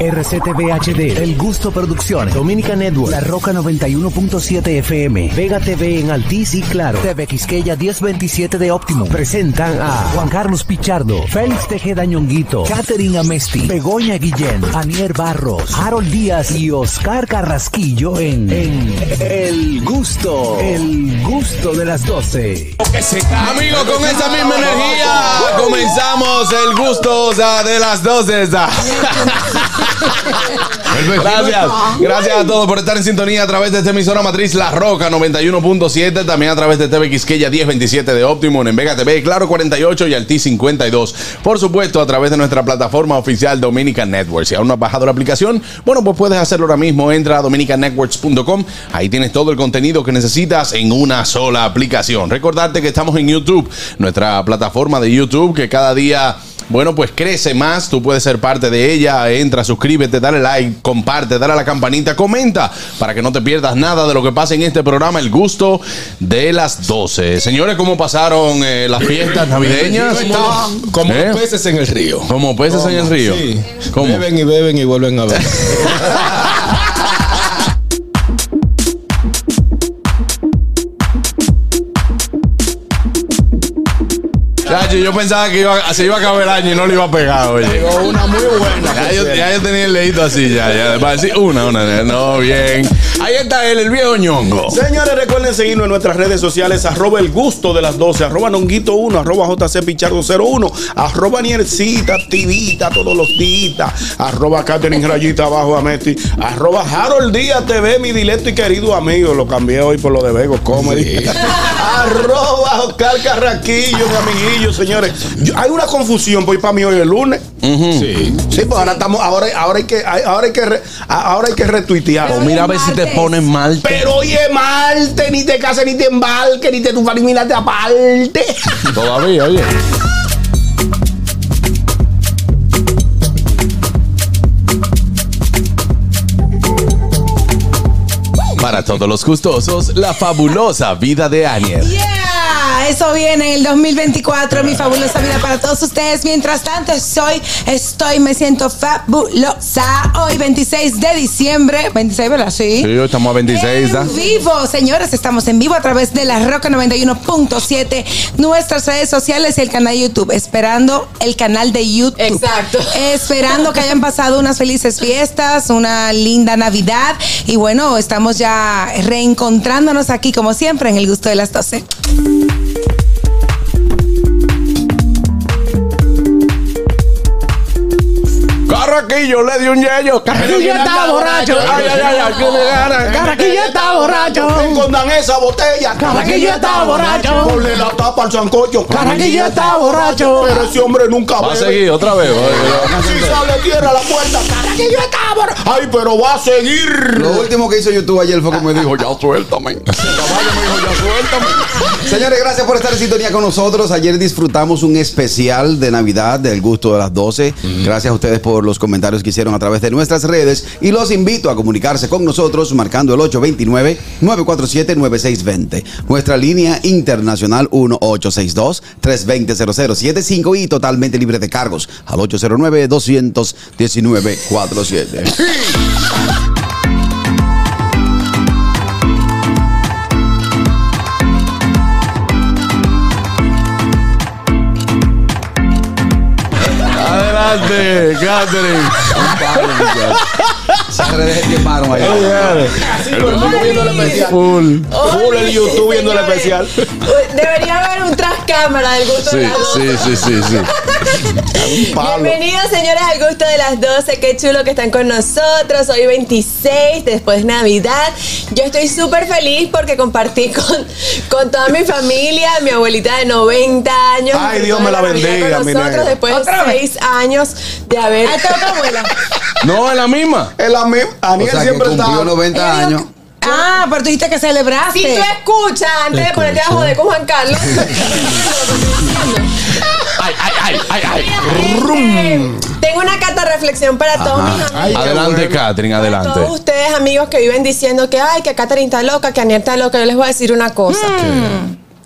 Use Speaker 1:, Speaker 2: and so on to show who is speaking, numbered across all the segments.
Speaker 1: RCTV HD, El Gusto Producciones, Dominica Network, La Roca 91.7 FM, Vega TV en Altiz y Claro, TV Quisqueya 1027 de Optimum. Presentan a Juan Carlos Pichardo, Félix Tejeda Ñonguito, Katherine Amesti, Begoña Guillén, Anier Barros, Harold Díaz y Oscar Carrasquillo en, en El Gusto, El Gusto de las 12.
Speaker 2: Amigos, con esa misma energía comenzamos el gusto o sea, de las 12. o sea. Gracias. Gracias a todos por estar en sintonía a través de esta emisora matriz La Roca 91.7, también a través de TV Quisqueya 1027 de Optimum, en Vega TV, Claro 48 y Alti 52. Por supuesto, a través de nuestra plataforma oficial Dominican Network. Si aún no has bajado la aplicación, bueno, pues puedes hacerlo ahora mismo. Entra a dominicannetworks.com. Ahí tienes todo el contenido que necesitas en una sola aplicación. Recordarte que estamos en YouTube, nuestra plataforma de YouTube que cada día bueno, pues crece más, tú puedes ser parte de ella, entra, suscríbete, dale like, comparte, dale a la campanita, comenta, para que no te pierdas nada de lo que pasa en este programa, el gusto de las 12. Señores, ¿cómo pasaron eh, las fiestas navideñas?
Speaker 3: Como, como
Speaker 2: ¿Eh?
Speaker 3: los peces en el río.
Speaker 2: Como peces en el río.
Speaker 3: Sí.
Speaker 2: ¿Cómo?
Speaker 3: Beben y beben y vuelven a ver.
Speaker 2: Chacho, yo pensaba que iba- se iba a acabar el año y no le iba a pegar, oye.
Speaker 3: una muy buena.
Speaker 2: Ya yo, ya yo tenía el dedito así, ya, ya. Va a decir una, una. No, bien. Ahí está él, el viejo ñongo.
Speaker 4: Señores, recuerden seguirnos en nuestras redes sociales, arroba el gusto de las 12, arroba nonguito1, arroba jcpichardo01, arroba niercita, tibita, todos los días, arroba Catherine Rayita abajo a Messi, arroba Harold Díaz TV, mi dilecto y querido amigo, lo cambié hoy por lo de Vego Comedy, arroba Oscar Carraquillo, mi amiguillo, señores. Yo- hay una confusión, pues para mí hoy es lunes.
Speaker 3: Sí.
Speaker 4: Sí, pues ahora estamos, ahora, ahora hay que, ahora hay que, re- ahora hay que retuitear.
Speaker 2: O Pues mira a ver si te pones mal.
Speaker 4: Pero oye, Marte, ni te cases, ni te embarques, ni te tu familia te aparte.
Speaker 2: Todavía, oye. Para todos los gustosos, la fabulosa vida de Aniel.
Speaker 5: Yeah, eso viene el 2024, mi fabulosa vida para todos ustedes. Mientras tanto, soy, estoy, me siento fabulosa. Hoy 26 de diciembre, 26, ¿verdad? Sí.
Speaker 2: Sí, hoy estamos a ¿ah? 26, ¿da?
Speaker 5: En vivo, señores, estamos en vivo a través de la Roca 91.7, nuestras redes sociales y el canal de YouTube. Esperando el canal de YouTube.
Speaker 6: Exacto.
Speaker 5: Esperando que hayan pasado unas felices fiestas, una linda Navidad. Y bueno, estamos ya reencontrándonos aquí, como siempre, en el gusto de las 12.
Speaker 2: Carraquillo le dio un yello. Carraquillo está borracho. Ay, ay, ay, ay, que le gana. Carraquillo está borracho.
Speaker 4: Escondan esa botella.
Speaker 2: Carraquillo está borracho.
Speaker 4: Ponle la tapa al sancocho.
Speaker 2: Carraquillo está borracho.
Speaker 4: Pero ese hombre nunca
Speaker 2: Va a
Speaker 4: bebe.
Speaker 2: seguir otra vez.
Speaker 4: Si sale, cierra la puerta. Carraquillo está borracho. Ay, pero va a seguir.
Speaker 7: Lo último que hizo YouTube ayer fue que me dijo, ya suéltame. El caballo me dijo, ya suéltame. Señores, gracias por estar en sintonía con nosotros. Ayer disfrutamos un especial de Navidad del gusto de las 12. Gracias a ustedes por los comentarios que hicieron a través de nuestras redes y los invito a comunicarse con nosotros marcando el 829-947-9620. Nuestra línea internacional 1862-320-0075 y totalmente libre de cargos al 809-219-47.
Speaker 2: Adelante, Catherine.
Speaker 7: Esas redes se quemaron ayer.
Speaker 2: Full.
Speaker 4: Full el YouTube viendo el especial.
Speaker 6: Debería haber un tras cámara del gusto de
Speaker 2: Sí,
Speaker 6: las 12.
Speaker 2: sí, sí, sí, sí.
Speaker 6: Bienvenidos señores al gusto de las 12, qué chulo que están con nosotros. Hoy 26, después Navidad. Yo estoy súper feliz porque compartí con, con toda mi familia, mi abuelita de 90 años.
Speaker 4: Ay, Dios me la
Speaker 6: Navidad
Speaker 4: bendiga,
Speaker 6: con
Speaker 4: mi
Speaker 6: nosotros
Speaker 4: negra.
Speaker 6: después de
Speaker 5: Otra vez.
Speaker 6: 6 años de haber...
Speaker 5: Ahí está otra abuela.
Speaker 2: No, es la misma.
Speaker 4: Es la misma.
Speaker 7: O
Speaker 4: Aniel
Speaker 7: sea, que
Speaker 4: siempre
Speaker 7: cumplió
Speaker 4: está.
Speaker 7: 90
Speaker 5: Ella dijo
Speaker 7: años.
Speaker 5: que- Ah, pero tú dijiste que celebraste.
Speaker 6: Si tú escuchas antes de ponerte a joder con Juan Carlos.
Speaker 2: Ay, ay, ay, ay, ay.
Speaker 6: Este, tengo una cata reflexión para todos mis amigos.
Speaker 2: Adelante, Catherine,
Speaker 6: Para
Speaker 2: adelante.
Speaker 6: Todos ustedes, amigos, que viven diciendo que ay, que Katherine está loca, que Aniel está loca, yo les voy a decir una cosa.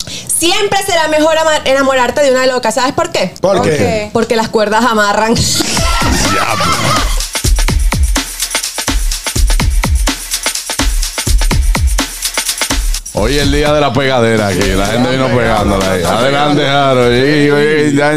Speaker 6: Siempre será mejor ama- enamorarte de una loca. ¿Sabes por qué?
Speaker 4: ¿Por qué?
Speaker 6: Porque las cuerdas amarran.
Speaker 2: Hoy es el día de la pegadera aquí. La gente vino pegándola ahí. Adelante, Jaro. Ah,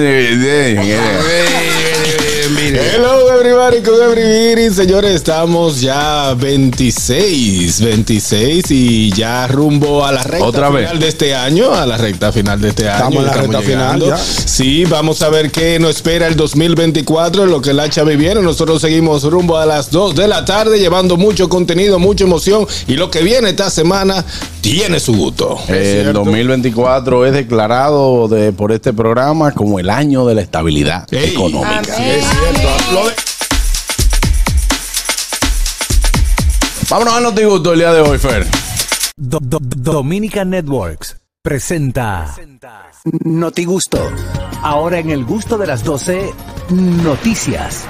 Speaker 3: Hello everybody, con everybody, señores, estamos ya 26, 26 y ya rumbo a la recta
Speaker 2: Otra vez.
Speaker 3: final de este año, a la recta final de este año.
Speaker 4: en la recta final ya.
Speaker 3: Sí, vamos a ver qué nos espera el 2024, en lo que el hacha viene. Nosotros seguimos rumbo a las 2 de la tarde, llevando mucho contenido, mucha emoción y lo que viene esta semana tiene su gusto.
Speaker 2: El 2024 es declarado de- por este programa como el año de la estabilidad
Speaker 3: Ey.
Speaker 5: Ah,
Speaker 2: económica.
Speaker 5: Amén.
Speaker 4: Lo de-
Speaker 2: Vámonos a Notigusto el día de hoy, Fer.
Speaker 1: Do- do- do- Dominica Networks presenta Notigusto. Ahora en el gusto de las 12, noticias.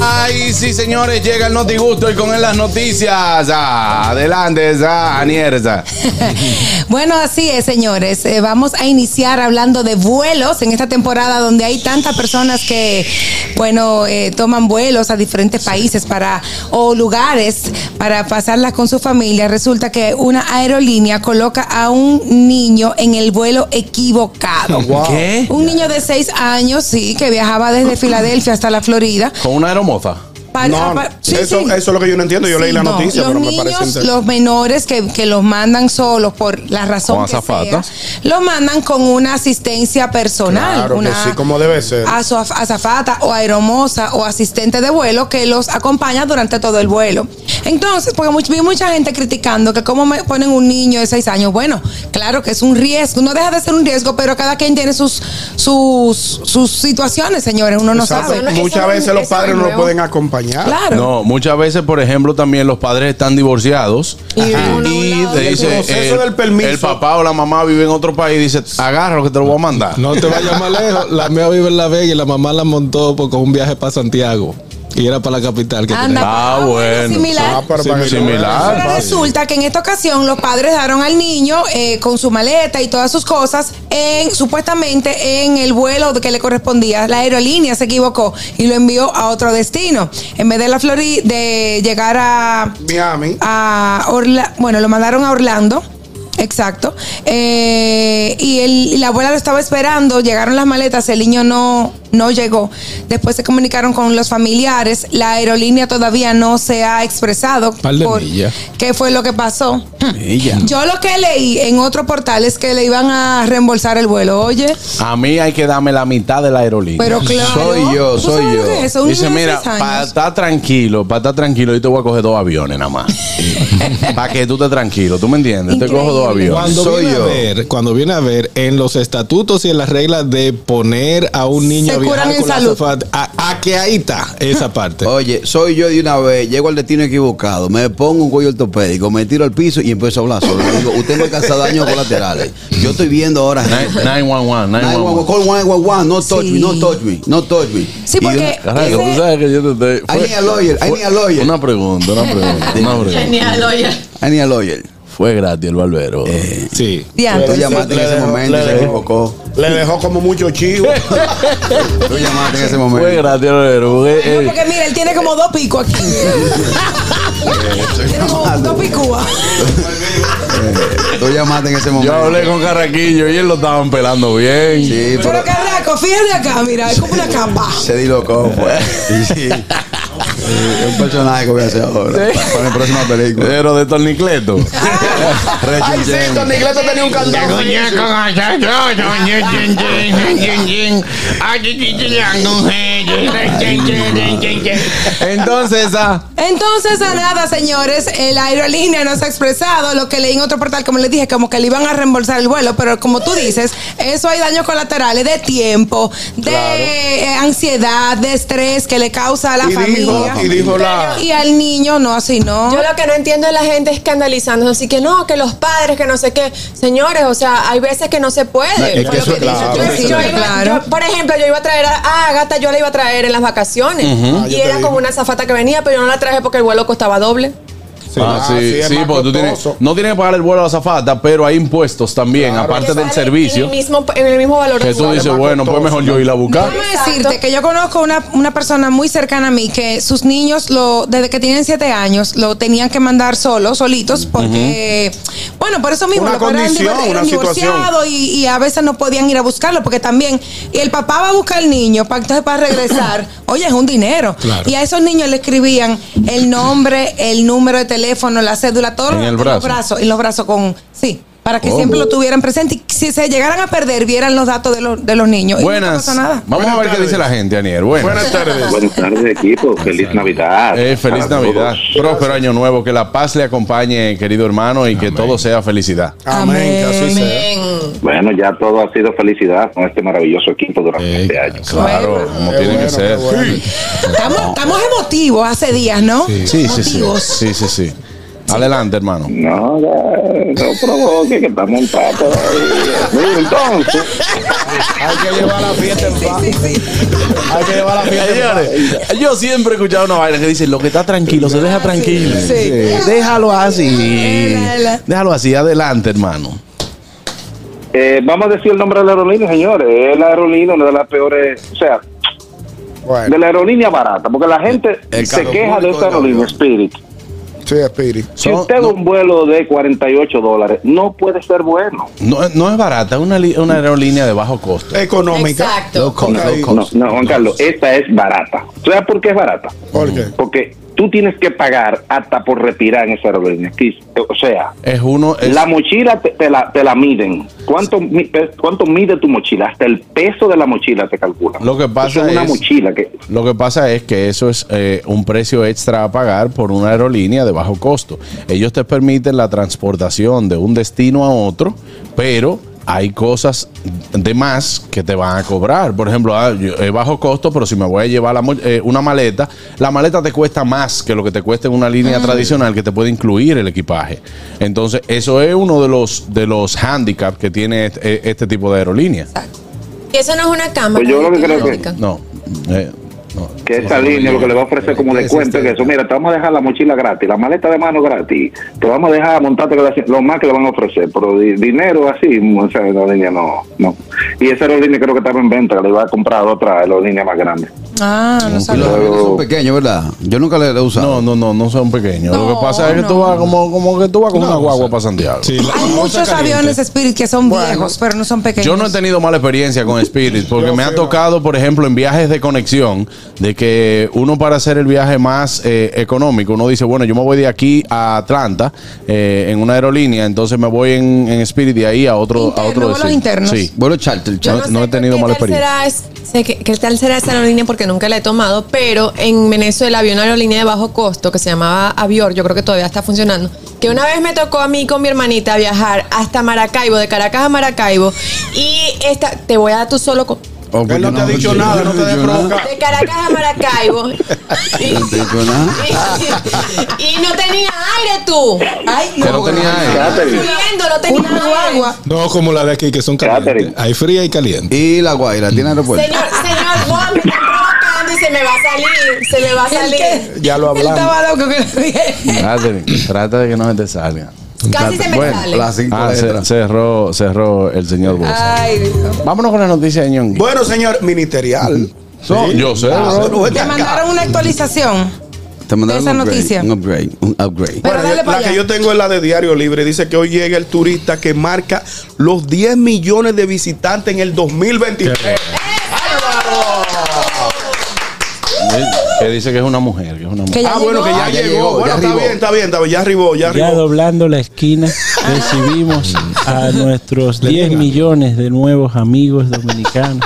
Speaker 2: Ay, sí, señores, llega el Notigusto y con él las noticias. Ah, adelante, esa Anierza.
Speaker 5: Bueno, así es, señores. Eh, vamos a iniciar hablando de vuelos en esta temporada donde hay tantas personas que, bueno, eh, toman vuelos a diferentes países para o lugares para pasarlas con su familia. Resulta que una aerolínea coloca a un niño en el vuelo equivocado.
Speaker 2: ¿Qué?
Speaker 5: Un niño de seis años, sí, que viajaba desde Filadelfia hasta la Florida.
Speaker 2: Con una aeromoza.
Speaker 5: Para-
Speaker 4: No,
Speaker 5: para- ah, sí,
Speaker 4: eso,
Speaker 5: sí.
Speaker 4: eso es lo que yo no entiendo. Yo
Speaker 5: Sí,
Speaker 4: leí la
Speaker 5: no,
Speaker 4: noticia,
Speaker 5: los
Speaker 4: pero me
Speaker 5: niños,
Speaker 4: parece interesante.
Speaker 5: Los menores que, que los mandan solos por la razón
Speaker 2: Con
Speaker 5: que sea,
Speaker 2: azafatas.
Speaker 5: los mandan con una asistencia personal.
Speaker 4: Claro que
Speaker 5: una
Speaker 4: sí, como debe ser.
Speaker 5: azo- azafata o aeromoza o asistente de vuelo que los acompaña durante todo el vuelo. Entonces, porque much- vi mucha gente criticando que cómo me ponen un niño de seis años. Bueno, claro que es un riesgo, no deja de ser un riesgo, pero cada quien tiene sus sus, sus situaciones, señores. Uno no
Speaker 4: Exacto.
Speaker 5: sabe.
Speaker 6: Eso no- eso
Speaker 4: Muchas
Speaker 6: no-
Speaker 4: veces los
Speaker 6: eso no
Speaker 4: padres
Speaker 6: es
Speaker 4: no lo
Speaker 6: nuevo.
Speaker 4: pueden acompañar.
Speaker 5: Claro.
Speaker 2: No, muchas veces, por ejemplo, también los padres están divorciados
Speaker 6: Y uno a un
Speaker 2: y
Speaker 6: lado y
Speaker 2: te
Speaker 6: el
Speaker 2: dice
Speaker 4: proceso
Speaker 2: eh,
Speaker 4: del permiso.
Speaker 2: el papá o la mamá vive en otro país y dice, agarra lo que te lo voy a mandar.
Speaker 3: No te vayas más lejos. La mía vive en La Vega y la mamá la montó por- con un viaje para Santiago. Y era para la capital. Que
Speaker 5: Anda,
Speaker 3: tenía.
Speaker 2: Ah,
Speaker 5: ah,
Speaker 2: bueno.
Speaker 5: bueno, similar.
Speaker 4: Ah, pero
Speaker 3: Sí,
Speaker 4: para que lo
Speaker 2: similar.
Speaker 4: vean.
Speaker 5: Pero resulta que en esta ocasión los padres daron al niño eh, con su maleta y todas sus cosas en supuestamente en el vuelo que le correspondía. La aerolínea se equivocó y lo envió a otro destino. En vez de la Florida, de llegar a,
Speaker 4: Miami.
Speaker 5: a Orla- bueno, lo mandaron a Orlando. Exacto. Eh, y, él- y la abuela lo estaba esperando, llegaron las maletas, el niño no, no llegó. Después se comunicaron con los familiares, la aerolínea todavía no se ha expresado
Speaker 3: Par de millas.
Speaker 5: qué fue lo que pasó. Yo lo que leí en otro portal es que le iban a reembolsar el vuelo, oye.
Speaker 2: A mí hay que darme la mitad de la aerolínea.
Speaker 5: Pero claro.
Speaker 7: Soy yo,
Speaker 5: ¿tú
Speaker 7: soy
Speaker 5: sabes lo
Speaker 7: yo.
Speaker 5: que es eso? Un
Speaker 2: dice,
Speaker 5: niño de
Speaker 2: mira,
Speaker 5: seis años.
Speaker 2: para estar tranquilo, para estar tranquilo, yo te voy a coger dos aviones nada más. para que tú estés tranquilo, ¿tú me entiendes? Te cojo dos
Speaker 5: Increíble.
Speaker 2: aviones.
Speaker 3: Cuando
Speaker 7: Soy
Speaker 3: viene
Speaker 7: yo.
Speaker 3: a ver, cuando viene a ver en los estatutos y en las reglas de poner a un
Speaker 5: Se
Speaker 3: niño a viajar
Speaker 5: curan en
Speaker 3: con la
Speaker 5: salud.
Speaker 3: azafata, a, a que ahí está esa parte.
Speaker 7: Oye, soy yo de una vez, llego al destino equivocado, me pongo un cuello ortopédico, me tiro al piso y empiezo a hablar solo. Le digo, usted me causa daños colaterales. Yo estoy viendo ahora.
Speaker 2: Nine-
Speaker 7: gente.
Speaker 2: 911, 911.
Speaker 7: 911, call 911, no touch me, no touch me, no touch me.
Speaker 5: Sí,
Speaker 7: Y yo-
Speaker 5: porque-
Speaker 2: Carajo,
Speaker 5: Ese-
Speaker 2: tú sabes que yo te estoy.
Speaker 7: I need a lawyer, I need a lawyer.
Speaker 2: Una pregunta, una pregunta, una pregunta.
Speaker 6: Genial, oye.
Speaker 7: I need a lawyer.
Speaker 2: Fue gratis el barbero.
Speaker 7: Eh,
Speaker 3: Sí.
Speaker 7: Tú
Speaker 5: Diantre.
Speaker 7: llamaste en
Speaker 4: le
Speaker 7: ese
Speaker 4: dejó-
Speaker 7: momento
Speaker 4: le
Speaker 7: y se
Speaker 4: dejó.
Speaker 7: equivocó.
Speaker 4: Le dejó como mucho chivo.
Speaker 7: Tú llamaste en ese
Speaker 2: Fue
Speaker 7: momento.
Speaker 2: gratis el barbero. porque,
Speaker 5: No,
Speaker 2: eh,
Speaker 5: porque mira, él tiene como dos picos aquí. tiene como dos picúas.
Speaker 7: Tú llamaste en ese
Speaker 2: yo hablé
Speaker 7: momento.
Speaker 2: con Carraquillo y él lo estaban pelando bien.
Speaker 7: Sí,
Speaker 5: Pero
Speaker 7: pero
Speaker 5: Carraco, fíjate acá, mira, es como una capa.
Speaker 7: se dilocó, fue. Sí, sí. Eh, Un personaje que voy a hacer ahora. Para mi próxima película.
Speaker 2: Pero de tornicleto.
Speaker 7: Ay,
Speaker 4: Nicleto tenía un candado.
Speaker 2: Entonces, ah,
Speaker 5: Entonces, a nada, señores, eh, la aerolínea no se ha expresado. Lo que leí en otro portal, como les dije, como que le iban a reembolsar el vuelo, pero como tú dices, eso hay daños colaterales de tiempo, de eh, ansiedad, de estrés que le causa a la
Speaker 4: Y dijo,
Speaker 5: familia.
Speaker 4: y dijo la.
Speaker 5: y al niño, no, así no.
Speaker 6: Yo lo que no entiendo es la gente escandalizándose, así que no, que los padres, que no sé qué, señores, o sea, hay veces que no se
Speaker 7: No, es
Speaker 6: puede.
Speaker 7: que
Speaker 6: Fue lo
Speaker 7: eso
Speaker 6: que
Speaker 7: es claro,
Speaker 6: dice.
Speaker 5: eso
Speaker 6: Yo- yo
Speaker 5: es
Speaker 6: iba-
Speaker 5: claro.
Speaker 6: yo, por ejemplo, yo iba a traer a, a Agatha, yo la iba a traer en las vacaciones
Speaker 4: Ah,
Speaker 6: y
Speaker 4: yo te
Speaker 6: era
Speaker 4: digo.
Speaker 6: como una zafata que venía, pero yo no la traje porque el vuelo costaba doble.
Speaker 4: Sí.
Speaker 2: Ah,
Speaker 4: Ah,
Speaker 2: sí,
Speaker 4: sí, es
Speaker 2: sí,
Speaker 4: más
Speaker 2: porque tú tienes-
Speaker 4: costoso.
Speaker 2: no tienes que pagar el vuelo a la zafata, pero hay impuestos también, aparte
Speaker 6: Porque
Speaker 2: del
Speaker 6: sale
Speaker 2: servicio.
Speaker 6: En el mismo, en el mismo valor
Speaker 2: Que
Speaker 6: del
Speaker 2: tú
Speaker 6: vuelo.
Speaker 2: dices,
Speaker 4: más
Speaker 2: bueno, pues
Speaker 4: costoso.
Speaker 2: mejor yo ir a buscar.
Speaker 5: Déjame
Speaker 6: Exacto.
Speaker 5: decirte que yo conozco una, una persona muy cercana a mí que sus niños, lo, desde que tienen siete años, lo tenían que mandar solos, solitos, porque, bueno, por eso mismo,
Speaker 4: Una
Speaker 5: lo que eran
Speaker 4: condición,
Speaker 5: divorci-
Speaker 4: una
Speaker 5: eran divorciados y, y a veces no podían ir a buscarlo, porque también y el papá va a buscar al niño para, entonces para regresar. Oye, es un dinero.
Speaker 3: Claro.
Speaker 5: Y a esos niños le escribían el nombre, el número de teléfono, la cédula, todo
Speaker 2: En
Speaker 5: lo-
Speaker 2: el
Speaker 5: los
Speaker 2: brazo.
Speaker 5: brazos, en los brazos con, sí. Para que
Speaker 2: Oh.
Speaker 5: siempre lo tuvieran presente y si se llegaran a perder, vieran los datos de, los de los niños. Y nunca
Speaker 2: Buenas.
Speaker 5: pasó nada.
Speaker 2: Vamos a
Speaker 4: Buenas
Speaker 2: ver qué dice
Speaker 4: tardes.
Speaker 2: la gente, Aniel. Buenas.
Speaker 4: Buenas tardes.
Speaker 8: Buenas tardes, equipo. Feliz Navidad.
Speaker 2: Eh, feliz
Speaker 8: Para todos.
Speaker 2: Navidad, próspero año nuevo, que la paz le acompañe, querido hermano, y que todo sea felicidad.
Speaker 4: Amén. que así sea.
Speaker 8: Bueno, ya todo ha sido felicidad con este maravilloso equipo durante
Speaker 3: Eh,
Speaker 8: este año.
Speaker 2: Claro, como
Speaker 4: Qué
Speaker 2: tiene que
Speaker 4: bueno,
Speaker 2: ser.
Speaker 4: qué bueno.
Speaker 5: Estamos, estamos emotivos hace días, ¿no?
Speaker 2: Sí, sí, sí.
Speaker 5: Motivos.
Speaker 2: Sí, sí, sí. Adelante, hermano.
Speaker 8: No, ya, no provoque que estamos en paz todavía. Mira, entonces,
Speaker 4: Hay que llevar la fiesta en paz. Hay que llevar la fiesta en paz.
Speaker 2: Señores, yo siempre he escuchado una vaina que dice, lo que está tranquilo, se deja tranquilo.
Speaker 5: sí.
Speaker 2: Déjalo así.
Speaker 5: Déjala.
Speaker 2: Déjalo así, adelante, hermano.
Speaker 8: eh, vamos a decir el nombre de la aerolínea, señores. Es la aerolínea, una de las peores, o sea,
Speaker 4: Bueno,
Speaker 8: de la aerolínea barata, porque la gente
Speaker 2: El
Speaker 8: se
Speaker 2: carro
Speaker 8: queja de
Speaker 7: público
Speaker 8: esta
Speaker 7: de
Speaker 8: aerolínea,
Speaker 7: avión.
Speaker 8: Spirit.
Speaker 4: sí, Spirit.
Speaker 8: Si
Speaker 2: Son-
Speaker 8: usted va a un vuelo de 48 dólares, no puede ser bueno.
Speaker 2: No, no es barata, es una, li- una aerolínea de bajo costo.
Speaker 4: Económica.
Speaker 6: Exacto.
Speaker 3: Low cost, low
Speaker 8: No,
Speaker 3: cost.
Speaker 8: no, Juan Carlos, esta es barata. ¿Sabes por qué es barata?
Speaker 4: ¿Por qué?
Speaker 8: Porque tú tienes que pagar hasta por retirar en esa aerolínea. Quis- O sea,
Speaker 2: Es uno... Eh, es-
Speaker 8: la mochila te, te la, te la miden. ¿Cuánto, mi- pe- ¿Cuánto mide tu mochila? Hasta el peso de la mochila te calcula.
Speaker 2: Lo que pasa
Speaker 8: Eso es una
Speaker 2: es-
Speaker 8: mochila que...
Speaker 2: Lo que pasa es que eso es eh, un precio extra a pagar por una aerolínea de bajo costo. Ellos te permiten la transportación de un destino a otro, pero hay cosas de más que te van a cobrar. Por ejemplo, ah, yo- eh, bajo costo, pero si me voy a llevar la mo- eh, una maleta, la maleta te cuesta más que lo que te cuesta en una línea tradicional que te puede incluir el equipaje. Entonces, eso es uno de los, de los handicaps que tiene este, este tipo de aerolínea.
Speaker 6: Y eso no es una cámara.
Speaker 8: Pues yo lo que creo que-
Speaker 2: No. eh, no.
Speaker 8: Que esa línea lo que le va a
Speaker 2: eh,
Speaker 8: ofrecer como descuento es que eso, mira, te vamos a dejar la mochila gratis, la maleta de mano gratis, te vamos a dejar montarte con la- lo más que le van a ofrecer, pero di- dinero así, o sea, la línea no, no. Y esa aerolínea creo que estaba en venta, que le iba a comprar otra aerolínea más grande.
Speaker 5: Ah, no
Speaker 2: Un
Speaker 7: Los
Speaker 5: sabía.
Speaker 7: aviones son pequeños, ¿verdad? Yo nunca le he
Speaker 2: No,
Speaker 7: usado.
Speaker 2: no, no, no son pequeños. lo
Speaker 5: No,
Speaker 2: que pasa es que
Speaker 5: no.
Speaker 2: tú vas como, como que tú vas con
Speaker 3: No,
Speaker 2: una
Speaker 3: o
Speaker 2: guagua
Speaker 3: sea,
Speaker 2: para Santiago.
Speaker 3: Sí, la-
Speaker 5: Hay
Speaker 3: la
Speaker 5: muchos
Speaker 3: cosa caliente.
Speaker 5: aviones Spirit que son viejos, pero no son pequeños.
Speaker 2: Yo no he tenido mala experiencia con Spirit porque
Speaker 4: Yo
Speaker 2: me ha
Speaker 4: sí,
Speaker 2: tocado, por ejemplo, en viajes de conexión, de que uno para hacer el viaje más eh, económico, uno dice, bueno, yo me voy de aquí a Atlanta eh, en una aerolínea, entonces me voy en, en Spirit de ahí a otro, a
Speaker 5: Interno,
Speaker 2: otro
Speaker 5: vuelos
Speaker 2: destino.
Speaker 5: internos.
Speaker 2: Sí.
Speaker 7: Vuelo charter,
Speaker 6: Yo
Speaker 7: charter.
Speaker 2: no he
Speaker 6: sé
Speaker 2: tenido
Speaker 6: qué
Speaker 2: mala
Speaker 6: tal será es- sé que- qué tal será esa aerolínea porque nunca la he tomado, pero en Venezuela había una aerolínea de bajo costo que se llamaba Avior, yo creo que todavía está funcionando, que una vez me tocó a mí con mi hermanita viajar hasta Maracaibo, de Caracas a Maracaibo, y esta, te voy a dar tú solo con-
Speaker 7: Oh, pues
Speaker 4: Él no
Speaker 7: yo
Speaker 4: te ha dicho
Speaker 7: yo
Speaker 4: nada, no te
Speaker 7: yo
Speaker 4: dejes
Speaker 7: nada.
Speaker 4: provocar.
Speaker 6: de Caracas a Maracaibo.
Speaker 7: No te he dicho nada.
Speaker 6: Y, y no tenía aire tú.
Speaker 5: Ay,
Speaker 2: Que no tenía aire.
Speaker 8: Catherine,
Speaker 6: Subiendo, no tenía
Speaker 5: Una
Speaker 6: aire.
Speaker 5: guagua.
Speaker 3: No como la de aquí, que son calientes.
Speaker 8: Catherine.
Speaker 3: Hay fría y caliente. Mm.
Speaker 7: Y la Guaira, ¿tiene aeropuerto?
Speaker 6: Señor, señor, vos me están provocando y se me va a salir, se me va a salir.
Speaker 4: Ya lo
Speaker 5: Él
Speaker 4: hablamos.
Speaker 5: estaba loco que lo dije.
Speaker 2: Catherine, trata de que no se te salga.
Speaker 6: Casi se me
Speaker 2: Bueno,
Speaker 6: sale.
Speaker 7: Las cinco
Speaker 2: Ah, ce-
Speaker 7: letras.
Speaker 2: cerró, cerró el señor Bosa.
Speaker 5: Ay, Dios.
Speaker 2: Vámonos con la noticia de Ñonguito.
Speaker 4: Bueno, señor, ministerial.
Speaker 2: No, yo sé.
Speaker 4: Ah,
Speaker 2: bro.
Speaker 4: bueno,
Speaker 5: Te mandaron una actualización.
Speaker 7: Te mandaron
Speaker 5: Esa
Speaker 7: un upgrade,
Speaker 5: noticia.
Speaker 7: Un upgrade, un upgrade.
Speaker 5: Pero
Speaker 4: Bueno,
Speaker 5: dale
Speaker 4: yo-
Speaker 5: para
Speaker 4: la
Speaker 5: allá.
Speaker 4: que yo tengo es la de Diario Libre. Dice que hoy llega el turista que marca los 10 millones de visitantes en el 2023.
Speaker 2: Que dice que es una mujer, que es una mujer.
Speaker 5: Que ya
Speaker 4: Ah, bueno, que
Speaker 5: llegó.
Speaker 4: ya,
Speaker 7: Ah, ya
Speaker 4: llegó.
Speaker 7: llegó,
Speaker 4: Bueno,
Speaker 7: ya
Speaker 4: está
Speaker 7: arribó.
Speaker 4: bien, está bien, está bien. Ya arribó, ya
Speaker 9: Ya
Speaker 4: arribó.
Speaker 9: doblando la esquina recibimos a nuestros 10 millones de nuevos amigos dominicanos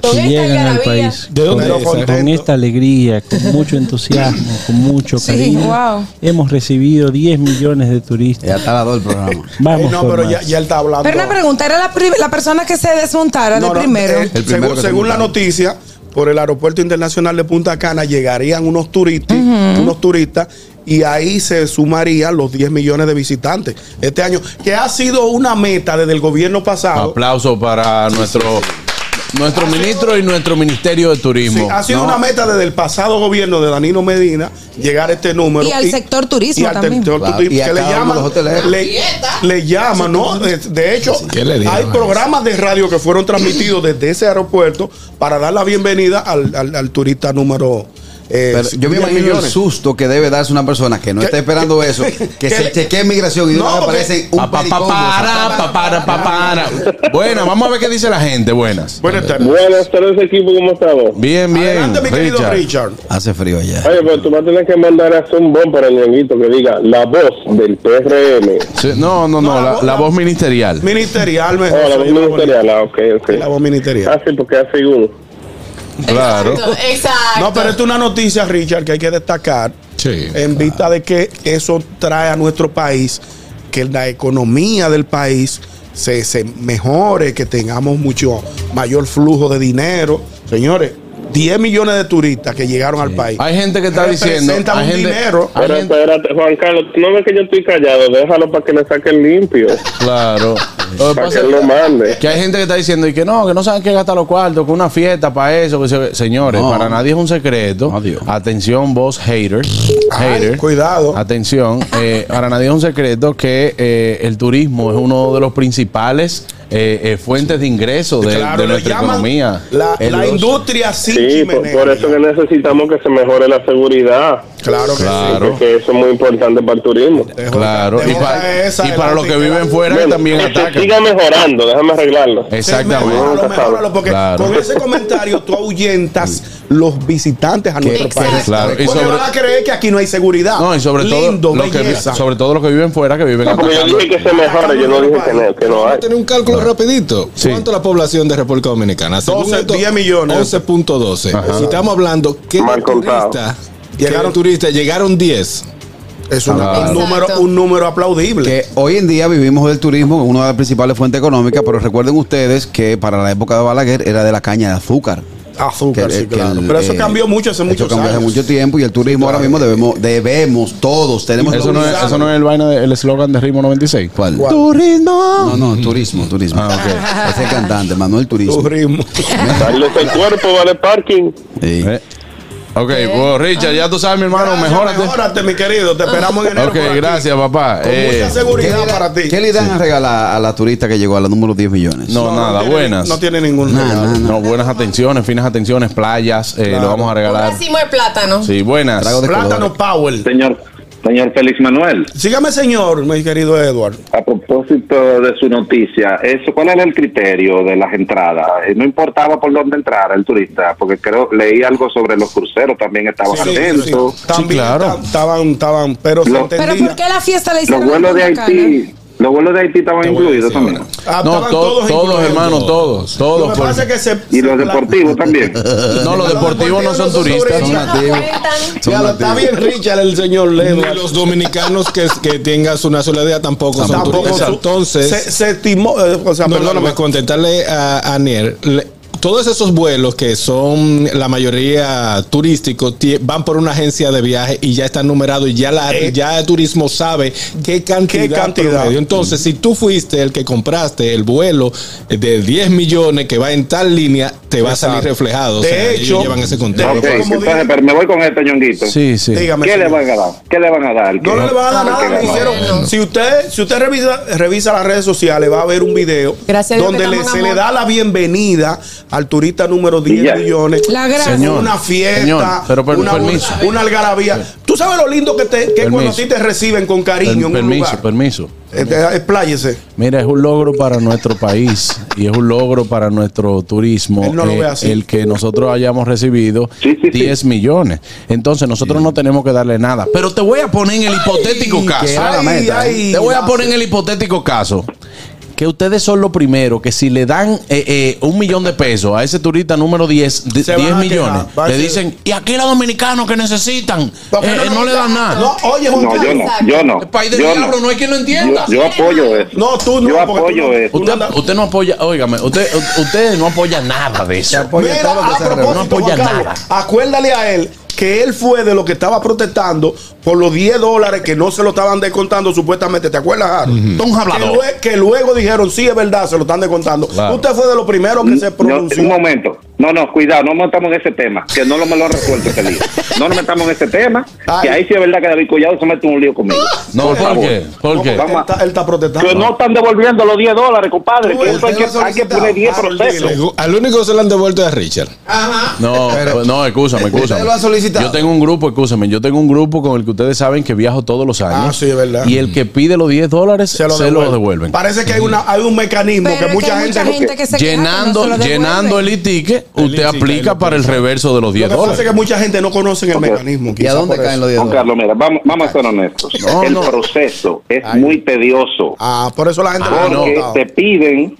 Speaker 6: Con
Speaker 9: que
Speaker 6: esta
Speaker 9: llegan al
Speaker 6: algarabía.
Speaker 9: país.
Speaker 3: ¿De dónde
Speaker 4: Pero
Speaker 3: es?
Speaker 4: con-
Speaker 9: Con esta alegría, con mucho entusiasmo, con mucho
Speaker 5: Sí,
Speaker 9: cariño,
Speaker 5: wow.
Speaker 9: hemos recibido 10 millones de turistas.
Speaker 7: Ya está la dos el programa.
Speaker 9: Vamos
Speaker 4: Eh, no,
Speaker 9: por
Speaker 4: pero
Speaker 9: más.
Speaker 4: ya, ya él está hablando.
Speaker 5: Pero una pregunta, ¿era la, pri- la persona que se desmontara
Speaker 4: No,
Speaker 5: de
Speaker 4: no,
Speaker 5: primero?
Speaker 4: eh,
Speaker 7: El primero
Speaker 4: según
Speaker 7: que se
Speaker 4: según la
Speaker 7: montaron.
Speaker 4: noticia, por el aeropuerto internacional de Punta Cana llegarían unos turistas, unos turistas y ahí se sumarían los 10 millones de visitantes este año, que ha sido una meta desde el gobierno pasado.
Speaker 2: Aplauso para nuestro Nuestro ministro y nuestro ministerio de turismo.
Speaker 4: Sí, ha sido
Speaker 2: ¿no?
Speaker 4: una meta desde el pasado gobierno de Danilo Medina llegar a este número.
Speaker 5: Y al sector turismo
Speaker 4: y al
Speaker 5: también.
Speaker 4: sector
Speaker 7: Claro,
Speaker 4: turismo,
Speaker 7: y a
Speaker 4: que le
Speaker 7: cada uno de
Speaker 4: llaman,
Speaker 7: los hoteleros.
Speaker 4: le, le llaman, ¿no? De, de hecho,
Speaker 3: ¿Qué le dieron
Speaker 4: hay
Speaker 3: a
Speaker 4: programas de radio que fueron transmitidos desde ese aeropuerto para dar la bienvenida al, al- al turista número. eh,
Speaker 7: Pero yo me
Speaker 4: 10
Speaker 7: imagino el
Speaker 4: millones.
Speaker 7: susto que debe darse una persona que no
Speaker 4: Que-
Speaker 7: está esperando eso, que
Speaker 4: que-
Speaker 7: se chequee migración y de
Speaker 4: No,
Speaker 7: una vez
Speaker 4: porque-
Speaker 7: aparece un
Speaker 2: Pa, pa, pa,
Speaker 7: pericombo.
Speaker 2: para, pa, para, pa, para. Buena, vamos a ver qué dice la gente. Buenas.
Speaker 4: Buenas tardes.
Speaker 10: Buenas tardes, equipo, ¿cómo estamos?
Speaker 2: Bien, bien.
Speaker 4: Adelante, mi querido
Speaker 2: Richard.
Speaker 4: Richard.
Speaker 7: Hace frío allá.
Speaker 10: Oye, pero tú vas a tener que mandar a hacer un bon para el ñanguito que diga la voz del PRM.
Speaker 2: Sí, no, no, no,
Speaker 4: No, la
Speaker 2: la,
Speaker 4: voz-
Speaker 2: la
Speaker 4: la-
Speaker 2: voz ministerial.
Speaker 4: Ministerial, mejor.
Speaker 10: Oh, la voz
Speaker 4: Sí,
Speaker 10: ministerial, ah, ok, ok.
Speaker 4: La voz ministerial.
Speaker 10: Ah, sí, porque hace uno.
Speaker 2: Claro.
Speaker 6: Exacto, exacto.
Speaker 4: No, pero esto es una noticia, Richard, que hay que destacar.
Speaker 3: Sí.
Speaker 4: en vista de que eso trae a nuestro país, que la economía del país se, se mejore, que tengamos mucho mayor flujo de dinero. Señores, 10 millones de turistas que llegaron al país.
Speaker 2: Hay gente que está diciendo.
Speaker 4: Representan
Speaker 2: Hay
Speaker 4: un
Speaker 2: gente,
Speaker 4: dinero.
Speaker 2: hay
Speaker 10: Pero
Speaker 2: gente-
Speaker 10: espérate, Juan Carlos, tú no ves que yo estoy callado, déjalo para que le saquen limpio,
Speaker 2: claro. Lo que
Speaker 10: para
Speaker 2: pasa
Speaker 10: que él lo
Speaker 2: es
Speaker 10: mande.
Speaker 2: que hay gente que está diciendo y que no, que no saben qué gastar los cuartos, que una fiesta para eso. que se- Señores,
Speaker 7: No.
Speaker 2: para nadie es un secreto.
Speaker 7: Adiós.
Speaker 2: Atención, vos haters.
Speaker 4: Ay,
Speaker 2: Hater.
Speaker 4: cuidado.
Speaker 2: Atención, eh, para nadie es un secreto que eh, el turismo es uno de los principales eh, eh, fuentes de ingreso de,
Speaker 4: Claro,
Speaker 2: de
Speaker 4: le
Speaker 2: nuestra
Speaker 4: llaman
Speaker 2: economía.
Speaker 4: La,
Speaker 2: El
Speaker 4: la
Speaker 2: ocio.
Speaker 4: industria sin
Speaker 10: Sí, por,
Speaker 4: chimenea.
Speaker 10: por eso que necesitamos que se mejore la seguridad,
Speaker 4: Claro que
Speaker 2: Claro.
Speaker 10: porque eso es muy importante para el turismo.
Speaker 4: sí. Dejo-
Speaker 2: Claro,
Speaker 4: dejo
Speaker 2: y, pa-
Speaker 4: caer esa
Speaker 2: y
Speaker 4: de
Speaker 2: para
Speaker 4: la
Speaker 2: los que
Speaker 4: tica.
Speaker 2: viven fuera que
Speaker 10: Bueno,
Speaker 2: también
Speaker 10: que se
Speaker 2: atacan.
Speaker 10: siga mejorando, déjame arreglarlo.
Speaker 2: Exactamente.
Speaker 10: mejor.
Speaker 4: Mejóralo, mejóralo, porque
Speaker 2: Claro.
Speaker 4: con ese comentario tú ahuyentas los visitantes a nuestro país.
Speaker 2: Claro, y
Speaker 4: Porque
Speaker 2: sobre-
Speaker 4: van a creer que aquí no hay seguridad.
Speaker 2: No, y sobre todo,
Speaker 4: Lindo,
Speaker 2: los que,
Speaker 4: belleza.
Speaker 2: sobre todo los que viven fuera, que viven
Speaker 10: No, porque yo
Speaker 2: atacando.
Speaker 10: dije que se mejore, yo no dije que no, que no hay.
Speaker 3: Tener un cálculo rapidito.
Speaker 2: Sí.
Speaker 3: ¿Cuánto la población de República Dominicana? Según
Speaker 4: 12, 10 millones.
Speaker 3: 11.12. Si estamos hablando que
Speaker 10: Mal contado.
Speaker 3: turistas
Speaker 4: Llegaron-
Speaker 3: llegaron turistas, llegaron Ah. 10.
Speaker 4: Es una-
Speaker 2: Claro.
Speaker 4: un, número, un número aplaudible.
Speaker 7: Que hoy en día vivimos del turismo, una de las principales fuentes económicas, pero recuerden ustedes que para la época de Balaguer era de la caña de azúcar.
Speaker 4: Azúcar,
Speaker 7: Que-
Speaker 4: sí,
Speaker 7: que
Speaker 4: claro.
Speaker 7: el-
Speaker 4: Pero eso
Speaker 7: eh,
Speaker 4: cambió mucho hace
Speaker 7: Eso
Speaker 4: muchos
Speaker 7: cambió
Speaker 4: años.
Speaker 7: hace mucho tiempo y el turismo ahora mismo debemos, debemos todos, tenemos
Speaker 2: Eso no, es, eso no es el vaina del eslogan de Ritmo 96.
Speaker 7: ¿Cuál?
Speaker 2: Turismo.
Speaker 7: No, no, turismo, turismo.
Speaker 2: Ah, ok.
Speaker 7: Ese es el cantante, Manuel Turismo.
Speaker 4: Turismo.
Speaker 10: Darles el cuerpo, vale parking.
Speaker 7: Sí.
Speaker 2: Eh. Ok, pues Richard, ya tú sabes, mi hermano,
Speaker 4: Gracias,
Speaker 2: mejórate.
Speaker 4: Mejórate, mi querido. Te esperamos en enero.
Speaker 2: Ok,
Speaker 4: por aquí.
Speaker 2: gracias, papá.
Speaker 4: Con
Speaker 2: Eh,
Speaker 4: mucha
Speaker 7: ¿Qué,
Speaker 4: seguridad
Speaker 7: le,
Speaker 4: para ti.
Speaker 7: qué le dan a regalar a la turista que llegó a la número 10 millones?
Speaker 2: no, nada,
Speaker 4: tiene-
Speaker 2: buenas.
Speaker 4: No tiene ningún
Speaker 7: Nah,
Speaker 4: regalo.
Speaker 7: nah, nah.
Speaker 2: No, buenas atenciones, finas atenciones, playas, eh, lo vamos a regalar.
Speaker 6: Un racimo de plátano.
Speaker 2: Sí, buenas.
Speaker 7: Trago de
Speaker 4: Plátano
Speaker 7: colores.
Speaker 4: Powell.
Speaker 8: Señor, señor Félix Manuel,
Speaker 4: Sígame, señor, mi querido Edward.
Speaker 8: a propósito de su noticia, eso, ¿cuál era el criterio de las entradas? Eh, No importaba por dónde entrara el turista, porque creo leí algo sobre los cruceros, también estaban
Speaker 4: Sí, sí,
Speaker 8: atentos.
Speaker 4: sí. También
Speaker 2: claro.
Speaker 4: ta- Estaban, estaban, pero se
Speaker 8: Lo-
Speaker 5: Pero
Speaker 4: entendía.
Speaker 5: ¿por qué la fiesta la
Speaker 8: Los
Speaker 5: hicieron en
Speaker 8: vuelos de
Speaker 5: Punta Cana?
Speaker 8: Haití, los vuelos de Haití estaban incluidos también.
Speaker 4: Ah,
Speaker 2: No,
Speaker 4: estaban
Speaker 2: to- todos,
Speaker 4: incluidos.
Speaker 2: hermano, todos, todos.
Speaker 4: Lo que
Speaker 2: por-
Speaker 4: pasa es que se-
Speaker 8: Y los
Speaker 4: se-
Speaker 8: deportivos también.
Speaker 2: No, los deportivos no son turistas.
Speaker 7: Son
Speaker 4: Son
Speaker 7: nativos.
Speaker 6: Cuentan.
Speaker 7: Son
Speaker 4: Ya lo está
Speaker 7: nativos.
Speaker 4: bien, Richard, el señor
Speaker 3: Ni
Speaker 4: Edward.
Speaker 3: los dominicanos que, que tengan su nacionalidad tampoco, son
Speaker 4: Tampoco
Speaker 3: turistas.
Speaker 4: su-
Speaker 3: Entonces,
Speaker 4: se, se estimó, eh, o sea,
Speaker 3: no, no, no,
Speaker 4: perdóname,
Speaker 3: para contentarle a, a Nier, le- todos esos vuelos que son la mayoría turísticos ti- van por una agencia de viaje y ya están numerados y ya la
Speaker 4: Eh.
Speaker 3: ya el turismo sabe qué cantidad,
Speaker 4: ¿Qué cantidad?
Speaker 3: promedio. Entonces, si tú fuiste el que compraste el vuelo de 10 millones que va en tal línea, te va a salir
Speaker 4: Exacto.
Speaker 3: reflejado.
Speaker 4: De
Speaker 3: o sea, ellos
Speaker 4: hecho,
Speaker 3: llevan ese Pues, conteo.
Speaker 4: de-
Speaker 8: Ok,
Speaker 4: como
Speaker 8: entonces,
Speaker 4: dije-
Speaker 8: pero me voy con este ñonguito.
Speaker 2: Sí, sí.
Speaker 4: dígame.
Speaker 8: ¿Qué le
Speaker 4: señor.
Speaker 8: van a dar? ¿Qué le van a dar? Ah,
Speaker 4: No le van a dar
Speaker 8: ¿Qué
Speaker 4: nada. le
Speaker 8: le van a dar?
Speaker 4: hicieron. Si usted, si usted revisa, revisa las redes sociales, va a ver un video
Speaker 6: Gracias a Dios
Speaker 4: donde
Speaker 6: que
Speaker 4: le-
Speaker 6: estamos
Speaker 4: se
Speaker 6: en
Speaker 4: le
Speaker 6: amor.
Speaker 4: da la bienvenida al turista número
Speaker 8: Y
Speaker 4: 10
Speaker 8: ya.
Speaker 4: millones.
Speaker 5: La gracia.
Speaker 4: Señor,
Speaker 2: Señor,
Speaker 4: una fiesta,
Speaker 2: señor, pero per-
Speaker 4: una,
Speaker 2: permiso.
Speaker 4: una algarabía. Tú sabes lo lindo que, te, que
Speaker 2: Permiso.
Speaker 4: cuando a ti te reciben con
Speaker 2: Per-
Speaker 4: cariño en un
Speaker 2: permiso,
Speaker 4: lugar.
Speaker 2: permiso.
Speaker 4: Eh, eh, Expláyese.
Speaker 2: Mira, es un logro para nuestro país y es un logro para nuestro turismo
Speaker 4: Él no lo
Speaker 2: eh,
Speaker 4: ve así.
Speaker 2: el que nosotros hayamos recibido
Speaker 8: Sí, sí, sí.
Speaker 2: 10 millones. Entonces nosotros no tenemos que darle nada. Pero te voy a poner en el hipotético
Speaker 7: que
Speaker 2: caso.
Speaker 7: era la
Speaker 4: Ay,
Speaker 7: meta, ¿eh?
Speaker 4: ay,
Speaker 2: Te voy a poner en el hipotético caso que ustedes son los primeros que si le dan eh, eh, un millón de pesos a ese turista número 10, de-
Speaker 4: Se van
Speaker 2: 10
Speaker 4: a quedar,
Speaker 2: millones,
Speaker 4: va a
Speaker 2: le
Speaker 4: ser-
Speaker 2: dicen, y aquí los dominicanos que necesitan,
Speaker 4: Porque
Speaker 2: eh, eh, no, le dan nada.
Speaker 4: No, oye, Juan
Speaker 8: No, yo
Speaker 4: Carlos.
Speaker 8: no, yo no.
Speaker 2: el país del
Speaker 8: Yo
Speaker 2: diablo, no.
Speaker 8: no.
Speaker 2: hay quien lo
Speaker 8: Yo,
Speaker 2: entienda.
Speaker 8: yo apoyo eso.
Speaker 4: No, tú no,
Speaker 8: Yo
Speaker 4: porque tú
Speaker 8: apoyo
Speaker 4: no-
Speaker 8: eso.
Speaker 4: tú no
Speaker 2: Usted,
Speaker 4: andas-
Speaker 2: usted no apoya, óigame, usted, u- usted no apoya nada de eso.
Speaker 7: Apoya todo
Speaker 4: Mira,
Speaker 7: lo que
Speaker 4: a
Speaker 7: se reúne.
Speaker 4: propósito,
Speaker 2: No apoya
Speaker 4: Juan Carlos,
Speaker 2: nada.
Speaker 4: acuérdale a él que él fue de lo que estaba protestando por los 10 dólares que no se lo estaban descontando supuestamente. ¿Te acuerdas, Harold?
Speaker 2: Don
Speaker 4: que,
Speaker 2: Hablador.
Speaker 4: lue- que luego dijeron, sí, es verdad, se lo están descontando.
Speaker 2: Claro.
Speaker 4: Usted fue de los primeros que se
Speaker 8: No,
Speaker 4: pronunció.
Speaker 8: un momento. No, no, cuidado, no montamos en ese tema, que no lo me lo resuelto este lío. No nos metamos en ese tema, que ahí sí es verdad que David Collado se mete en un lío conmigo.
Speaker 2: No, ¿por
Speaker 8: favor.
Speaker 2: qué? ¿Por
Speaker 4: No,
Speaker 2: qué?
Speaker 4: porque Él, está, él está protestando.
Speaker 8: Que no están devolviendo los 10 dólares, compadre.
Speaker 7: Tú,
Speaker 8: Que eso hay
Speaker 7: usted
Speaker 8: que,
Speaker 7: lo ha
Speaker 8: hay que poner 10
Speaker 4: solicitado.
Speaker 8: procesos.
Speaker 3: Le- Al único que se le han devuelto es a Richard.
Speaker 2: No,
Speaker 7: Pero-
Speaker 2: no, escúchame,
Speaker 7: ¿Usted
Speaker 2: escúchame.
Speaker 7: lo ha solicitado?
Speaker 2: Yo tengo un grupo, escúchame, yo tengo un grupo con el que ustedes saben que viajo todos los años.
Speaker 4: Ah, sí, es verdad.
Speaker 2: Y el que pide los 10 dólares se los devuelven.
Speaker 4: Parece que hay, una, hay un mecanismo
Speaker 5: Pero
Speaker 4: que
Speaker 5: es que
Speaker 4: mucha
Speaker 5: hay
Speaker 4: gente.
Speaker 5: mucha gente que se queja que no
Speaker 2: llenando
Speaker 5: se lo devuelven.
Speaker 2: llenando el itique, E, usted
Speaker 3: e-ticket,
Speaker 2: aplica
Speaker 3: lo
Speaker 2: para el
Speaker 3: pensaba.
Speaker 2: reverso de los
Speaker 4: Lo que
Speaker 2: 10
Speaker 4: pasa es
Speaker 2: dólares.
Speaker 4: que mucha gente no conoce el
Speaker 8: Ok.
Speaker 4: mecanismo.
Speaker 7: ¿Y a
Speaker 4: quizá
Speaker 7: dónde
Speaker 4: por
Speaker 7: caen
Speaker 4: eso.
Speaker 7: los 10
Speaker 8: Juan
Speaker 7: dólares?
Speaker 8: Carlos, mira, vamos, vamos a ser honestos.
Speaker 2: No,
Speaker 8: el
Speaker 2: no.
Speaker 8: proceso es muy tedioso.
Speaker 4: Ah, por eso la gente
Speaker 2: Ah,
Speaker 4: no
Speaker 2: no.
Speaker 8: porque
Speaker 4: conoce.
Speaker 8: te piden,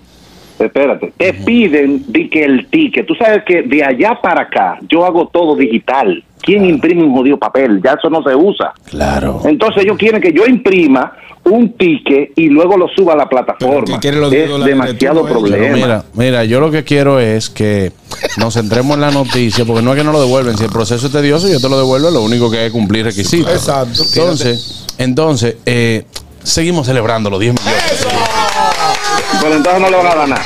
Speaker 8: espérate, te piden di que el ticket, tú sabes que de allá para acá yo hago todo digital. ¿Quién imprime un jodido papel? Ya eso no se usa.
Speaker 2: Claro.
Speaker 8: Entonces ellos quieren que yo imprima un ticket y luego lo suba a la
Speaker 3: Pero
Speaker 8: plataforma.
Speaker 3: tú quieres los 10
Speaker 8: es
Speaker 3: dólares de
Speaker 8: demasiado
Speaker 3: tú, ¿no?
Speaker 2: Pero
Speaker 8: problema.
Speaker 2: mira, mira, yo lo que quiero es que nos centremos en la noticia, porque no es que no lo devuelven. Si el proceso es tedioso, yo te lo devuelvo, lo único que hay es cumplir requisitos.
Speaker 4: Exacto.
Speaker 2: Entonces, entonces, eh, seguimos celebrando los 10 millones.
Speaker 10: Pues
Speaker 8: Pero entonces no le van a dar nada.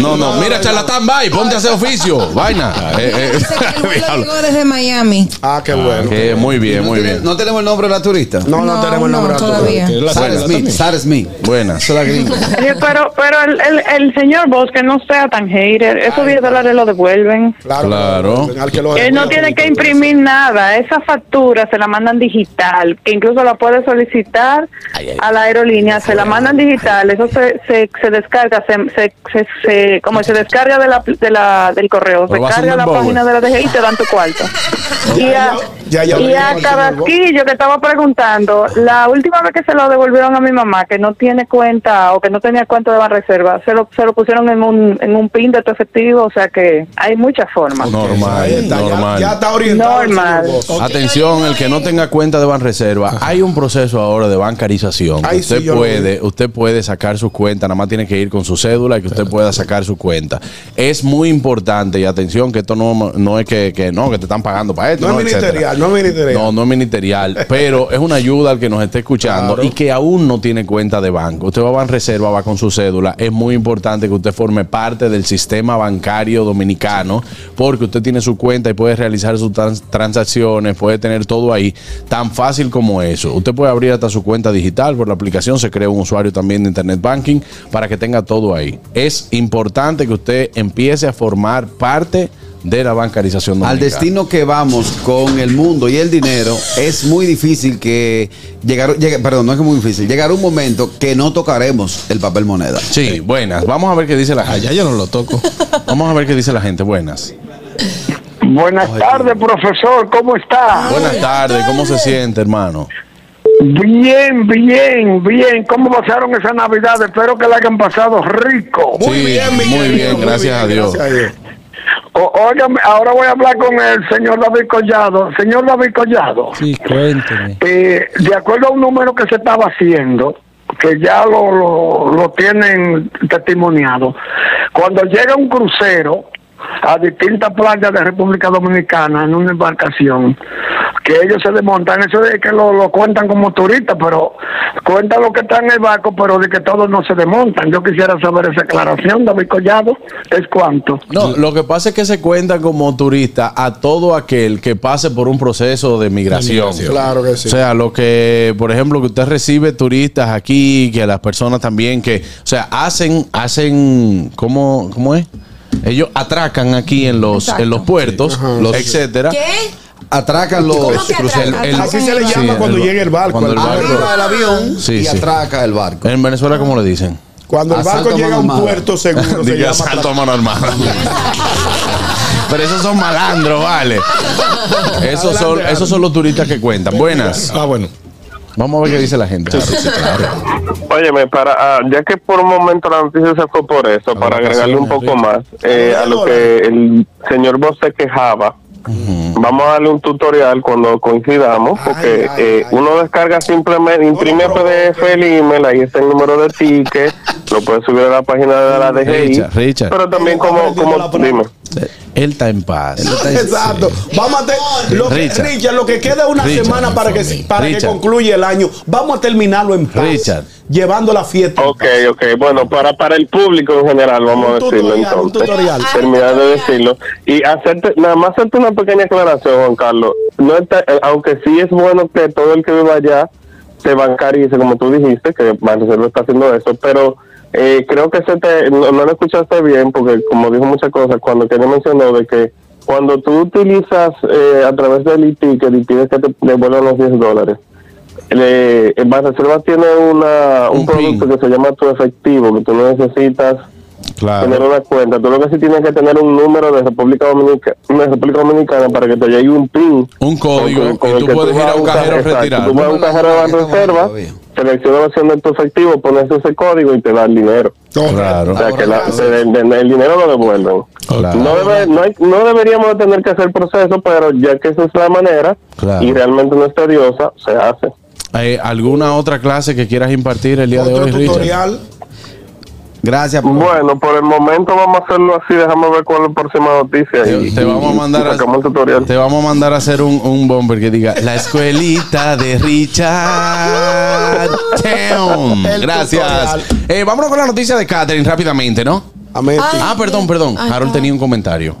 Speaker 2: No, no, mira, charlatán, bye, ponte a hacer oficio, vaina. Eh, eh,
Speaker 5: Dice que el vuelo
Speaker 2: diablo.
Speaker 5: llegó desde Miami.
Speaker 4: Ah, qué bueno.
Speaker 2: Que Eh, muy bien, muy bien.
Speaker 7: No tenemos el nombre de la turista.
Speaker 4: No, no,
Speaker 5: No,
Speaker 4: tenemos el
Speaker 5: no,
Speaker 4: nombre actual.
Speaker 5: todavía.
Speaker 3: Que es la
Speaker 7: Sarah
Speaker 3: suegra
Speaker 7: Smith,
Speaker 3: también.
Speaker 7: Sarah Smith.
Speaker 2: Buenas.
Speaker 7: Esa es la gringa.
Speaker 11: Oye, pero pero el, el, el señor Bosch que no sea tan hater, esos 10 dólares lo devuelven.
Speaker 4: Claro.
Speaker 2: Claro.
Speaker 4: Al que lo
Speaker 11: Él no
Speaker 4: ejecuta,
Speaker 11: tiene
Speaker 4: todo.
Speaker 11: que imprimir nada, esa factura se la mandan digital, que incluso la puede solicitar a la aerolínea, se la mandan digital, eso se, se, se descarga, se, se, se, se- como se descarga de la, de la, del correo, se
Speaker 2: Pero va a ser
Speaker 11: carga
Speaker 2: un
Speaker 11: la
Speaker 2: embobo.
Speaker 11: página de la DGI y te dan tu cuarto. Y a,
Speaker 4: Ya, ya, ya,
Speaker 11: y
Speaker 4: ya,
Speaker 11: a
Speaker 4: ya, ya,
Speaker 11: Carrasquillo que estaba preguntando, la última vez que se lo devolvieron a mi mamá, que no tiene cuenta o que no tenía cuenta de reserva, se lo, se lo pusieron en un, en un pin de tu efectivo, o sea que hay muchas formas.
Speaker 4: Ahí
Speaker 2: Normal,
Speaker 4: está, ya-
Speaker 2: normal. Ah,
Speaker 4: Ya, está orientado. el
Speaker 11: Normal.
Speaker 4: señor Bosch.
Speaker 2: Atención, el que no tenga cuenta de Banreserva, hay un proceso ahora de bancarización.
Speaker 4: Ay, sí,
Speaker 2: usted
Speaker 4: yo lo
Speaker 2: puede, usted puede sacar su cuenta, nada más tiene que ir con su cédula y que usted pueda sacar su cuenta. Es muy importante y atención que esto no, no es que, que no que te están pagando para esto,
Speaker 4: No es
Speaker 2: no, etcétera.
Speaker 4: ministerial, no es ministerial.
Speaker 2: No, no es ministerial, pero es una ayuda al que nos esté escuchando y que aún no tiene cuenta de banco. Usted va a Banreserva, va con su cédula. Es muy importante que usted forme parte del sistema bancario dominicano porque usted tiene su cuenta y puede realizar sus trans- transacciones, puede tener todo ahí tan fácil como eso. Usted puede abrir hasta su cuenta digital por la aplicación, se crea un usuario también de Internet Banking para que tenga todo ahí. Es importante que usted empiece a formar parte de la bancarización
Speaker 7: Al
Speaker 2: dominicana.
Speaker 7: destino que vamos con el mundo y el dinero, es muy difícil que llegar, llegue- perdón, no es que muy difícil, llegará un momento que no tocaremos el papel moneda.
Speaker 2: Sí, buenas. Vamos a ver qué dice la gente.
Speaker 3: Allá yo no lo toco.
Speaker 2: Vamos a ver qué dice la gente. Buenas.
Speaker 10: Buenas tardes, profesor. ¿Cómo está?
Speaker 2: Buenas tardes. ¿Cómo se siente, hermano?
Speaker 10: Bien, bien, bien. ¿Cómo pasaron esa Navidad? Espero que la hayan pasado rico.
Speaker 4: Muy
Speaker 2: Sí,
Speaker 4: bien,
Speaker 2: muy
Speaker 4: Miguelito,
Speaker 2: bien, gracias a Dios.
Speaker 4: gracias
Speaker 10: O- óigame, ahora voy a hablar con el señor David Collado. Señor David Collado,
Speaker 9: Sí, cuénteme.
Speaker 10: eh, de acuerdo a un número que se estaba haciendo, que ya lo, lo, lo tienen testimoniado, cuando llega un crucero a distintas playas de República Dominicana en una embarcación, que ellos se desmontan, eso de que lo, lo cuentan como turistas, pero cuentan lo que está en el barco, pero de que todos no se desmontan. Yo quisiera saber esa aclaración, David Collado, es cuánto.
Speaker 2: No, lo que pasa es que se cuenta como turista a todo aquel que pase por un proceso de migración.
Speaker 4: Claro que sí.
Speaker 2: O sea, lo que, por ejemplo, que usted recibe turistas aquí, que las personas también que, o sea, hacen, hacen, ¿cómo, cómo es? Ellos atracan aquí en los, en los puertos, los, etcétera.
Speaker 5: ¿Qué?
Speaker 7: Atracan los
Speaker 5: ¿Cómo que
Speaker 2: El-
Speaker 5: atracan?
Speaker 2: el-
Speaker 4: Así se le
Speaker 2: Sí,
Speaker 4: llama cuando
Speaker 2: el-
Speaker 4: llega el barco.
Speaker 2: cuando el
Speaker 4: Ah,
Speaker 2: barco-
Speaker 7: arriba del avión
Speaker 2: Sí,
Speaker 7: y
Speaker 2: sí.
Speaker 7: atraca el barco.
Speaker 2: En Venezuela, ¿cómo le dicen?
Speaker 4: Cuando el barco
Speaker 7: Asalto a
Speaker 4: llega a
Speaker 7: mano
Speaker 4: un
Speaker 7: armada.
Speaker 4: puerto seguro, se
Speaker 2: Diga
Speaker 4: llama
Speaker 2: salto a mano armada. Pero esos son malandros, vale. Esos son, esos son los turistas que cuentan. Buenas.
Speaker 3: Ah, bueno.
Speaker 2: Vamos a ver qué dice la gente.
Speaker 10: Óyeme, para, ah, ya que por un momento la noticia se fue por eso, para agregarle un poco más eh, a lo que el señor Vos se quejaba,
Speaker 12: Vamos a darle un tutorial cuando coincidamos, porque eh, uno descarga simplemente, imprime PDF el email, ahí está el número de ticket, lo puedes subir a la página de la DGI.
Speaker 2: Richard, Richard.
Speaker 12: Pero también como, como dime.
Speaker 2: Él está en paz. Él está en-
Speaker 4: Exacto. Vamos a ter- lo que,
Speaker 2: Richard.
Speaker 4: Richard. lo que queda es una
Speaker 2: Richard.
Speaker 4: semana para que para que
Speaker 12: Richard.
Speaker 4: concluya el año. Vamos a terminarlo en paz. Llevando la fiesta.
Speaker 12: Ok, ok. Bueno, para, para el público en general, vamos a decirlo
Speaker 4: tutorial, un
Speaker 12: entonces.
Speaker 4: tutorial.
Speaker 12: Terminar de decirlo. Y hacerte, nada más hacerte una pequeña aclaración, Juan Carlos. No está- eh, aunque sí es bueno que todo el que viva allá se bancarice, como tú dijiste, que Marcelo está haciendo eso, pero eh, creo que se te, no, no lo escuchaste bien, porque como dijo muchas cosas, cuando que él mencionó de que cuando tú utilizas eh, a través del e-ticket y pides que te devuelvan los 10 dólares, le, en Banreservas tiene una, un, producto que se llama tu efectivo, que tú no necesitas
Speaker 10: Ah.
Speaker 12: tener una cuenta. Tú lo que sí tienes que tener un número de República Dominicana, de República Dominicana para que te llegue un PIN.
Speaker 10: Un
Speaker 12: código.
Speaker 10: y tú puedes ir a un cajero a retirar.
Speaker 12: Tú vas a un cajero de Banreservas, selecciona la opción de tu efectivo, pones ese código y te da el dinero.
Speaker 2: Claro.
Speaker 12: O sea, que la- te- de- de- el dinero lo devuelven. No, debe- no, hay- no deberíamos de tener que hacer proceso, pero ya que esa es la manera
Speaker 2: Claro.
Speaker 12: y realmente no es tediosa, se hace.
Speaker 2: Eh, ¿Alguna otra clase que quieras impartir el día de hoy, Richard?
Speaker 12: Gracias. Bueno, por el momento vamos a hacerlo así. Déjame ver cuál es la próxima noticia. Te, vamos a mandar sacamos el tutorial.
Speaker 2: Te vamos a mandar a hacer un, un bomber que diga La escuelita de Richard Town.
Speaker 10: El
Speaker 2: Gracias. Eh, vámonos con la noticia de Catherine rápidamente, ¿no?
Speaker 3: Ay,
Speaker 2: ah, perdón, perdón. Harold tenía un comentario.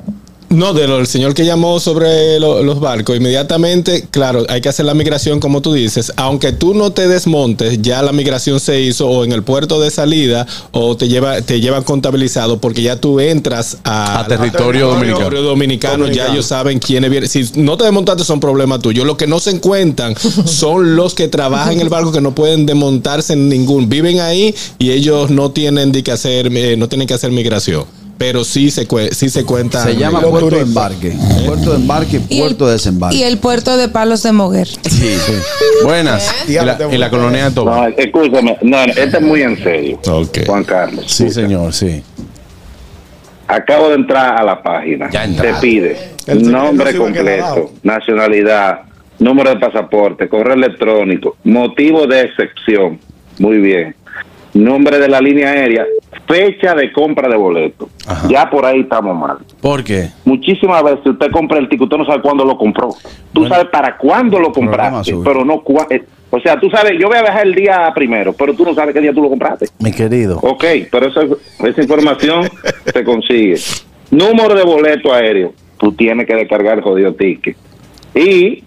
Speaker 3: No, del señor que llamó sobre lo- los barcos, inmediatamente, claro, hay que hacer la migración como tú dices, aunque tú no te desmontes, ya la migración se hizo o en el puerto de salida o te lleva te llevan contabilizado porque ya tú entras a,
Speaker 2: A territorio dominicano.
Speaker 3: territorio dominicano,
Speaker 2: Dominicano.
Speaker 3: ya ellos saben quiénes vienen. Si no te desmontaste son problemas tuyos. Los que no se encuentran son los que trabajan en el barco que no pueden desmontarse en ningún, viven ahí y ellos no tienen de que hacer eh, no tienen que hacer migración. Pero sí se, cue- sí se cuenta.
Speaker 7: Se llama puerto de embarque. Puerto de embarque y
Speaker 5: Y el-
Speaker 7: puerto de desembarque.
Speaker 5: Y el puerto de Palos de Moguer.
Speaker 2: Sí, sí. Buenas. Y la, y la colonia de Toba.
Speaker 8: No, escúchame, no, no, esto es muy en serio. Juan Carlos.
Speaker 2: Sí, señor, sí.
Speaker 8: Acabo de entrar a la página. Te pide nombre
Speaker 10: no se iba a quedar
Speaker 8: completo, nacionalidad, número de pasaporte, correo electrónico, motivo de excepción. Muy bien. Nombre de la línea aérea, fecha de compra de boleto. Ya por ahí estamos mal.
Speaker 2: ¿Por qué?
Speaker 8: Muchísimas veces usted compra el ticket, usted no sabe cuándo lo compró. Tú sabes para cuándo lo compraste, pero no cua- eh, O sea, tú sabes, yo voy a viajar el día primero, pero tú no sabes qué día tú lo compraste.
Speaker 2: Mi querido.
Speaker 8: Ok, pero esa, esa información se consigue. Número de boleto aéreo. Tú tienes que descargar el jodido ticket. Y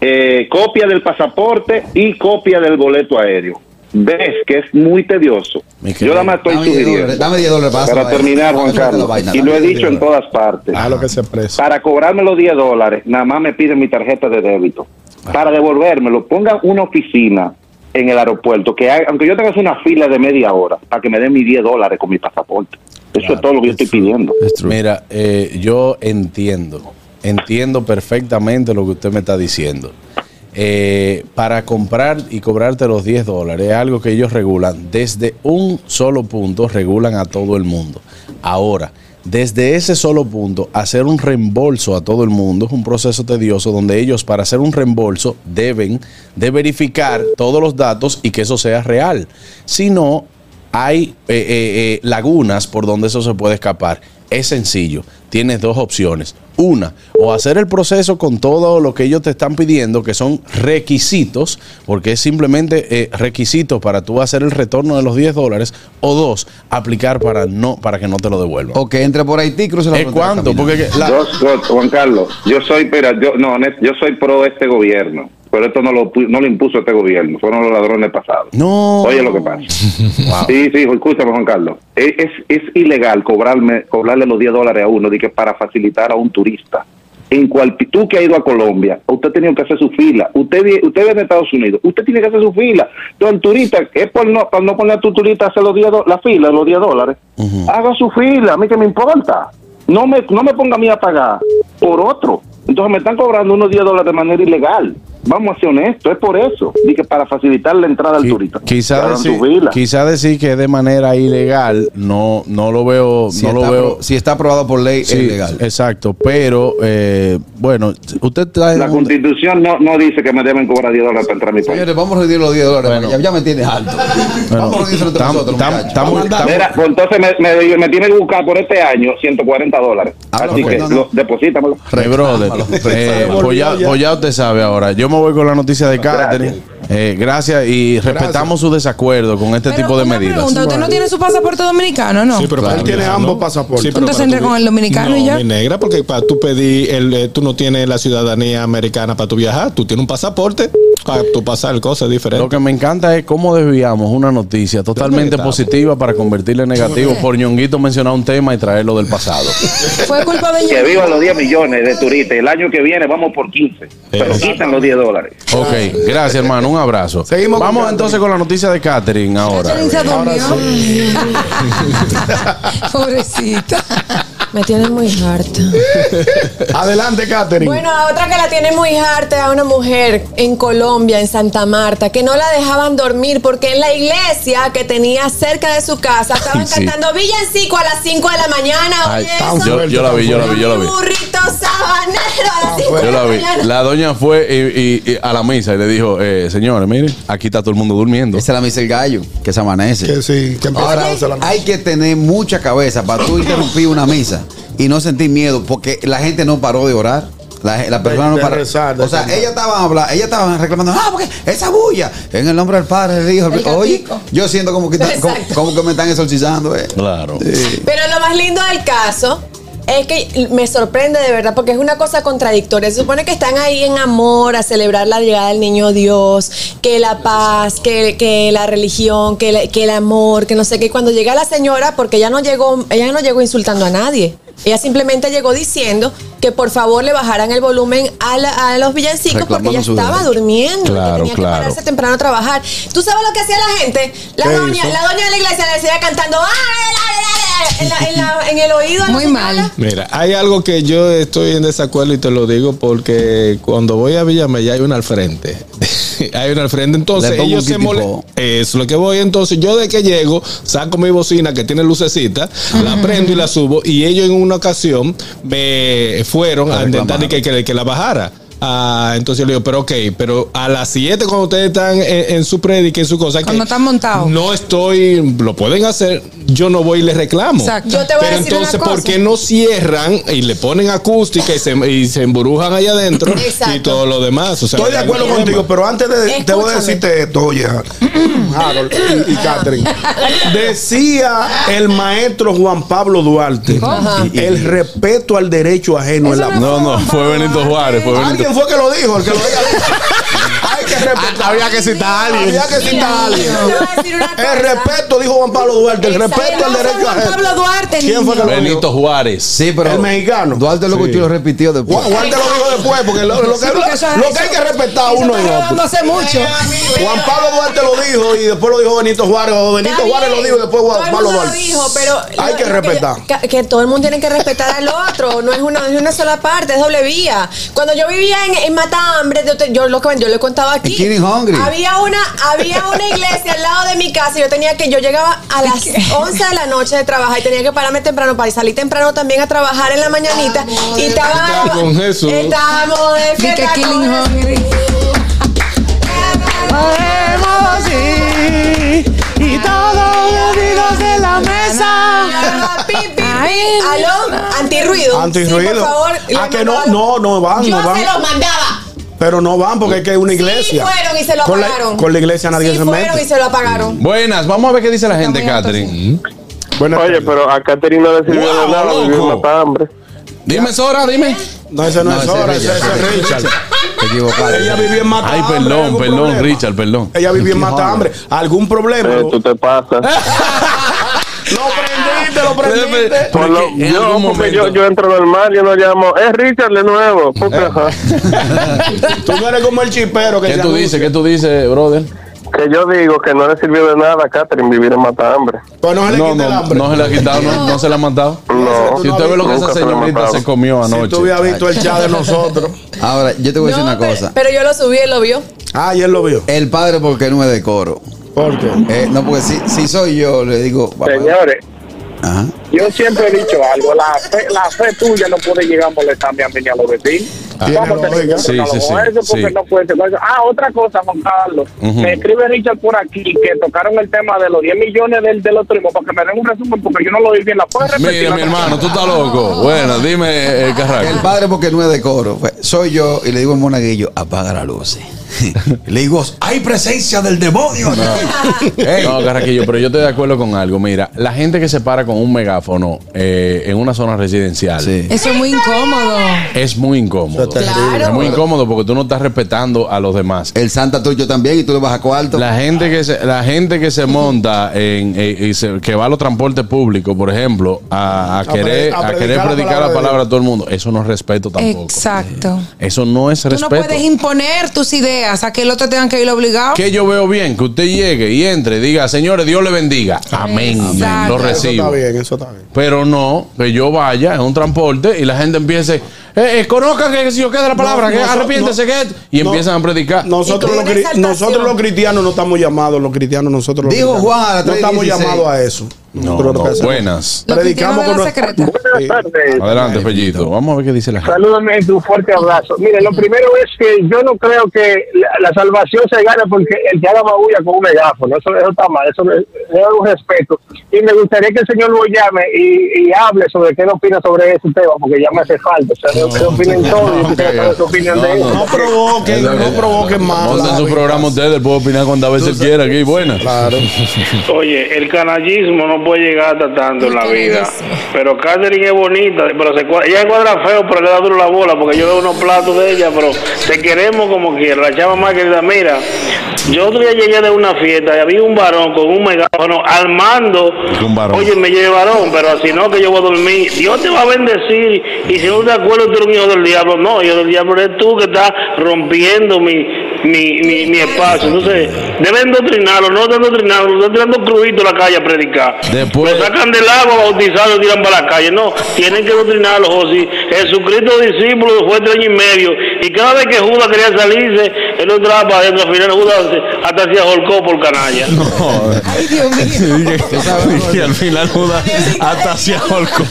Speaker 8: eh, copia del pasaporte y copia del boleto aéreo. Ves que es muy tedioso. Yo nada más estoy
Speaker 7: Dame 10
Speaker 8: sugiriendo.
Speaker 7: dólares, dame 10 dólares para
Speaker 8: para
Speaker 7: hacer la
Speaker 8: terminar,
Speaker 7: vaina.
Speaker 8: Juan
Speaker 7: Dame la
Speaker 8: Carlos.
Speaker 7: vaina,
Speaker 8: y
Speaker 7: dame
Speaker 8: lo he
Speaker 7: 10
Speaker 8: dicho en todas partes.
Speaker 3: lo que se presa.
Speaker 8: Para cobrarme los 10 dólares, nada más me piden mi tarjeta de débito. Para devolvérmelo, pongan una oficina en el aeropuerto, que hay- aunque yo tenga que hacer una fila de media hora, para que me den mis 10 dólares con mi pasaporte. Eso es todo lo que yo estoy pidiendo.
Speaker 2: Mira, eh, yo entiendo, entiendo perfectamente lo que usted me está diciendo. Eh, para comprar y cobrarte los 10 dólares es algo que ellos regulan. Desde un solo punto regulan a todo el mundo. Ahora, desde ese solo punto, hacer un reembolso a todo el mundo es un proceso tedioso donde ellos para hacer un reembolso deben de verificar todos los datos y que eso sea real. Si no, hay eh, eh, eh, lagunas por donde eso se puede escapar. Es sencillo, tienes dos opciones. Una, o hacer el proceso con todo lo que ellos te están pidiendo, que son requisitos, porque es simplemente eh, requisitos para tú hacer el retorno de los 10 dólares, o dos, aplicar para no para que no te lo devuelvan.
Speaker 7: O que entre por Haití y cruce la
Speaker 2: ¿Es
Speaker 7: frontera
Speaker 2: cuánto?
Speaker 7: caminando.
Speaker 2: Porque que la-
Speaker 8: Dos- dos, Juan Carlos, yo soy, pero yo, no, honest- yo soy pro este gobierno, pero esto no lo, pu- no lo impuso este gobierno, fueron los ladrones pasados.
Speaker 2: No.
Speaker 8: Oye lo que pasa. Sí, sí, escúchame, Juan Carlos. Es, es- es ilegal cobrarme, cobrarle los 10 dólares a uno de que para facilitar a un turista. En cual, tú que ha ido a Colombia, usted ha tenido que hacer su fila. Usted, vi- usted viene de Estados Unidos, usted tiene que hacer su fila. Entonces, el turista, es por no, para no poner a tu turista a hacer los 10 do- la fila, los 10 dólares. Haga su fila, a mí que me importa. No me, no me ponga a mí a pagar por otro. Entonces, me están cobrando unos 10 dólares de manera ilegal. Vamos a ser honestos, es por eso. Dije para facilitar la entrada al turista.
Speaker 2: Quizá
Speaker 8: Para
Speaker 2: decir,
Speaker 8: subirla.
Speaker 2: quizá decir que de manera ilegal no, no lo veo.
Speaker 7: Si
Speaker 2: no
Speaker 7: está
Speaker 2: lo veo.
Speaker 7: apro- si está aprobado por ley, es legal.
Speaker 2: Exacto, pero eh, bueno, usted trae.
Speaker 8: La constitución no, no dice que me deben cobrar 10 dólares para entrar a mi país.
Speaker 7: Señores, vamos a reducir los 10 dólares. porque ya, ya me tienes alto. vamos a reducirlo entre nosotros, muchachos. Vamos a andar.
Speaker 8: Mira, pues entonces me, me, me tiene que buscar por este año 140 dólares. Así
Speaker 2: pues,
Speaker 8: que
Speaker 2: no,
Speaker 8: lo- deposítamelo.
Speaker 2: Mi brother, eh, pues, ya, pues ya usted sabe ahora. Yo me voy con la noticia de Catherine. Eh, gracias y respetamos su desacuerdo con este tipo de medidas.
Speaker 5: Pregunta, ¿usted no tiene su pasaporte dominicano, no?
Speaker 3: Él tiene ambos
Speaker 4: pasaportes.
Speaker 5: Entonces entra con el dominicano y ya.
Speaker 3: mi negra, porque para tú pedir, el, eh, tú no tienes la ciudadanía americana para tu viajar, tú tienes un pasaporte para tú pasar cosas diferentes.
Speaker 2: Lo que me encanta es cómo desviamos una noticia totalmente positiva para convertirla en negativo por ñonguito mencionar un tema y traerlo del pasado.
Speaker 5: Fue culpa de
Speaker 8: Que viva los 10 millones de turistas. El año que viene vamos por 15. Pero quitan los 10 dólares.
Speaker 2: Ok, gracias hermano, un abrazo.
Speaker 8: Seguimos con
Speaker 2: Vamos
Speaker 8: Catherine.
Speaker 2: entonces con la noticia de Catherine ahora.
Speaker 5: Catherine se durmió. Pobrecita.
Speaker 6: Me tiene muy harta.
Speaker 4: Adelante, Catherine.
Speaker 6: Bueno, a otra que la tiene muy harta, a una mujer en Colombia, en Santa Marta, que no la dejaban dormir porque en la iglesia que tenía cerca de su casa estaban
Speaker 2: sí.
Speaker 6: cantando villancico a las 5 de la mañana.
Speaker 2: Ay,
Speaker 6: Oye,
Speaker 2: tan
Speaker 6: eso,
Speaker 2: yo, yo la vi, yo la vi, yo la vi.
Speaker 6: burrito sabanero a las 5 de
Speaker 2: Yo
Speaker 6: la
Speaker 2: la vi.
Speaker 6: mañana.
Speaker 2: La doña fue y- y- y a la misa y le dijo, eh, señores, mire, aquí está todo el mundo durmiendo.
Speaker 7: Esa es la misa del gallo, que se amanece.
Speaker 4: Que sí, que empieza
Speaker 7: Ahora,
Speaker 4: a la
Speaker 7: hay que tener mucha cabeza para tú interrumpir una misa y no sentir miedo, porque la gente no paró de orar. La, la persona
Speaker 4: De-
Speaker 7: no
Speaker 4: de
Speaker 7: paró.
Speaker 4: rezar, de
Speaker 7: o sea,
Speaker 4: rezar.
Speaker 7: ellas estaban hablando, ellas estaban reclamando, ah, porque esa bulla, en el nombre del Padre, del Hijo, del-
Speaker 6: El
Speaker 7: oye,
Speaker 6: gatico.
Speaker 7: yo siento como que, está- como,
Speaker 6: Exacto.
Speaker 7: como que me están exorcizando, eh.
Speaker 2: Claro.
Speaker 7: Sí.
Speaker 6: Pero lo más lindo del caso es que me sorprende de verdad porque es una cosa contradictoria. Se supone que están ahí en amor a celebrar la llegada del niño Dios, que la paz, que, que la religión, que, la- que el amor, que no sé qué. Y Cuando llega la señora, porque ella no llegó, ella no llegó insultando a nadie. Ella simplemente llegó diciendo que por favor le bajaran el volumen a, la- a los villancicos porque
Speaker 7: Reclamando
Speaker 6: ella
Speaker 7: su
Speaker 6: estaba
Speaker 7: derecho.
Speaker 6: durmiendo. y que
Speaker 2: Claro,
Speaker 6: tenía
Speaker 2: claro.
Speaker 6: que pararse temprano a trabajar. ¿Tú sabes lo que hacía la gente? La
Speaker 4: ¿Qué
Speaker 6: doña,
Speaker 4: hizo?
Speaker 6: la doña de la iglesia le decía cantando "Ay, la, la, la, la", en, la- en la- en el oído. a la
Speaker 5: Muy
Speaker 6: señora.
Speaker 5: mal.
Speaker 3: Mira, hay algo que yo estoy en desacuerdo y te lo digo porque cuando voy a Villamella hay una al frente. hay una al
Speaker 7: Le
Speaker 3: frente, entonces
Speaker 7: pongo
Speaker 3: ellos
Speaker 7: un
Speaker 3: se molestan.
Speaker 7: tipo.
Speaker 3: Es lo que voy, entonces yo de que llego, saco mi bocina que tiene lucecita, la prendo y la subo y ellos en una ocasión me fueron
Speaker 7: La
Speaker 3: a intentar
Speaker 7: reclamaron.
Speaker 3: que, que, que la bajara. Ah, entonces yo le digo, pero ok, pero a las 7 cuando ustedes están en, en su predica, en su cosa, que
Speaker 5: Cuando están montados.
Speaker 3: no estoy, lo pueden hacer, yo no voy y les reclamo.
Speaker 5: Exacto.
Speaker 6: Yo te voy a
Speaker 3: Pero
Speaker 6: decir
Speaker 3: entonces,
Speaker 6: una cosa.
Speaker 3: ¿por qué no cierran y le ponen acústica y se, y se emburujan allá adentro
Speaker 6: Exacto.
Speaker 3: y todo lo demás? O sea,
Speaker 4: Estoy de
Speaker 3: no hay
Speaker 4: acuerdo
Speaker 3: problema.
Speaker 4: contigo, pero antes de, te voy
Speaker 6: Escúchame.
Speaker 4: a decirte esto, oye, Harold y, y Catherine. Decía el maestro Juan Pablo Duarte,
Speaker 5: Ajá.
Speaker 4: el respeto al derecho ajeno es la
Speaker 2: No, no, fue Benito Juárez, fue Benito
Speaker 4: Alguien fue que lo dijo, el que lo diga. Hay que
Speaker 3: Ah,
Speaker 4: respetar. Había que citar a alguien. Había que citar a alguien.
Speaker 6: Te voy a decir una cosa.
Speaker 4: El respeto, dijo Juan Pablo Duarte, el
Speaker 6: Exacto.
Speaker 4: respeto al derecho
Speaker 5: Juan
Speaker 4: ajeno.
Speaker 5: Pablo Duarte,
Speaker 4: ¿Quién fue que
Speaker 5: niño.
Speaker 4: lo dijo?
Speaker 2: Benito Juárez.
Speaker 7: Sí, pero
Speaker 4: El mexicano.
Speaker 7: Duarte lo que tú lo repitió después.
Speaker 4: Juan, Juan te lo dijo después, porque lo, lo que,
Speaker 5: Sí, porque eso-
Speaker 4: lo que hay que
Speaker 5: eso-
Speaker 4: respetar a
Speaker 5: eso
Speaker 4: uno y
Speaker 5: está
Speaker 4: otro.
Speaker 5: rodando hace mucho.
Speaker 4: Juan Pablo Duarte lo dijo y después lo dijo Benito Juárez. O Benito
Speaker 6: Está
Speaker 4: Juárez lo
Speaker 6: bien.
Speaker 4: dijo y después
Speaker 6: Todo
Speaker 4: Juan
Speaker 6: el
Speaker 4: Pablo
Speaker 6: mundo lo
Speaker 4: Duarte.
Speaker 6: dijo, pero
Speaker 4: Hay
Speaker 6: yo
Speaker 4: que
Speaker 6: creo
Speaker 4: respetar.
Speaker 6: Que, que todo el mundo tiene que respetar al otro. No es una, es una sola parte, es doble vía. Cuando yo vivía en, en Matambre, yo, te- yo lo que yo le contaba aquí.
Speaker 7: ¿En King is Hungry?
Speaker 6: Había una, había una iglesia al lado de mi casa y yo tenía que, yo llegaba a las 11 de la noche de trabajar y tenía que pararme temprano para ir salir temprano también a trabajar en la mañanita. Y estaba.
Speaker 3: Con Jesús.
Speaker 6: Estábamos de
Speaker 5: Di que
Speaker 6: fiesta con
Speaker 5: Killing
Speaker 6: Jesús.
Speaker 5: Hungry.
Speaker 13: y todos unidos en la
Speaker 6: Pi, pi, pi.
Speaker 5: Ay,
Speaker 6: Aló, antirruido.
Speaker 4: Antirruido.
Speaker 6: Sí, por favor. le
Speaker 4: Ah, que
Speaker 6: mando
Speaker 4: no, no,
Speaker 6: algo.
Speaker 4: no van,
Speaker 6: Yo
Speaker 4: no van.
Speaker 6: se los mandaba.
Speaker 4: Pero no van porque es que es una
Speaker 6: Sí
Speaker 4: iglesia.
Speaker 6: fueron y se lo
Speaker 4: con
Speaker 6: apagaron.
Speaker 4: La, con la iglesia nadie
Speaker 6: sí
Speaker 4: se
Speaker 6: fueron
Speaker 4: mete.
Speaker 6: y se lo apagaron.
Speaker 2: Buenas, vamos a ver qué dice la gente,
Speaker 5: muy alto,
Speaker 2: Catherine.
Speaker 4: Buenas
Speaker 12: Oye,
Speaker 4: tardes.
Speaker 12: pero a Catherine no le sirvió
Speaker 2: Wow,
Speaker 12: de nada,
Speaker 2: loco.
Speaker 12: vivió en Matambre.
Speaker 2: Dime, Sora, dime.
Speaker 4: No, ese no, es hora, ese, ese es Richard.
Speaker 7: Te equivocaste.
Speaker 4: Ella vivía en Matambre.
Speaker 2: Ay, perdón,
Speaker 4: ¿algún
Speaker 2: perdón,
Speaker 4: problema?
Speaker 2: Richard, perdón.
Speaker 4: Ella vivía en Matambre. ¿Algún problema? Eh,
Speaker 12: Eh,
Speaker 4: Lo
Speaker 12: tú te pasas.
Speaker 4: prendiste, lo prendiste.
Speaker 12: Por lo-
Speaker 2: Porque en
Speaker 12: yo,
Speaker 2: algún
Speaker 12: porque yo,
Speaker 2: momento- Eh.
Speaker 12: yo entro normal, yo no llamo, es Richard de nuevo. Porque, ajá.
Speaker 4: Tú no eres como el chipero que
Speaker 2: ¿Qué
Speaker 4: se
Speaker 2: tú
Speaker 4: anuncia.
Speaker 2: dices? ¿Qué tú dices, brother?
Speaker 12: que yo digo que no le sirvió de nada a Catherine vivir en mata hambre.
Speaker 2: Pues no se le no, no, no se la ha quitado, no, no se la ha matado.
Speaker 12: No.
Speaker 2: Si usted ve lo que esa
Speaker 12: Nunca se la
Speaker 2: señorita
Speaker 12: mataron.
Speaker 2: se comió
Speaker 12: Si
Speaker 2: anoche.
Speaker 12: tú hubieras visto el chat de
Speaker 7: nosotros. Ahora, yo te voy a decir una cosa.
Speaker 6: Pero yo lo subí, él lo vio.
Speaker 7: Ah, él lo vio. El padre, porque no es de coro? ¿Por qué? no, porque si, si soy yo, le digo. papá.
Speaker 10: Señores,
Speaker 7: Ajá.
Speaker 10: yo siempre he dicho algo, la fe, la fe tuya no puede llegar a molestarme a mí ni a los vecinos.
Speaker 12: Ah.
Speaker 10: Vamos a
Speaker 12: Tiene
Speaker 10: tener
Speaker 12: lógica.
Speaker 10: que
Speaker 12: Sí,
Speaker 10: tratarlo
Speaker 12: sí,
Speaker 10: con
Speaker 12: sí,
Speaker 10: eso porque
Speaker 12: sí.
Speaker 10: no puede ser con eso. Ah, otra cosa, Juan Carlos.
Speaker 12: Ujú.
Speaker 10: Me escribe Richard por aquí que tocaron el tema de los 10 millones del, del otro primo, para que me den un resumen porque yo no lo oí bien. ¿La puedes repetir?
Speaker 2: Mira, mi hermano, tú estás loco. Bueno, dime, eh, Carraco.
Speaker 7: Ah. El padre porque no es de coro. Fue- Soy yo y le digo al monaguillo, apaga la luz. le digo, hay presencia del demonio. aquí". Ey,
Speaker 2: No, Carraquillo, pero yo estoy de acuerdo con algo. Mira, la gente que se para con un megáfono eh, en una zona residencial
Speaker 5: Eso es muy incómodo.
Speaker 2: es muy incómodo.
Speaker 7: Eso es terrible. Claro.
Speaker 2: Es muy incómodo porque tú no estás respetando a los demás.
Speaker 7: El Santa tuyo también y tú le vas a cuarto.
Speaker 2: La gente que se, la gente que se monta en, eh, y se- que va a los transportes públicos, por ejemplo, a, a
Speaker 5: A
Speaker 2: querer,
Speaker 5: pre-
Speaker 2: a
Speaker 5: a
Speaker 2: querer predicar la palabra a todo el mundo, eso no es respeto tampoco.
Speaker 5: Exacto.
Speaker 2: Eso no es
Speaker 5: Eh, Tú no
Speaker 2: respeto.
Speaker 5: puedes imponer tus ideas a que el otro tenga que ir obligado.
Speaker 2: Que yo veo bien que usted llegue y entre y diga, señores, Dios le bendiga. Amén.
Speaker 5: Exacto.
Speaker 2: Lo recibo.
Speaker 4: Eso está bien, eso está bien.
Speaker 2: Pero no, que yo vaya en un transporte y la gente empiece, eh, eh, conozca que si yo quede la palabra,
Speaker 4: No,
Speaker 2: que
Speaker 4: noso-
Speaker 2: arrepiéntese,
Speaker 4: no-
Speaker 2: que... Y
Speaker 4: no-
Speaker 2: empiezan a predicar.
Speaker 4: Nosotros los, cri- nosotros los cristianos no estamos llamados, los cristianos nosotros los
Speaker 2: Dijo
Speaker 4: cristianos.
Speaker 2: Juan a las
Speaker 4: no estamos
Speaker 2: 3:16.
Speaker 4: llamados a eso.
Speaker 2: No,
Speaker 4: Nosotros lo
Speaker 2: no,
Speaker 4: que hacemos-
Speaker 2: buenas.
Speaker 4: Predicamos con nuestra-
Speaker 10: Buenas tardes.
Speaker 2: Adelante, Fellito. Vamos a ver qué dice la gente.
Speaker 10: Salúdame un fuerte abrazo. Mire, lo primero es que yo no creo que la, la salvación se gane porque el que haga babulla con un megáfono, eso, eso está mal, eso no es no es un respeto. Y me gustaría que el señor lo llame y, y hable sobre qué él opina sobre ese tema, porque ya me hace falta. O sea, yo que opinen todos, yo quisiera saber su opinión de eso.
Speaker 4: No provoquen, no provoquen más.
Speaker 2: Monten su programa ustedes, puedo opinar cuantas veces quiera aquí. Buenas. Claro.
Speaker 14: Oye, el canallismo no puede llegar hasta tanto en la vida. Pero Catherine es bonita, pero se cuadra, ella cuadra feo, pero le da duro la bola, porque yo veo unos platos de ella, pero te queremos como quiera. La chava más querida, mira, yo otro día llegué de una fiesta y había un varón con un megáfono armando.
Speaker 2: Un varón.
Speaker 14: Oye, me lleve varón, pero si no, que yo voy a dormir. Dios te va a bendecir. Y si no te acuerdas, tú eres un hijo del diablo. No, hijo del diablo eres tú que estás rompiendo mi, mi, mi, mi espacio. Entonces, deben doctrinarlo, no deben doctrinarlo, lo están tirando crudito a la calle a predicar.
Speaker 2: Después.
Speaker 14: Lo sacan del agua bautizado y lo tiran para la calle. No, tienen que doctrinarlo, José. Jesucristo, discípulo, fue tres años y medio. Y cada vez que Judas quería salirse, él lo entraba para adentro. Al final, Judas hasta se ahorcó por canalla.
Speaker 2: Ay, Dios mío. Y al final Judas hasta se ahorcó.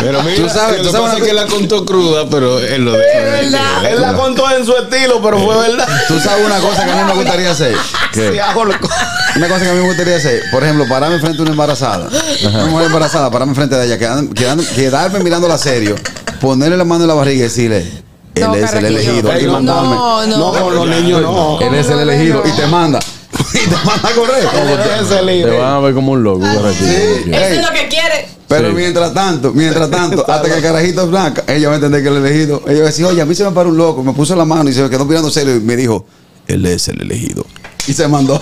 Speaker 3: Pero mira,
Speaker 4: Tú sabes,
Speaker 3: lo
Speaker 4: tú
Speaker 3: que
Speaker 4: sabes
Speaker 3: pasa es que él la contó cruda, pero él lo Eh.
Speaker 4: Él la- él la contó en su estilo, pero fue verdad.
Speaker 7: Tú sabes una cosa que a mí me gustaría hacer.
Speaker 4: ¿Qué? Se ahorcó.
Speaker 7: Una cosa que a mí me gustaría hacer. Por ejemplo, pararme frente a una embarazada. Una mujer embarazada, pararme frente a ella, quedarme, quedarme, quedarme mirándola serio, ponerle la mano en la barriga y decirle. Él
Speaker 5: No,
Speaker 7: es el
Speaker 5: Carraquillo.
Speaker 7: elegido.
Speaker 5: Ey,
Speaker 7: y
Speaker 5: no,
Speaker 7: mandarme.
Speaker 5: no, no. No, con los
Speaker 7: niños no. Él es el elegido. Y te manda. Y te manda a correr.
Speaker 2: Te van a ver como un loco. Carraquillo.
Speaker 7: Ey,
Speaker 6: lo que quiere.
Speaker 7: Pero
Speaker 2: Sí.
Speaker 7: mientras tanto, mientras tanto, hasta que el carajito es blanca, ella va a entender que el elegido. Ella va a decir, oye, a mí se me paró un loco, me puso la mano y se me quedó mirando serio y me dijo, él es el elegido. Y se mandó.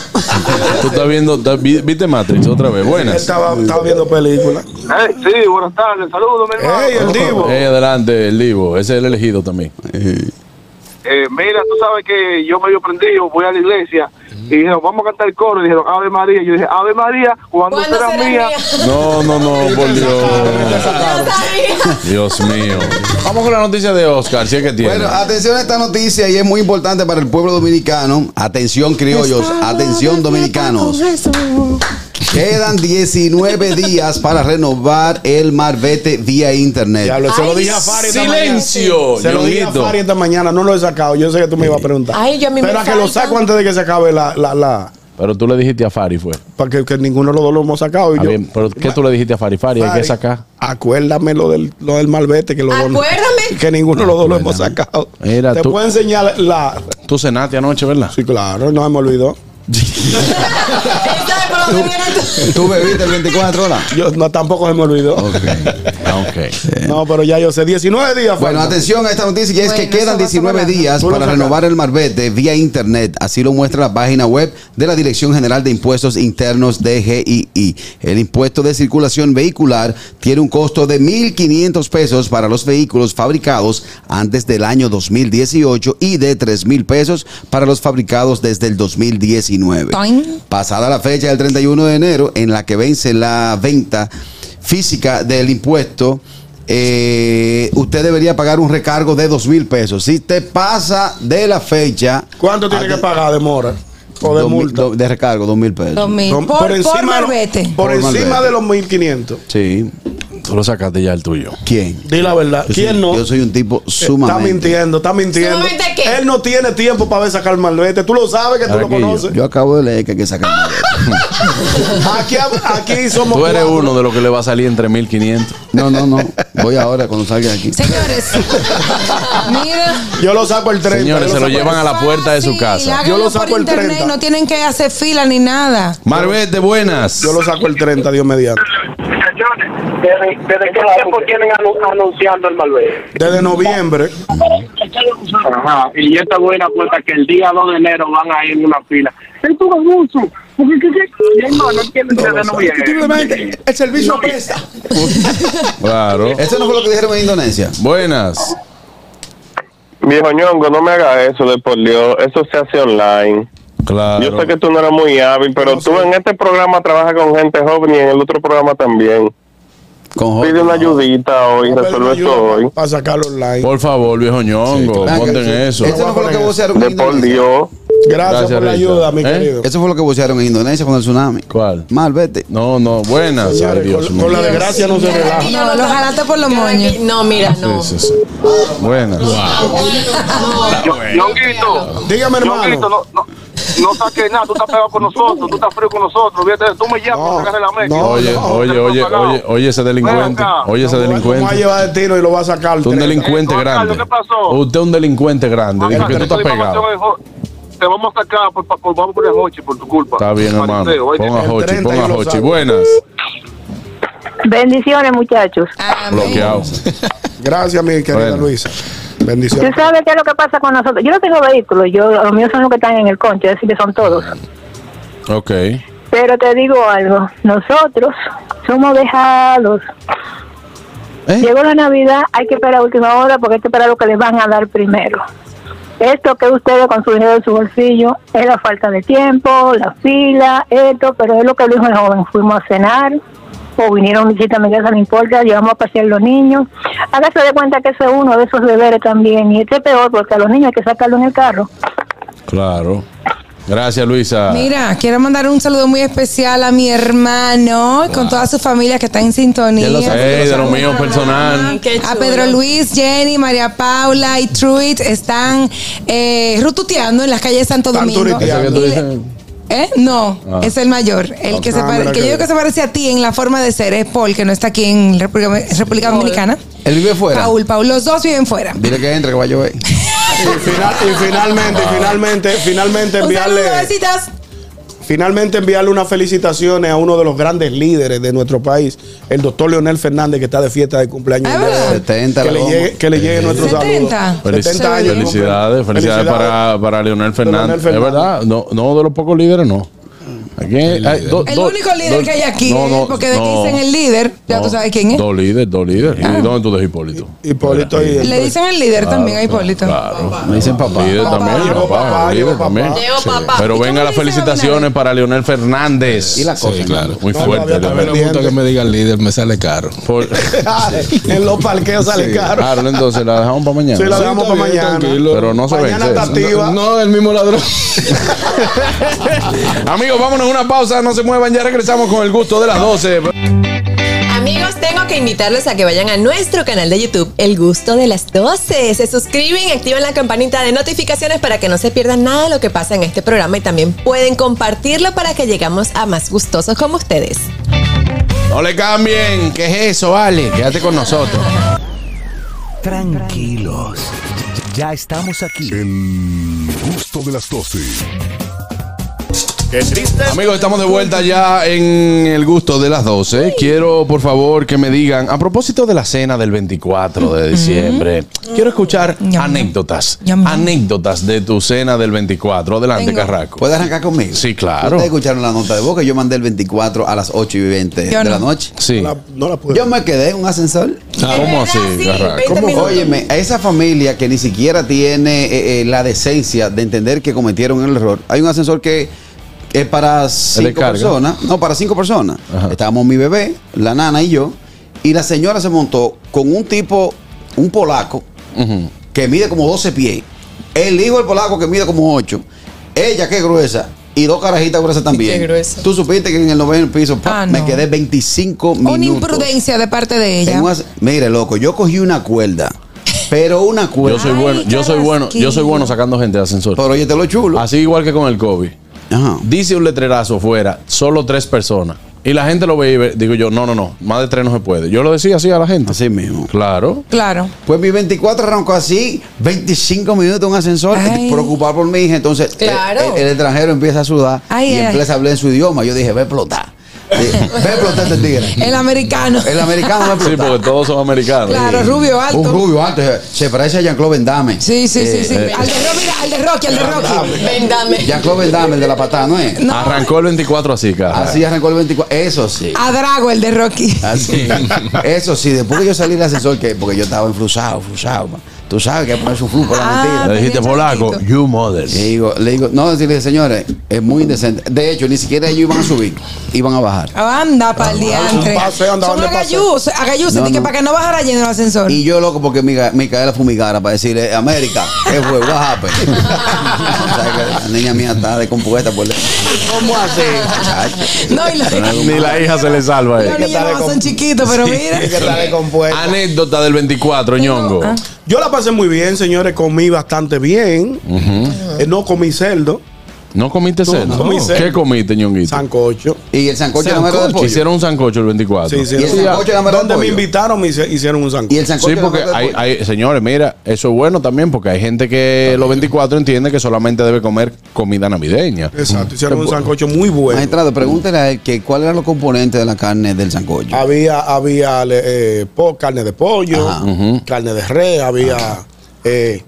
Speaker 2: Tú estás viendo, estás- vi- viste Matrix otra vez. Buenas.
Speaker 4: Estaba, estaba viendo películas.
Speaker 10: Eh, sí, buenas tardes, saludos, mi hermano.
Speaker 2: Ey, Eh, adelante, el Divo. Ese es el elegido también.
Speaker 10: Eh, mira, tú sabes que yo medio prendido, voy a la iglesia y dijeron, vamos a cantar el coro. Y dijeron, Ave María. Yo dije, Ave María, cuando será mía.
Speaker 2: No, no, no, por Dios. Dios mío. Vamos con la noticia de Oscar, si es que tiene.
Speaker 7: Bueno,
Speaker 4: ah,
Speaker 7: atención a esta noticia y es muy importante para el pueblo dominicano. Atención, criollos. Atención, dominicanos. Quedan 19 días para renovar el Marbete vía internet.
Speaker 4: Diablo, se lo dije a Fari esta
Speaker 2: silencio,
Speaker 4: mañana. Se lo dije a
Speaker 2: Ñonguito.
Speaker 4: Fari esta mañana, no lo he sacado. Yo sé que tú me ibas a preguntar.
Speaker 6: Ay, yo a mí me
Speaker 4: Pero a que lo
Speaker 6: faltan.
Speaker 4: saco antes de que se acabe la. la, la
Speaker 2: Pero tú le dijiste a Fari, fue.
Speaker 4: para que, que ninguno de los dos lo hemos sacado. Y
Speaker 2: Ah,
Speaker 4: yo,
Speaker 2: bien, pero ¿qué tú le dijiste a Fari? Fari, hay que
Speaker 4: Fari,
Speaker 2: sacar.
Speaker 4: Acuérdame lo del, lo del malvete que los dos-
Speaker 6: Acuérdame.
Speaker 4: Que ninguno de los dos lo hemos sacado.
Speaker 2: Mira,
Speaker 4: Te
Speaker 2: tú-
Speaker 4: puedo enseñar la.
Speaker 2: Tú cenaste anoche, ¿verdad?
Speaker 4: Sí, claro, no me olvidó.
Speaker 6: Él sabe por
Speaker 7: ¿Tú, tú bebiste el 24 horas?
Speaker 4: Yo no, tampoco se me olvidó. No, pero ya yo sé, 19 días.
Speaker 7: Bueno,
Speaker 4: faltan.
Speaker 7: atención a esta noticia y es
Speaker 4: Bueno,
Speaker 7: que
Speaker 4: eso
Speaker 7: quedan
Speaker 4: pasa
Speaker 7: 19
Speaker 4: volando.
Speaker 7: días
Speaker 4: Tú lo
Speaker 7: para
Speaker 4: sacas.
Speaker 7: renovar el marbete vía internet. Así lo muestra la página web de la Dirección General de Impuestos Internos DGII. El impuesto de circulación vehicular tiene un costo de 1.500 pesos para los vehículos fabricados antes del año 2018 y de 3.000 pesos para los fabricados desde el 2019. Pasada la fecha del 31 de enero en la que vence la venta física del impuesto, eh, usted debería pagar un recargo de dos mil pesos. Si te pasa de la fecha.
Speaker 4: ¿Cuánto
Speaker 2: Ah,
Speaker 4: tiene que pagar de mora? O de
Speaker 7: dos mil-
Speaker 4: multa.
Speaker 7: do- de recargo, dos mil pesos.
Speaker 5: Dos mil.
Speaker 4: Por,
Speaker 5: Por- por
Speaker 4: encima,
Speaker 5: malvete.
Speaker 4: por
Speaker 7: Por
Speaker 4: encima
Speaker 7: malvete.
Speaker 4: de los 1500.
Speaker 7: Sí.
Speaker 2: Tú lo sacaste ya el tuyo.
Speaker 7: ¿Quién?
Speaker 4: Di la verdad.
Speaker 7: Yo
Speaker 4: ¿Quién
Speaker 7: soy,
Speaker 4: no?
Speaker 7: Yo soy un tipo
Speaker 4: Está
Speaker 7: sumamente.
Speaker 4: mintiendo, está mintiendo.
Speaker 6: ¿Sumamente qué?
Speaker 4: Él no tiene tiempo para ver sacar el malvete. Tú lo sabes que tú lo
Speaker 7: Ahora que yo-
Speaker 4: conoces.
Speaker 7: Yo acabo de leer que hay que sacar.
Speaker 4: Aquí, aquí somos.
Speaker 2: Tú eres
Speaker 4: cuatro.
Speaker 2: uno de los que le va a salir entre 1500.
Speaker 7: No, no, no. Voy ahora cuando salga de aquí.
Speaker 5: Señores, mira.
Speaker 4: Yo lo saco el 30.
Speaker 2: Señores,
Speaker 4: yo
Speaker 2: se lo
Speaker 4: saco el-
Speaker 2: llevan a la puerta de su
Speaker 5: y
Speaker 2: casa.
Speaker 5: háganlo por internet, no tienen que hacer fila ni nada.
Speaker 2: Marbete, buenas.
Speaker 4: Yo lo saco el 30, Dios mediante.
Speaker 10: ¿Desde, desde qué tiempo tienen anu- anunciando el Malvete?
Speaker 4: Desde noviembre.
Speaker 10: Ajá, y esta buena cuenta que el día 2 de enero van a ir en una fila. Es un abuso. Porque qué qué- no, no entienden desde noviembre.
Speaker 4: el servicio presta.
Speaker 2: Claro.
Speaker 7: Eso no fue lo que dijeron en Indonesia.
Speaker 2: Buenas.
Speaker 12: Viejo ñongo, no me hagas eso de por Dios. Eso se hace online.
Speaker 2: Claro.
Speaker 12: Yo sé que tú no eres muy hábil, pero tú en este programa trabajas con gente joven y en el otro programa también.
Speaker 7: Con joven,
Speaker 12: Pide una ayudita hoy,
Speaker 4: Pero
Speaker 12: resuelve
Speaker 4: ayuda
Speaker 12: esto hoy.
Speaker 4: Para sacarlo online.
Speaker 2: Por favor, viejo ñongo,
Speaker 7: Venga,
Speaker 2: ponten eso.
Speaker 7: Eso no fue lo que vocearon en
Speaker 12: De por
Speaker 7: Indonesia.
Speaker 12: Dios.
Speaker 4: Gracias,
Speaker 2: Gracias,
Speaker 4: por la
Speaker 2: Richard.
Speaker 4: ayuda, mi
Speaker 2: ¿Eh?
Speaker 4: querido.
Speaker 7: Eso fue lo que vocearon en Indonesia con el tsunami.
Speaker 2: ¿Cuál?
Speaker 7: Malvete.
Speaker 2: No, no, buenas. Ay,
Speaker 4: Señores,
Speaker 2: Ah, Dios
Speaker 4: con,
Speaker 2: mío.
Speaker 4: con la desgracia no se relaja.
Speaker 5: No, lo jalaste por los moños.
Speaker 6: No, mira, no.
Speaker 2: Sí, sí, sí. Buenas. Ah,
Speaker 10: Ñonguito,
Speaker 4: Dígame,
Speaker 10: Ñonguito,
Speaker 4: hermano.
Speaker 10: no, no, no saques nada. Tú estás pegado con nosotros, tú estás frío con nosotros. Fíjate, tú me llamas para sacarle la mezcla.
Speaker 4: no,
Speaker 2: Oye,
Speaker 4: no,
Speaker 2: oye, oye, oye, oye ese delincuente.
Speaker 10: Ven acá.
Speaker 2: Oye ese
Speaker 4: Vamos a
Speaker 2: delincuente.
Speaker 4: llevar el tiro y lo va a sacar. el
Speaker 2: Tú un
Speaker 4: 30.
Speaker 2: delincuente
Speaker 10: Eh, Ricardo,
Speaker 2: grande.
Speaker 10: ¿qué pasó?
Speaker 2: Usted es un delincuente grande. Dijo que tú estás
Speaker 10: Esta
Speaker 2: pegado.
Speaker 10: información es jo- Te vamos a sacar, por, por, vamos por el hoche, por tu culpa.
Speaker 2: Está bien, hermano.
Speaker 10: Fariseo, oye.
Speaker 2: Ponga
Speaker 4: el
Speaker 2: Hochi,
Speaker 4: 30
Speaker 2: ponga
Speaker 4: y lo
Speaker 2: Hochi.
Speaker 4: saco.
Speaker 2: Buenas.
Speaker 15: Bendiciones, muchachos.
Speaker 2: Bloqueado.
Speaker 4: Gracias, mi querida
Speaker 2: Bueno.
Speaker 4: Luisa.
Speaker 15: ¿Tú
Speaker 4: Bendiciones.
Speaker 15: sabes qué es lo que pasa con nosotros? Yo no tengo vehículos, yo, los míos son los que están en el concho, es decir, que son todos.
Speaker 2: Ok.
Speaker 15: Pero te digo algo, nosotros somos dejados. Llegó la Navidad, hay que esperar última hora porque hay que esperar lo que les van a dar primero. Esto que ustedes con su dinero en su bolsillo es la falta de tiempo, la fila, esto, pero es lo que dijo el joven. Fuimos a cenar o vinieron visitas a mi casa, no importa, llevamos a pasear los niños. Hágase de cuenta que ese es uno de esos deberes también y este es peor porque a los niños hay que sacarlo en el carro.
Speaker 2: Claro. Gracias, Luisa.
Speaker 5: Mira, quiero mandar un saludo muy especial a mi hermano, con toda su familia que está en sintonía.
Speaker 7: Ya lo sabe.
Speaker 2: Ey, de lo mío personal.
Speaker 6: Qué
Speaker 5: A
Speaker 6: chulo.
Speaker 5: Pedro Luis, Jenny, María Paula y Truitt están eh, rututeando en las calles de Santo
Speaker 4: Están
Speaker 5: Domingo.
Speaker 4: tureteando.
Speaker 2: ¿Qué tú
Speaker 5: Y le-
Speaker 2: dices?
Speaker 5: ¿Eh? No,
Speaker 2: Ah.
Speaker 5: es el mayor. El que, se
Speaker 4: Ah,
Speaker 5: pare-
Speaker 4: mira
Speaker 5: que
Speaker 4: qué
Speaker 5: yo digo que
Speaker 4: bien.
Speaker 5: se parece a ti en la forma de ser es Paul, que no está aquí en República, República Dominicana.
Speaker 7: Él vive fuera.
Speaker 5: Paul, Paul, los dos viven fuera.
Speaker 7: Dile que entre, que va a llover.
Speaker 4: Y, final- y finalmente, y finalmente, finalmente
Speaker 5: Un
Speaker 4: enviarle.
Speaker 5: saludo, besitos.
Speaker 4: Finalmente enviarle unas felicitaciones a uno de los grandes líderes de nuestro país, el doctor Leonel Fernández, que está de fiesta de cumpleaños.
Speaker 5: Ah,
Speaker 4: el día de hoy.
Speaker 7: 70
Speaker 4: que,
Speaker 7: la
Speaker 4: le
Speaker 7: goma.
Speaker 4: llegue, que le llegue nuestro
Speaker 5: 70.
Speaker 4: saludo.
Speaker 2: Felici-
Speaker 4: 70 años.
Speaker 2: Felicidades, felicidades para, para Leonel Fernández.
Speaker 4: Fernández.
Speaker 2: Es verdad, no, no de los pocos líderes, no. Aquí hay- hay do-
Speaker 5: El
Speaker 2: do-
Speaker 5: único líder
Speaker 2: do-
Speaker 5: que hay aquí, eh,
Speaker 2: no, no,
Speaker 5: porque de que
Speaker 2: no,
Speaker 5: dicen el líder, ya
Speaker 2: no,
Speaker 5: tú sabes quién es.
Speaker 2: Dos líderes, dos líderes. ¿Y dónde tú dejas Hipólito?
Speaker 4: Ah. Hipólito y pues,
Speaker 5: Le dicen el líder también a Hipólito.
Speaker 2: Claro.
Speaker 7: Me dicen papá.
Speaker 2: Líder
Speaker 4: Papá,
Speaker 2: también,
Speaker 4: llegó
Speaker 2: papá,
Speaker 4: papá,
Speaker 2: líder
Speaker 4: llegó
Speaker 2: también.
Speaker 4: papá.
Speaker 6: Llegó papá.
Speaker 2: Pero
Speaker 5: ¿Y cómo
Speaker 2: venga las
Speaker 5: le dicen a
Speaker 2: felicitaciones
Speaker 5: Abinader?
Speaker 2: para Leonel Fernández.
Speaker 7: Y la cosa.
Speaker 3: Sí, claro.
Speaker 2: Muy
Speaker 4: No, todavía
Speaker 2: fuerte.
Speaker 3: A
Speaker 2: la
Speaker 3: mí no
Speaker 2: verdad.
Speaker 3: me gusta que me digan líder, me sale caro.
Speaker 2: Por-
Speaker 4: en los parqueos sale caro.
Speaker 2: Claro, Ah, entonces la dejamos para mañana.
Speaker 4: Sí, la dejamos
Speaker 3: está
Speaker 4: para
Speaker 3: bien,
Speaker 4: mañana.
Speaker 3: tranquilo.
Speaker 2: Pero no se
Speaker 4: Mañana
Speaker 2: vence.
Speaker 4: está
Speaker 2: eso.
Speaker 4: activa.
Speaker 3: No, el mismo ladrón.
Speaker 2: Amigos, vámonos a una pausa, no se muevan, ya regresamos con el gusto de las 12.
Speaker 6: Amigos, tengo que invitarlos a que vayan a nuestro canal de YouTube, El Gusto de las 12. Se suscriben, activan la campanita de notificaciones para que no se pierdan nada de lo que pasa en este programa y también pueden compartirlo para que llegamos a más gustosos como ustedes.
Speaker 2: No le cambien, ¿qué es eso, Ale? Quédate con nosotros.
Speaker 16: Tranquilos. Ya estamos aquí.
Speaker 17: El gusto de las 12.
Speaker 4: Qué triste.
Speaker 2: Amigos, estamos de vuelta ya en el gusto de las 12. Quiero, por favor, que me digan, a propósito de la cena del 24 de diciembre, quiero escuchar anécdotas. Anécdotas de tu cena del 24. Adelante,
Speaker 7: Tengo.
Speaker 2: Carraco.
Speaker 7: ¿Puedes arrancar conmigo?
Speaker 2: Sí, claro.
Speaker 7: Ustedes escucharon la nota de boca. Yo mandé el 24 a las 8 y 20
Speaker 2: Yo
Speaker 7: de
Speaker 2: no.
Speaker 7: la noche.
Speaker 2: Sí. No
Speaker 7: Yo me quedé en un ascensor.
Speaker 2: Ah, ¿Cómo así, Carraco?
Speaker 7: ¿Cómo? Óyeme, a esa familia que ni siquiera tiene eh, eh, la decencia de entender que cometieron el error, hay un ascensor que es para cinco
Speaker 15: carga.
Speaker 7: personas. No, para cinco personas. Estábamos mi bebé, la nana y yo. Y la señora se montó con un tipo, un polaco, que mide como 12 pies. El hijo del polaco que mide como 8. Ella que es gruesa. Y dos carajitas gruesas también.
Speaker 5: Qué gruesa.
Speaker 7: Tú supiste que en el noveno piso pa,
Speaker 5: Ah,
Speaker 7: me
Speaker 5: no.
Speaker 7: quedé 25
Speaker 5: Una
Speaker 7: minutos.
Speaker 5: imprudencia de parte de ella.
Speaker 7: En un as- mire, loco, yo cogí una cuerda. Pero una cuerda.
Speaker 2: Yo soy bueno, yo soy bueno, yo soy bueno sacando gente de ascensor.
Speaker 7: Pero oye, te lo chulo.
Speaker 2: Así igual que con el COVID. Dice un letrerazo fuera, solo tres personas. Y la gente lo ve y ve- digo yo, no, no, no, más de tres no se puede. Yo lo decía así a la gente.
Speaker 7: Así mismo.
Speaker 2: Claro.
Speaker 5: Claro.
Speaker 7: Pues mi 24 arrancó así, 25 minutos en un ascensor, preocupado por mi hija. Entonces, eh,
Speaker 5: Claro.
Speaker 7: el, el extranjero empieza a sudar
Speaker 5: Ay,
Speaker 7: y
Speaker 5: ay.
Speaker 7: empieza a hablar en su idioma. Yo dije, ve a explotar. Dije, ve a explotar este tigre.
Speaker 5: El americano.
Speaker 7: El americano va a
Speaker 2: Sí,
Speaker 7: explotar.
Speaker 2: porque todos son americanos.
Speaker 5: Claro,
Speaker 2: Sí.
Speaker 5: rubio alto.
Speaker 7: Un rubio alto. Se parece a Jean-Claude Van Damme.
Speaker 5: Sí, sí, sí, sí.
Speaker 2: eh.
Speaker 5: Al de Rocky, mira, al de Rocky, al de Rocky.
Speaker 6: Vendame.
Speaker 7: Jean-Claude Van Damme, el de la patada, ¿no es?
Speaker 2: Arrancó el 24 así, cara.
Speaker 7: Así arrancó el 24. Eso sí.
Speaker 5: A Drago, el de Rocky.
Speaker 7: Así. Eso sí, después que yo salí del ascensor, que porque yo estaba enfrusado, frusado. ma. Tú sabes que poner su flujo por la
Speaker 5: Ah,
Speaker 7: mentira.
Speaker 2: Le dijiste polaco, you mother.
Speaker 7: Le digo, le digo, no, decirle, señores, es muy indecente. De hecho, ni siquiera ellos iban a subir, iban a bajar.
Speaker 5: Anda para el diantre.
Speaker 4: un paseo, anda,
Speaker 5: Son
Speaker 4: dale un
Speaker 5: agayus, agayus,
Speaker 7: No,
Speaker 5: di que
Speaker 7: no.
Speaker 5: para que no bajara lleno el ascensor.
Speaker 7: Y yo loco porque Mica- Micaela fumigara para decirle, América, ¿qué fue? What happened? O sea, que la niña mía está descompuesta por ¿Cómo así?
Speaker 5: No, y lo-
Speaker 2: Ni la hija se le salva a
Speaker 5: Los
Speaker 2: él.
Speaker 5: niños no son chiquitos, pero mira.
Speaker 2: Anécdota del 24, ñongo.
Speaker 4: Yo la pasé muy bien, señores. Comí bastante bien. Eh, no comí cerdo.
Speaker 2: ¿No comiste
Speaker 4: No,
Speaker 2: cerdo?
Speaker 4: no comí cerdo.
Speaker 2: ¿Qué comiste, ñonguito?
Speaker 4: Sancocho.
Speaker 7: Y el sancocho no era de
Speaker 2: Sancocho.
Speaker 7: pollo.
Speaker 2: Hicieron un sancocho el 24.
Speaker 4: Sí, sí,
Speaker 7: Y el
Speaker 4: sí.
Speaker 7: sancocho era de
Speaker 4: Donde me
Speaker 7: pollo.
Speaker 4: invitaron me hice- hicieron un
Speaker 7: Y
Speaker 4: sancocho.
Speaker 7: el sancocho
Speaker 2: Sí,
Speaker 7: era
Speaker 2: porque
Speaker 7: mejor de
Speaker 2: hay,
Speaker 7: pollo.
Speaker 2: hay- señores, mira, eso es bueno también porque hay gente que los 24 entiende que solamente debe comer comida navideña.
Speaker 4: Exacto, hicieron un sancocho muy bueno.
Speaker 7: Maestrado, pregúntele a él que cuál eran los componentes de la carne del sancocho.
Speaker 4: Había, había le- eh, po- carne de pollo, carne de res, había eh,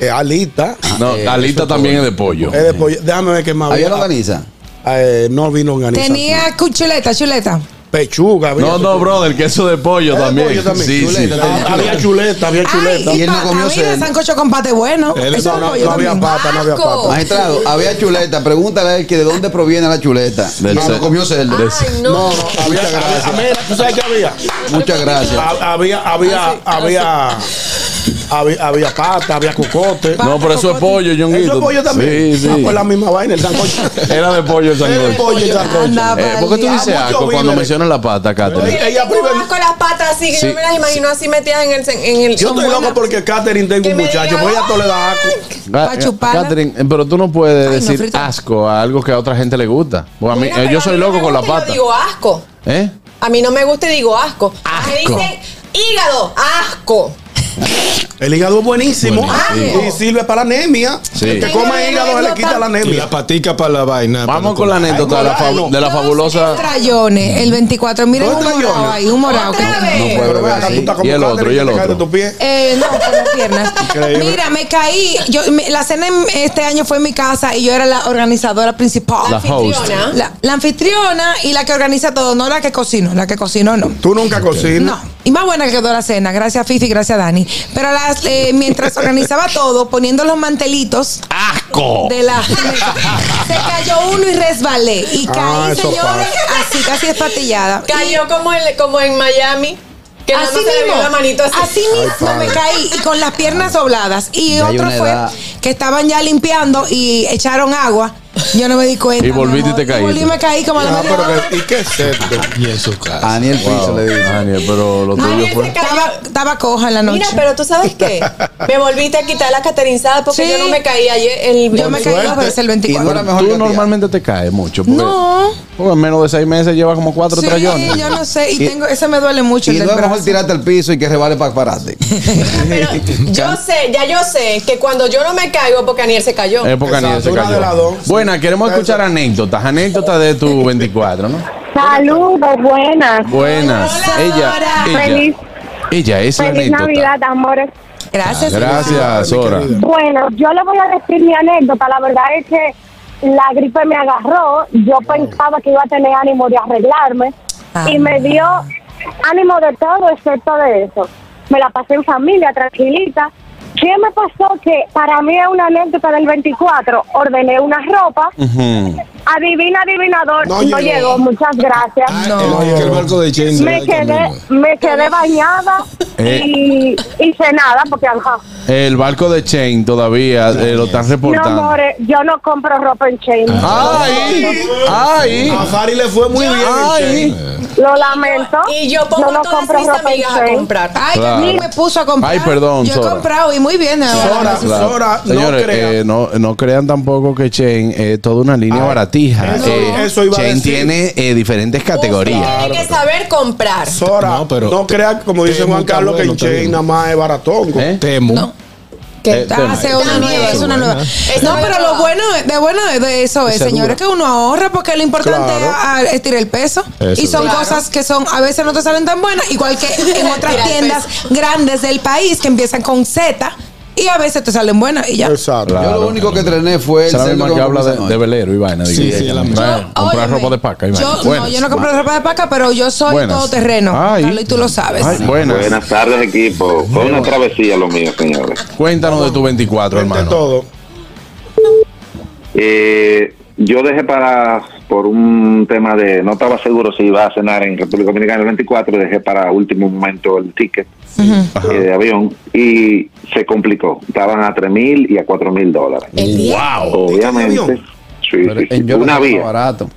Speaker 4: eh, alita.
Speaker 2: No, la lista también es de pollo.
Speaker 4: eh, de pollo. Déjame ver qué más
Speaker 7: Eh, ¿Había
Speaker 4: había.
Speaker 7: longaniza?
Speaker 4: Eh, no vino organizado.
Speaker 5: Tenía cuchuleta, chuleta.
Speaker 4: pechuga. Había
Speaker 2: No, no, brother, queso de pollo
Speaker 4: Eh, de
Speaker 2: también.
Speaker 4: pollo también.
Speaker 2: Sí, sí.
Speaker 7: Chuleta,
Speaker 4: Ah, Había chuleta, había chuleta.
Speaker 5: Ay,
Speaker 7: Y
Speaker 5: y
Speaker 7: él no
Speaker 5: pata,
Speaker 7: comió
Speaker 5: mira,
Speaker 7: cerdo.
Speaker 5: sancocho con pate bueno.
Speaker 4: Él-
Speaker 5: Eso
Speaker 4: no,
Speaker 5: es
Speaker 4: no,
Speaker 5: pollo
Speaker 4: no había
Speaker 5: también.
Speaker 4: pata, no había
Speaker 6: Asco.
Speaker 4: pata.
Speaker 7: Maestrado, había chuleta. Pregúntale a él que de dónde proviene la chuleta.
Speaker 2: Del
Speaker 7: Y él
Speaker 2: cerdo.
Speaker 7: no comió cerdo.
Speaker 6: Ay, no.
Speaker 4: No, no, había.
Speaker 7: Muchas gracias.
Speaker 4: había- mira, ¿Tú sabes qué había?
Speaker 7: Muchas gracias.
Speaker 4: Ha- Había, había, había, había, había pata, había cocote.
Speaker 2: No, pero eso es pollo, ñonguito.
Speaker 4: Eso es pollo también.
Speaker 2: Sí, sí.
Speaker 4: No, pues la misma vaina, el sancocho.
Speaker 2: Era de pollo el
Speaker 4: Era de
Speaker 2: sancocho.
Speaker 4: pollo el sancocho.
Speaker 5: Anda,
Speaker 2: Eh, ¿Por qué tú
Speaker 6: Ah,
Speaker 5: valía.
Speaker 2: dices
Speaker 4: Mucho
Speaker 2: algo cuando
Speaker 4: víveres.
Speaker 2: mencionas la pata, Catherine?
Speaker 4: Ella- ella
Speaker 6: Tú
Speaker 4: primer-
Speaker 6: vas con las patas así, que
Speaker 2: Sí,
Speaker 6: yo me las imagino así metidas en el. En el
Speaker 4: Yo estoy loco porque Katherine tengo
Speaker 6: Que
Speaker 4: un
Speaker 6: me
Speaker 4: muchacho,
Speaker 6: diga,
Speaker 4: porque ella todo le da asco.
Speaker 2: Ga-
Speaker 5: Pa' chuparla.
Speaker 2: Catherine, eh, pero tú no puedes
Speaker 5: Ay, no,
Speaker 2: decir
Speaker 5: frita.
Speaker 2: asco a algo que a otra gente le gusta. Porque a mí,
Speaker 6: Mira,
Speaker 2: eh,
Speaker 6: pero
Speaker 2: yo
Speaker 6: a
Speaker 2: soy
Speaker 6: mí no
Speaker 2: loco
Speaker 6: me
Speaker 2: con la
Speaker 6: gusta y yo
Speaker 2: pata.
Speaker 6: digo asco.
Speaker 2: ¿Eh?
Speaker 6: A mí no me gusta y digo asco. Me
Speaker 2: Asco.
Speaker 6: dicen hígado, asco.
Speaker 4: El hígado es buenísimo
Speaker 6: Buenísimo.
Speaker 4: y sirve para anemia.
Speaker 2: Sí.
Speaker 4: El que come hígado se le quita la
Speaker 3: Y
Speaker 4: anemia.
Speaker 3: la patica para la vaina.
Speaker 2: Vamos con la anécdota de la, fa- de la fabulosa.
Speaker 5: Trayones, el 24. Miren
Speaker 4: ¿Dónde
Speaker 5: un morado
Speaker 4: trayones?
Speaker 5: ahí, un morado.
Speaker 6: Otra
Speaker 5: que-
Speaker 6: vez.
Speaker 7: puede
Speaker 4: Pero ve acá, tú estás como
Speaker 2: Y el otro,
Speaker 4: Katherine,
Speaker 2: y el
Speaker 4: te caes de
Speaker 2: otro.
Speaker 4: tus pies.
Speaker 5: Eh, no, con las piernas.
Speaker 4: Increíble.
Speaker 5: Mira, me caí. Yo, me- la cena en- este año fue en mi casa y yo era la organizadora principal.
Speaker 2: La host.
Speaker 6: Anfitriona.
Speaker 5: La, la anfitriona y la que organiza todo, no la que cocino, la que cocino no.
Speaker 4: Tú nunca cocinas.
Speaker 5: No, y más buena que quedó la cena, gracias Fifi, gracias Dani. Pero las, eh, mientras organizaba todo, poniendo los mantelitos
Speaker 2: Ah, ¡Asco!
Speaker 5: de la mesa, se cayó uno y resbalé. Y caí,
Speaker 4: Ah, eso
Speaker 5: señores, así, casi espatillada.
Speaker 6: Cayó como, el, como en Miami. Que nada
Speaker 5: así
Speaker 6: más se le vio
Speaker 5: mismo,
Speaker 6: la manito así.
Speaker 5: así mismo me caí y con las piernas dobladas. Y
Speaker 7: Ya hay
Speaker 5: otro
Speaker 7: una
Speaker 5: fue
Speaker 7: edad.
Speaker 5: que estaban ya limpiando y echaron agua. Yo no me di cuenta.
Speaker 2: Y volviste y
Speaker 5: mi amor.
Speaker 2: te caíste.
Speaker 5: volví y me caí como a la
Speaker 4: Ah,
Speaker 5: media
Speaker 4: pero
Speaker 5: hora.
Speaker 4: que- ¿Y qué es esto?
Speaker 3: Y en su casa.
Speaker 7: A Daniel Piso le digo.
Speaker 2: Daniel, pero lo tuyo
Speaker 6: Daniel
Speaker 2: fue.
Speaker 6: se cayó.
Speaker 5: Estaba, estaba coja en la noche.
Speaker 6: Mira, pero tú sabes qué. Me volviste a quitar la caterinzada porque
Speaker 5: Sí.
Speaker 6: yo no me caí ayer. El,
Speaker 5: yo me caí dos veces el
Speaker 7: Y no
Speaker 5: 24.
Speaker 7: era mejor que
Speaker 2: Tú
Speaker 7: a ti.
Speaker 2: normalmente te caes mucho. Porque,
Speaker 5: No.
Speaker 2: porque en menos de seis meses lleva como cuatro
Speaker 5: Sí,
Speaker 2: trayones.
Speaker 5: yo no sé. Y,
Speaker 7: Y-
Speaker 5: tengo, ese me duele mucho.
Speaker 7: Y
Speaker 5: el
Speaker 7: no
Speaker 5: del
Speaker 7: es mejor
Speaker 5: brazo.
Speaker 7: tirarte al piso y que rebale para pararte.
Speaker 6: Pero yo sé, ya yo sé que cuando yo no me caigo porque Aniel se cayó.
Speaker 2: Es porque Aniel se
Speaker 4: Exacto, una
Speaker 2: cayó.
Speaker 4: de las dos.
Speaker 2: Buena, queremos escuchar anécdotas. Anécdotas de tu 24, ¿no?
Speaker 18: Saludos, buenas.
Speaker 2: Buenas. Ella, ella,
Speaker 18: Feliz,
Speaker 2: ella es la
Speaker 18: feliz
Speaker 2: anécdota.
Speaker 18: Navidad, amores.
Speaker 2: Gracias. Gracias, Sora.
Speaker 18: Bueno, yo le voy a decir mi anécdota. La verdad es que la gripe me agarró. Yo pensaba que iba a tener ánimo de arreglarme. Y me dio ánimo de todo, excepto de eso. Me la pasé en familia, tranquilita. ¿Qué me pasó? Que para mí es una anécdota del 24. Ordené una ropa. Adivina, adivinador.
Speaker 3: No
Speaker 18: No,
Speaker 3: llegó.
Speaker 18: llegó. Muchas gracias.
Speaker 3: Oye, que el barco de Chendo.
Speaker 18: Me quedé, me quedé bañada
Speaker 2: Eh.
Speaker 18: y, y cenada porque ajá.
Speaker 2: El barco de Chain todavía eh, lo están
Speaker 18: No,
Speaker 2: reportando.
Speaker 18: more, eh, yo no compro ropa en chain.
Speaker 2: ¡Ay! ¡Ay!
Speaker 4: A Fari le fue muy bien.
Speaker 18: Lo lamento.
Speaker 5: Y yo pongo
Speaker 18: Yo no
Speaker 5: a todas
Speaker 18: compro
Speaker 5: mis
Speaker 18: ropa en
Speaker 5: amigas a
Speaker 18: chain.
Speaker 5: comprar. Ay,
Speaker 2: Claro.
Speaker 5: que a mí me puso a comprar.
Speaker 2: Ay, perdón,
Speaker 5: Yo he
Speaker 2: Sora.
Speaker 5: comprado y muy bien ahora.
Speaker 2: Claro. Señores, eh, no, no crean tampoco que Chain es toda una línea baratija.
Speaker 4: eso-
Speaker 2: Eh,
Speaker 4: eso iba a
Speaker 2: Chain
Speaker 4: decir.
Speaker 2: tiene eh, diferentes categorías.
Speaker 6: Tiene que saber comprar.
Speaker 4: Sora, no, creas, como dice Juan Carlos, que en Chain nada más es baratón.
Speaker 2: ¿Eh?
Speaker 3: Temu.
Speaker 5: Que hace una nueva, es una nueva. No, pero lo bueno de bueno de eso es,
Speaker 3: Esa es
Speaker 5: señores,
Speaker 3: dura.
Speaker 5: que uno ahorra porque lo importante
Speaker 3: Claro.
Speaker 5: es a- es tirar el peso.
Speaker 3: Eso
Speaker 5: y
Speaker 3: es
Speaker 5: son
Speaker 3: verdad.
Speaker 5: cosas que son a veces no te salen tan buenas, igual que en
Speaker 6: Tirar
Speaker 5: otras
Speaker 6: el
Speaker 5: tiendas grandes del país que empiezan con Z y a veces te salen buenas y ya.
Speaker 7: Yo lo único que entrené fue el
Speaker 2: Será
Speaker 7: centro
Speaker 2: misma que
Speaker 7: como
Speaker 2: habla de,
Speaker 7: comenzó.
Speaker 2: de velero y vaina.
Speaker 7: Sí,
Speaker 2: digo,
Speaker 7: sí,
Speaker 2: eh,
Speaker 7: la misma.
Speaker 2: comprar, comprar
Speaker 5: Óyeme,
Speaker 2: ropa de paca y vaina.
Speaker 5: Yo, no,
Speaker 2: Buenas.
Speaker 5: yo no compro ropa de paca, pero yo soy
Speaker 2: Buenas.
Speaker 5: todoterreno.
Speaker 2: Ay.
Speaker 5: Carlos, y tú lo sabes.
Speaker 2: Ay, buenas.
Speaker 8: Buenas tardes, equipo. Fue una travesía lo mío, señores.
Speaker 2: Cuéntanos de tu 24, hermano.
Speaker 4: todo.
Speaker 8: Eh, yo dejé para, por un tema de, no estaba seguro si iba a cenar en República Dominicana el 24, dejé para último momento el ticket eh, de avión y se complicó. Estaban a 3 mil y a 4 mil dólares. ¡Wow! Obviamente. Sí, sí, sí. Una vía.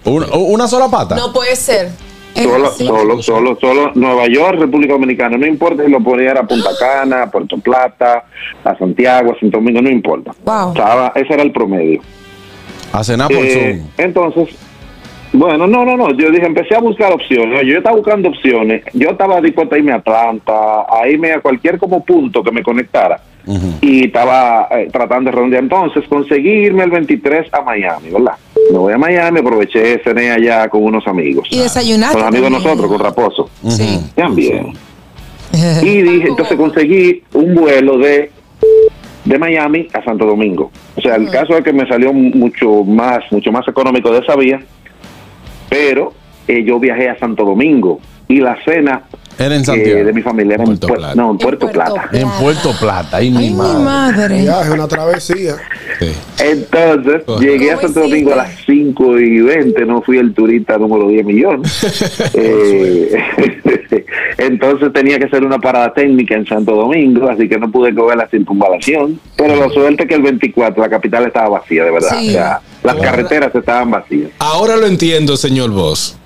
Speaker 2: Una, una sola pata.
Speaker 6: No puede ser.
Speaker 8: Solo, solo, solo, solo Nueva York, República Dominicana, no importa si lo pudiera a Punta Cana, a Puerto Plata, a Santiago, a Santo Domingo, no importa. Estaba- ese era el promedio.
Speaker 2: A cenar por
Speaker 8: Eh,
Speaker 2: Zoom.
Speaker 8: Entonces, bueno, no, no, no. Yo dije, empecé a buscar opciones. Yo estaba buscando opciones. Yo estaba dispuesta a irme a Atlanta, a irme a cualquier como punto que me conectara. Y estaba eh, tratando de redondear. Entonces, conseguirme el 23 a Miami, ¿verdad? Me voy a Miami, aproveché, cené allá con unos amigos.
Speaker 5: Y desayunaste
Speaker 8: Con los amigos de
Speaker 5: también.
Speaker 8: nosotros, con Raposo.
Speaker 5: Sí.
Speaker 8: También. Y dije, entonces conseguí un vuelo de, de Miami a Santo Domingo. O sea, el caso es que me salió mucho más, mucho más económico de esa vía, pero eh, yo viajé a Santo Domingo y la cena
Speaker 2: Era en
Speaker 8: eh,
Speaker 2: Santiago.
Speaker 8: de mi familia era en, Puer- no, en Puerto Plata.
Speaker 2: En Puerto Plata. Ay, mi madre.
Speaker 4: Viaje, una travesía.
Speaker 8: Entonces, llegué a Santo Domingo a las 5 y 20, no fui el turista número 10 millones. Eh, entonces tenía que hacer una parada técnica en Santo Domingo, así que no pude coger la circunvalación. Pero lo suerte es que el 24 la capital estaba vacía, de verdad.
Speaker 3: Sí.
Speaker 8: O sea, las carreteras estaban vacías.
Speaker 3: Ahora lo entiendo, señor Vos.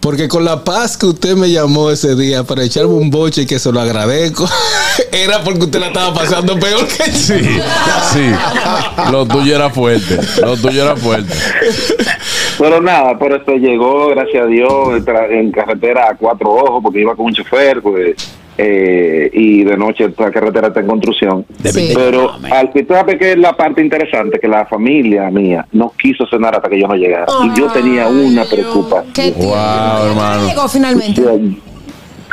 Speaker 3: Porque con la paz que usted me llamó ese día para echarme un boche y que se lo agradezco, era porque usted la estaba pasando peor que yo.
Speaker 2: Sí. Lo tuyo era fuerte. Lo tuyo era fuerte.
Speaker 8: Pero nada, pero esto llegó, gracias a Dios, tra- en carretera a cuatro ojos, porque iba con un chofer, pues, eh, y de noche la carretera está en construcción.
Speaker 19: Sí.
Speaker 8: Pero al que tú sabes que es la parte interesante, que la familia mía no quiso cenar hasta que yo no llegara. y yo tenía una preocupación.
Speaker 2: Wow, hermano.
Speaker 5: Llegó finalmente.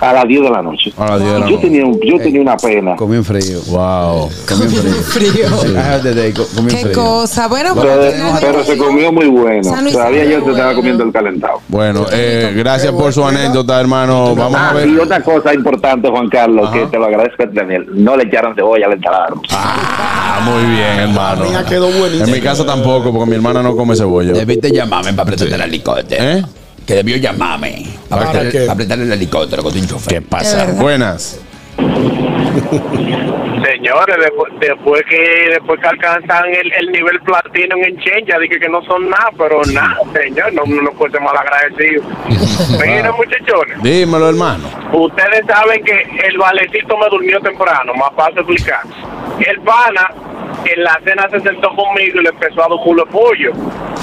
Speaker 8: A las 10 de la noche.
Speaker 2: A las 10 de la
Speaker 8: yo
Speaker 2: noche.
Speaker 8: tenía, un- yo tenía una pena.
Speaker 7: Comí un frío.
Speaker 2: Wow.
Speaker 7: Comí un frío. I had the day, co- comí un
Speaker 5: Qué
Speaker 7: frío.
Speaker 5: cosa. Bueno,
Speaker 8: Pero,
Speaker 5: pues,
Speaker 8: pero se comió muy bueno.
Speaker 5: Sano y
Speaker 8: Todavía
Speaker 5: saludable.
Speaker 8: yo se estaba comiendo el calentado.
Speaker 2: Bueno, eh, gracias por su anécdota, hermano. Vamos
Speaker 8: Ah,
Speaker 2: a
Speaker 8: Y
Speaker 2: ver.
Speaker 8: otra cosa importante, Juan Carlos, que te lo agradezco, Daniel. No le echaron cebolla, le talaron.
Speaker 2: Ah, muy bien, hermano. En mi casa tampoco, porque mi hermana no come cebolla. ¿Eh?
Speaker 19: Debiste llamarme para pretender el helicóptero. Que debió llamarme para,
Speaker 2: ¿Para
Speaker 19: apretar,
Speaker 2: este. qué?
Speaker 19: para apretar el helicóptero con tu chofer. ¿Qué
Speaker 2: pasa? Buenas.
Speaker 20: Señores, después, después que después que alcanzan el, el nivel platino en Exchange, ya dije que no son nada, pero nada, señor, no no nos puede ser mal agradecido. Mira, muchachones,
Speaker 2: Dímelo, hermano.
Speaker 20: ustedes saben que el valecito me durmió temprano, más fácil explicar. El pana en la cena se sentó conmigo y le empezó a dar culo de pollo.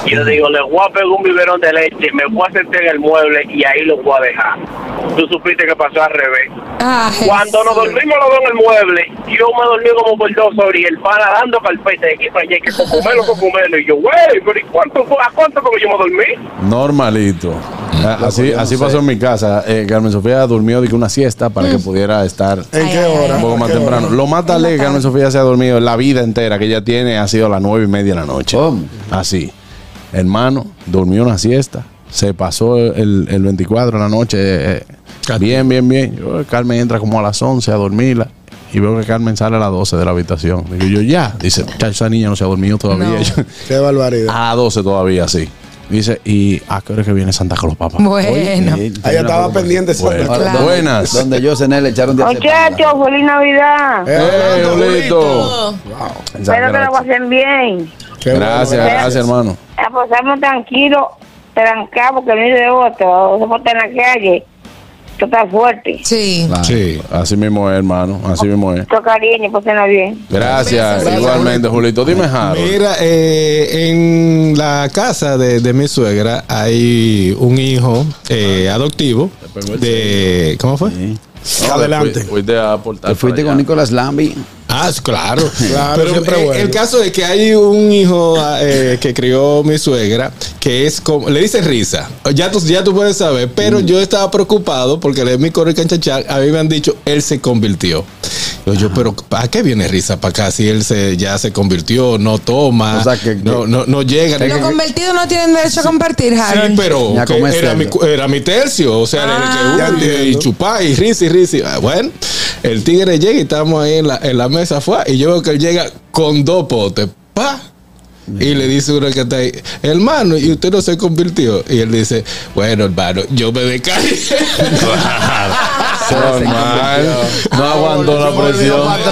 Speaker 20: Y yo digo, le voy a pegar un biberón de leche, me voy a sentar en el mueble y ahí lo voy a dejar. Tú supiste que pasó al revés. Cuando nos dormimos los dos en el mueble, yo me dormí como por dos horas y el pana dando carpeta de aquí para allá, y que cocumelo, cocumelo. Y yo, güey, pero ¿y cuánto, fue- ¿a cuánto fue que yo me dormí?
Speaker 2: Normalito. Ah, Así,
Speaker 20: Mm. yo no
Speaker 2: así
Speaker 20: sé.
Speaker 2: pasó en mi casa. Eh, Carmen Sofía durmió de que una siesta para que pudiera estar
Speaker 4: Mm. ¿En qué hora?
Speaker 2: un poco más
Speaker 4: ¿A qué
Speaker 2: temprano.
Speaker 4: hora?
Speaker 2: Lo más tarde que Carmen Sofía se ha dormido la vida entera que ella tiene ha sido a las nueve y media de la noche. Así. Hermano, durmió una siesta. Se pasó el, el 24 de la noche. eh, bien, bien, bien. Yo, Carmen entra como a las 11 a dormirla. Y veo que Carmen sale a las 12 de la habitación. Digo yo, ya. Dice, muchacho, esa niña no se ha dormido todavía. Yo,
Speaker 4: Qué barbaridad.
Speaker 2: a 12 todavía, sí. Dice, ¿y a qué hora es que viene Santa Claus, papá?
Speaker 5: Bueno.
Speaker 4: Ella estaba pendiente.
Speaker 2: Bueno,
Speaker 7: Claro.
Speaker 2: Buenas.
Speaker 7: Donde yo cené le echaron de
Speaker 18: Muchachos, feliz Navidad.
Speaker 2: ¡Eh, Julito!
Speaker 18: eh, Julito. Espero que lo pasen bien.
Speaker 2: Gracias, gracias, hermano.
Speaker 18: La pasamos tranquilo, trancado, que no hay de otro. Somos en la calle. Esto está fuerte.
Speaker 5: Sí.
Speaker 2: Sí. Así mismo es, hermano. Así mismo es.
Speaker 18: Mucho cariño, pásenla bien.
Speaker 2: Gracias,
Speaker 3: Gracias,
Speaker 2: igualmente, Julito. Dime, Harold.
Speaker 3: Mira, eh, en la casa de, de mi suegra hay un hijo eh,
Speaker 7: Ah.
Speaker 3: adoptivo de... ¿Cómo fue?
Speaker 2: No, fui- Fuiste a aportar.
Speaker 7: Te fuiste
Speaker 2: para
Speaker 7: con Nicolás Lambi.
Speaker 3: Ah, s- claro.
Speaker 7: Claro,
Speaker 3: Pero
Speaker 7: siempre
Speaker 3: eh,
Speaker 7: bueno.
Speaker 3: el caso es que hay un hijo eh, que crió mi suegra que es como. Le dice risa. Ya tú, ya tú puedes saber. Pero
Speaker 7: Mm.
Speaker 3: yo estaba preocupado porque de mi correo canchachar a mí me han dicho él se convirtió. Yo,
Speaker 7: Ah.
Speaker 3: yo, pero ¿a qué viene risa para acá si él se, ya se convirtió? No toma. no, no, no llega.
Speaker 5: Los convertidos no tienen derecho a compartir, Harold.
Speaker 3: Sí, pero
Speaker 5: Ya
Speaker 3: que
Speaker 5: como es
Speaker 3: era, mi,
Speaker 5: serio.
Speaker 3: cu- era mi tercio. O sea, era el que, uy, y chupá y risa y risa. y- ah, Bueno, el tigre llega y estamos ahí en la, en la mesa, fue. Y yo veo que él llega con dos potes. ¡Pa! Y le dice uno que está ahí, hermano, y usted no se convirtió. Y él dice, bueno, hermano, yo me decaí.
Speaker 2: Normal. No aguantó la presión.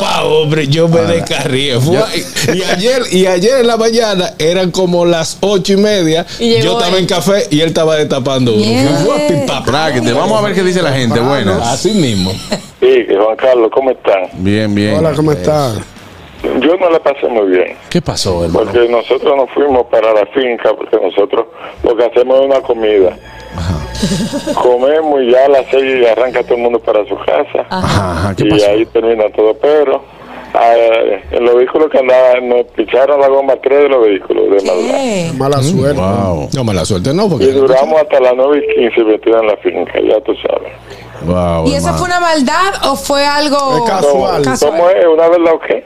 Speaker 3: Pa, hombre, yo me descarrié. Fue- Y, ayer, y ayer en la mañana eran como las ocho y media.
Speaker 2: Y llegó
Speaker 3: yo estaba
Speaker 2: él.
Speaker 3: en café y él estaba destapando uno.
Speaker 2: Mierda.
Speaker 3: Fue pi, pa, pa.
Speaker 2: Tráquete. Vamos a ver qué dice la gente. Buenas.
Speaker 3: Ah, Así mismo.
Speaker 20: Sí, Juan Carlos, ¿cómo están?
Speaker 2: Bien, bien.
Speaker 20: Hola, ¿cómo
Speaker 2: estás?
Speaker 20: Yo no la pasé muy bien.
Speaker 2: ¿Qué pasó, hermano?
Speaker 20: Porque nosotros nos fuimos para la finca, porque nosotros lo que hacemos es una comida. Comemos y ya a las seis arranca todo el mundo para su casa. y ahí termina todo. Pero ah, en los vehículos que andaban, nos picharon la goma tres de los vehículos de maldad.
Speaker 3: Mala suerte. No, mala suerte no,
Speaker 20: Y
Speaker 3: porque.
Speaker 20: duramos hasta las nueve y quince metidos en la finca, ya tú sabes.
Speaker 2: Wow,
Speaker 5: ¿Y eso fue una maldad o fue algo casual?
Speaker 20: ¿Cómo es? ¿Una verdad o qué?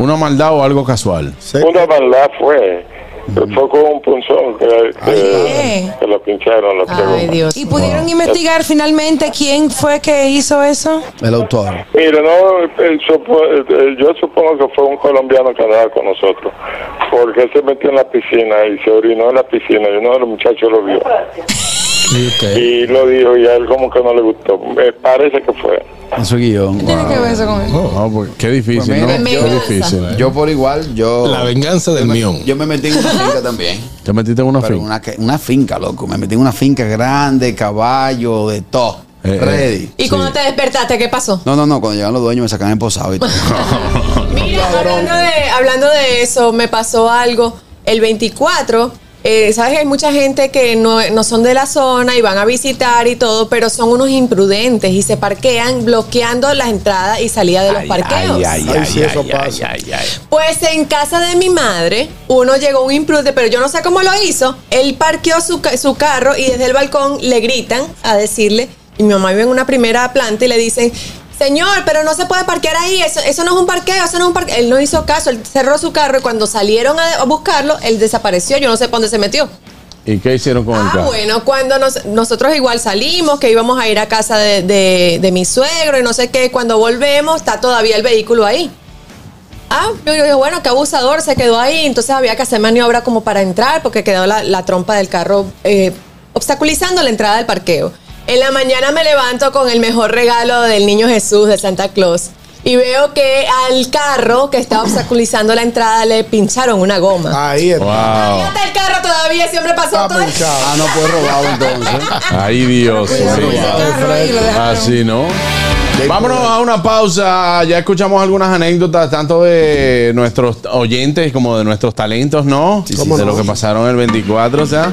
Speaker 2: Una maldad o algo casual.
Speaker 20: Una maldad fue. Fue con un punzón que, que,
Speaker 5: Ay.
Speaker 20: que lo pincharon la pregunta.
Speaker 5: ¿Y pudieron investigar finalmente quién fue que hizo eso?
Speaker 7: El autor.
Speaker 20: Mira, no, el supo- el- yo supongo que fue un colombiano que andaba con nosotros, porque él se metió en la piscina y se orinó en la piscina y uno de los muchachos lo vio. Y lo dijo y a él como que no le gustó. Me parece que fue.
Speaker 7: En su guión.
Speaker 5: Tiene que ver eso con él.
Speaker 2: No, pues, qué difícil,
Speaker 7: Pues mira,
Speaker 2: ¿no?
Speaker 7: yo-
Speaker 2: Qué difícil.
Speaker 7: Yo por igual, yo.
Speaker 3: La venganza del
Speaker 7: yo me-
Speaker 3: mión.
Speaker 7: Yo me metí en una finca también.
Speaker 2: ¿Te metiste en una
Speaker 7: Pero
Speaker 2: finca?
Speaker 7: una, que- una finca, loco. Me metí en una finca grande, caballo, de todo.
Speaker 2: Eh, eh.
Speaker 7: Ready.
Speaker 6: ¿Y cuando te despertaste, qué pasó?
Speaker 7: No, no, no. Cuando llegan los dueños me sacan esposado y todo.
Speaker 6: Mira, hablando de, hablando de eso, me pasó algo el 24. eh, Sabes que hay mucha gente que no, no son de la zona y van a visitar y todo, pero son unos imprudentes y se parquean bloqueando las entradas y salidas de los parqueos. Pues en casa de mi madre, uno llegó un imprudente, pero yo no sé cómo lo hizo. Él parqueó su, ca- su carro y desde el balcón le gritan a decirle, y mi mamá vive en una primera planta y le dicen, señor, pero no se puede parquear ahí, eso, eso no es un parqueo, eso no es un parqueo. Él no hizo caso, él cerró su carro y cuando salieron a, a buscarlo, él desapareció, yo no sé para dónde se metió.
Speaker 2: ¿Y qué hicieron con el
Speaker 6: Ah,
Speaker 2: carro?
Speaker 6: bueno, cuando nos- nosotros igual salimos, que íbamos a ir a casa de, de- de mi suegro y no sé qué, cuando volvemos está todavía el vehículo ahí. Ah, yo dije, bueno, qué abusador, se quedó ahí, entonces había que hacer maniobra como para entrar porque quedó la, la trompa del carro eh, obstaculizando la entrada del parqueo. En la mañana me levanto con el mejor regalo del niño Jesús de Santa Claus y veo que al carro que estaba obstaculizando la entrada le pincharon una goma.
Speaker 4: Ahí está.
Speaker 2: Wow.
Speaker 6: El carro todavía siempre pasó todo el-
Speaker 7: Ah, no, pues robado entonces.
Speaker 2: Ay, Dios.
Speaker 7: Cuidado,
Speaker 2: sí.
Speaker 7: cuidado, Fred.
Speaker 2: Así, ¿no? Vámonos a una pausa. Ya escuchamos algunas anécdotas, tanto de nuestros oyentes como de nuestros talentos, ¿no?
Speaker 7: ¿Cómo
Speaker 2: de
Speaker 7: no?
Speaker 2: lo que pasaron el 24, o sea.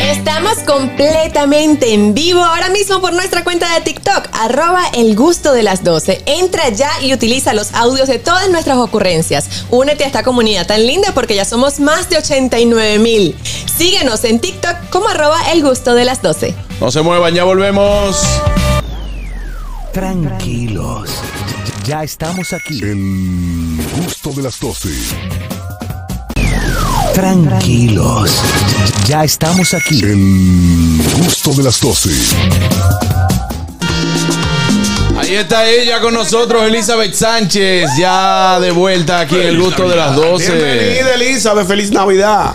Speaker 6: Estamos completamente en vivo ahora mismo por nuestra cuenta de TikTok, arroba el gusto de las 12. Entra ya y utiliza los audios de todas nuestras ocurrencias. Únete a esta comunidad tan linda porque ya somos más de 89 mil. Síguenos en TikTok como arroba el gusto de las 12.
Speaker 2: No se muevan, ya volvemos.
Speaker 1: Tranquilos. Ya estamos aquí. El gusto de las 12. Tranquilos. Ya estamos aquí. El gusto de las 12.
Speaker 2: Ahí está ella con nosotros, Elizabeth Sánchez, ya de vuelta aquí en el gusto de las 12.
Speaker 4: Bienvenida, Elizabeth. Feliz Navidad.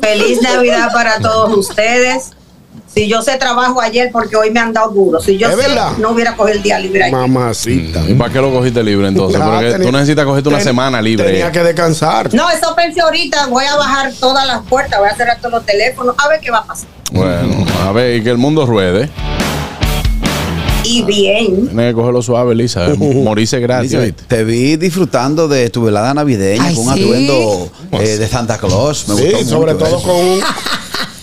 Speaker 21: Feliz Navidad para todos ustedes. Si yo sé trabajo ayer porque hoy me han dado duro. Si yo
Speaker 4: Es
Speaker 21: sé,
Speaker 4: verdad.
Speaker 21: no hubiera cogido el día libre ayer.
Speaker 4: Mamacita.
Speaker 2: ¿Y para qué lo cogiste libre entonces?
Speaker 4: Claro,
Speaker 2: Porque
Speaker 4: tenía-
Speaker 2: tú necesitas cogerte una
Speaker 4: ten-
Speaker 2: semana libre.
Speaker 4: Tenía que descansar.
Speaker 21: No, eso pensé ahorita. Voy a bajar todas las puertas, voy a cerrar todos los teléfonos, a ver qué va a pasar.
Speaker 2: Bueno, a ver, y que el mundo ruede.
Speaker 21: Y bien.
Speaker 2: Tienes que cogerlo suave, Elisa. Morirse gratis.
Speaker 7: Elizabeth, Te vi disfrutando de tu velada navideña
Speaker 2: Ay,
Speaker 7: con un
Speaker 2: sí.
Speaker 7: atuendo eh, de Santa Claus. Me
Speaker 4: Sí,
Speaker 7: gustó
Speaker 4: sobre
Speaker 7: mucho
Speaker 4: todo
Speaker 7: eso.
Speaker 4: con un-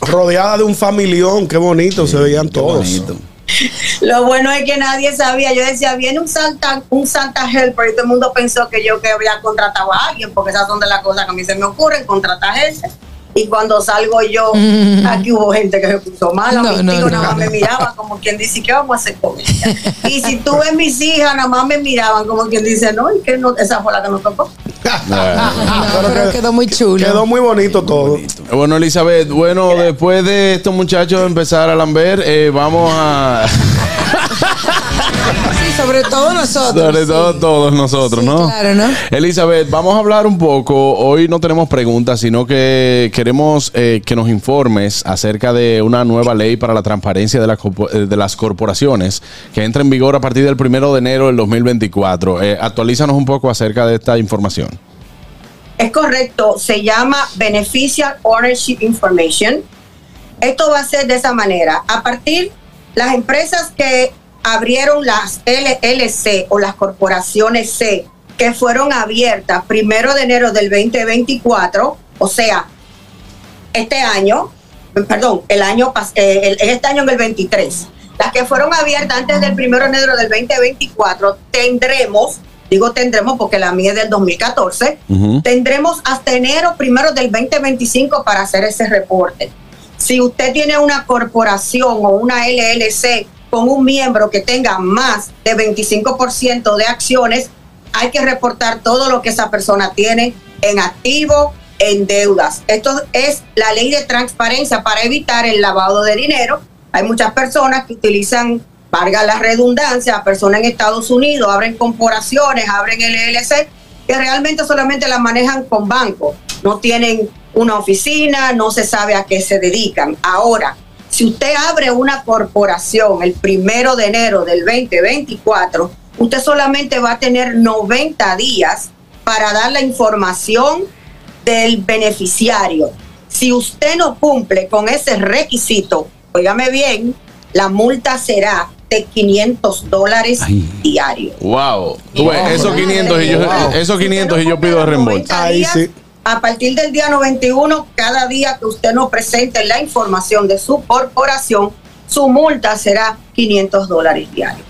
Speaker 4: rodeada de un familión. Qué bonito se veían todos.
Speaker 21: Lo bueno es que nadie sabía. Yo decía, viene un Santa, un Santa Helper y todo el mundo pensó que yo que había contratado a alguien, porque esas son de las cosas que a mí se me ocurren, contratar gente. Y cuando salgo yo, aquí hubo gente que se puso mala,
Speaker 5: Mm. No,
Speaker 21: mis
Speaker 5: no,
Speaker 21: tíos
Speaker 5: no,
Speaker 21: nada más
Speaker 5: no.
Speaker 21: me miraban como quien dice, ¿qué vamos a hacer con ella? Y si tú ves mis hijas, nada más me miraban como quien dice, no, y que no, esa fue la que nos tocó.
Speaker 2: eh,
Speaker 5: pero quedó muy chulo.
Speaker 4: Quedó muy bonito todo.
Speaker 2: Eh, Bueno, Elizabeth, bueno, después de estos muchachos empezar a lamber, eh, vamos a.
Speaker 5: Sí, sobre todo nosotros.
Speaker 2: Sobre todo todos nosotros, ¿no?
Speaker 5: Claro, ¿no?
Speaker 2: Elizabeth, vamos a hablar un poco. Hoy no tenemos preguntas, sino que queremos eh, que nos informes acerca de una nueva ley para la transparencia de, la corpo- eh, de las corporaciones que entra en vigor a partir del primero de enero del 2024. Eh, actualízanos un poco acerca de esta información.
Speaker 21: Es correcto, se llama Beneficial Ownership Information. Esto va a ser de esa manera. A partir, las empresas que abrieron las LLC o las corporaciones C, que fueron abiertas primero de enero del 2024, o sea, este año, perdón, el año pas- eh, el- este año en el 23. Las que fueron abiertas antes del 1 de enero del 2024 tendremos, digo tendremos porque la mía es del 2014,
Speaker 16: Ujú.
Speaker 21: tendremos hasta enero primero del 2025 para hacer ese reporte. Si usted tiene una corporación o una LLC con un miembro que tenga más de 25% de acciones, hay que reportar todo lo que esa persona tiene en activo, en deudas. Esto es la ley de transparencia para evitar el lavado de dinero. Hay muchas personas que utilizan, valga la redundancia, personas en Estados Unidos, abren corporaciones, abren LLC, que realmente solamente las manejan con bancos. No tienen una oficina, no se sabe a qué se dedican. Ahora, si usted abre una corporación el primero de enero del 2024, usted solamente va a tener 90 días para dar la información del beneficiario. Si usted no cumple con ese requisito, óigame bien, la multa será de 500 dólares diarios.
Speaker 2: Wow. Tú ves,
Speaker 21: Wow.
Speaker 2: esos 500 y yo,
Speaker 21: Wow.
Speaker 2: esos 500 y yo pido reembolso.
Speaker 21: Ahí sí. A partir del día 91, cada día que usted nos presente la información de su corporación, su multa será 500 dólares diarios.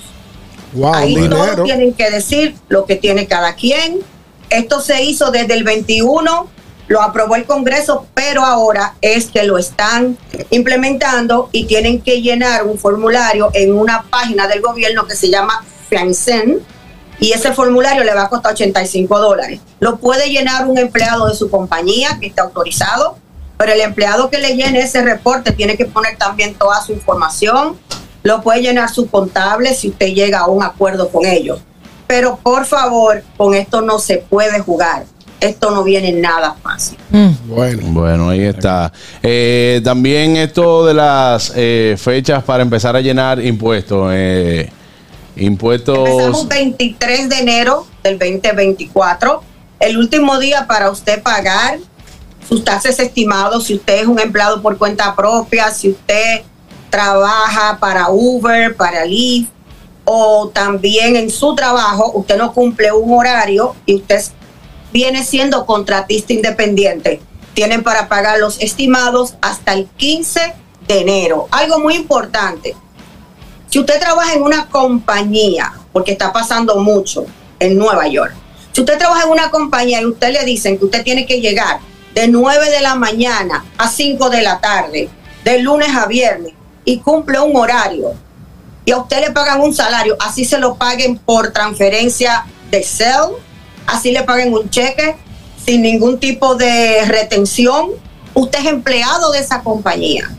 Speaker 4: Wow,
Speaker 21: Ahí
Speaker 4: dinero.
Speaker 21: todos tienen que decir lo que tiene cada quien. Esto se hizo desde el 21, lo aprobó el Congreso, pero ahora es que lo están implementando y tienen que llenar un formulario en una página del gobierno que se llama FEANCEN y ese formulario le va a costar 85 dólares. Lo puede llenar un empleado de su compañía que está autorizado, pero el empleado que le llene ese reporte tiene que poner también toda su información. Lo puede llenar su contable si usted llega a un acuerdo con ellos. Pero por favor, con esto no se puede jugar. Esto no viene nada fácil.
Speaker 15: Bueno. Mm. Bueno, ahí está. Eh, también esto de las eh, fechas para empezar a llenar impuestos. eh,
Speaker 21: Empezamos
Speaker 15: impuestos.
Speaker 21: 23 de enero del 2024, el último día para usted pagar sus taxes estimados, si usted es un empleado por cuenta propia, si usted trabaja para Uber, para Lyft, o también en su trabajo, usted no cumple un horario y usted viene siendo contratista independiente. Tienen para pagar los estimados hasta el 15 de enero. Algo muy importante. Si usted trabaja en una compañía, porque está pasando mucho en Nueva York, si usted trabaja en una compañía y usted le dicen que usted tiene que llegar de 9 de la mañana a 5 de la tarde, de lunes a viernes, y cumple un horario, y a usted le pagan un salario, así se lo paguen por transferencia de cel, así le paguen un cheque, sin ningún tipo de retención, usted es empleado de esa compañía.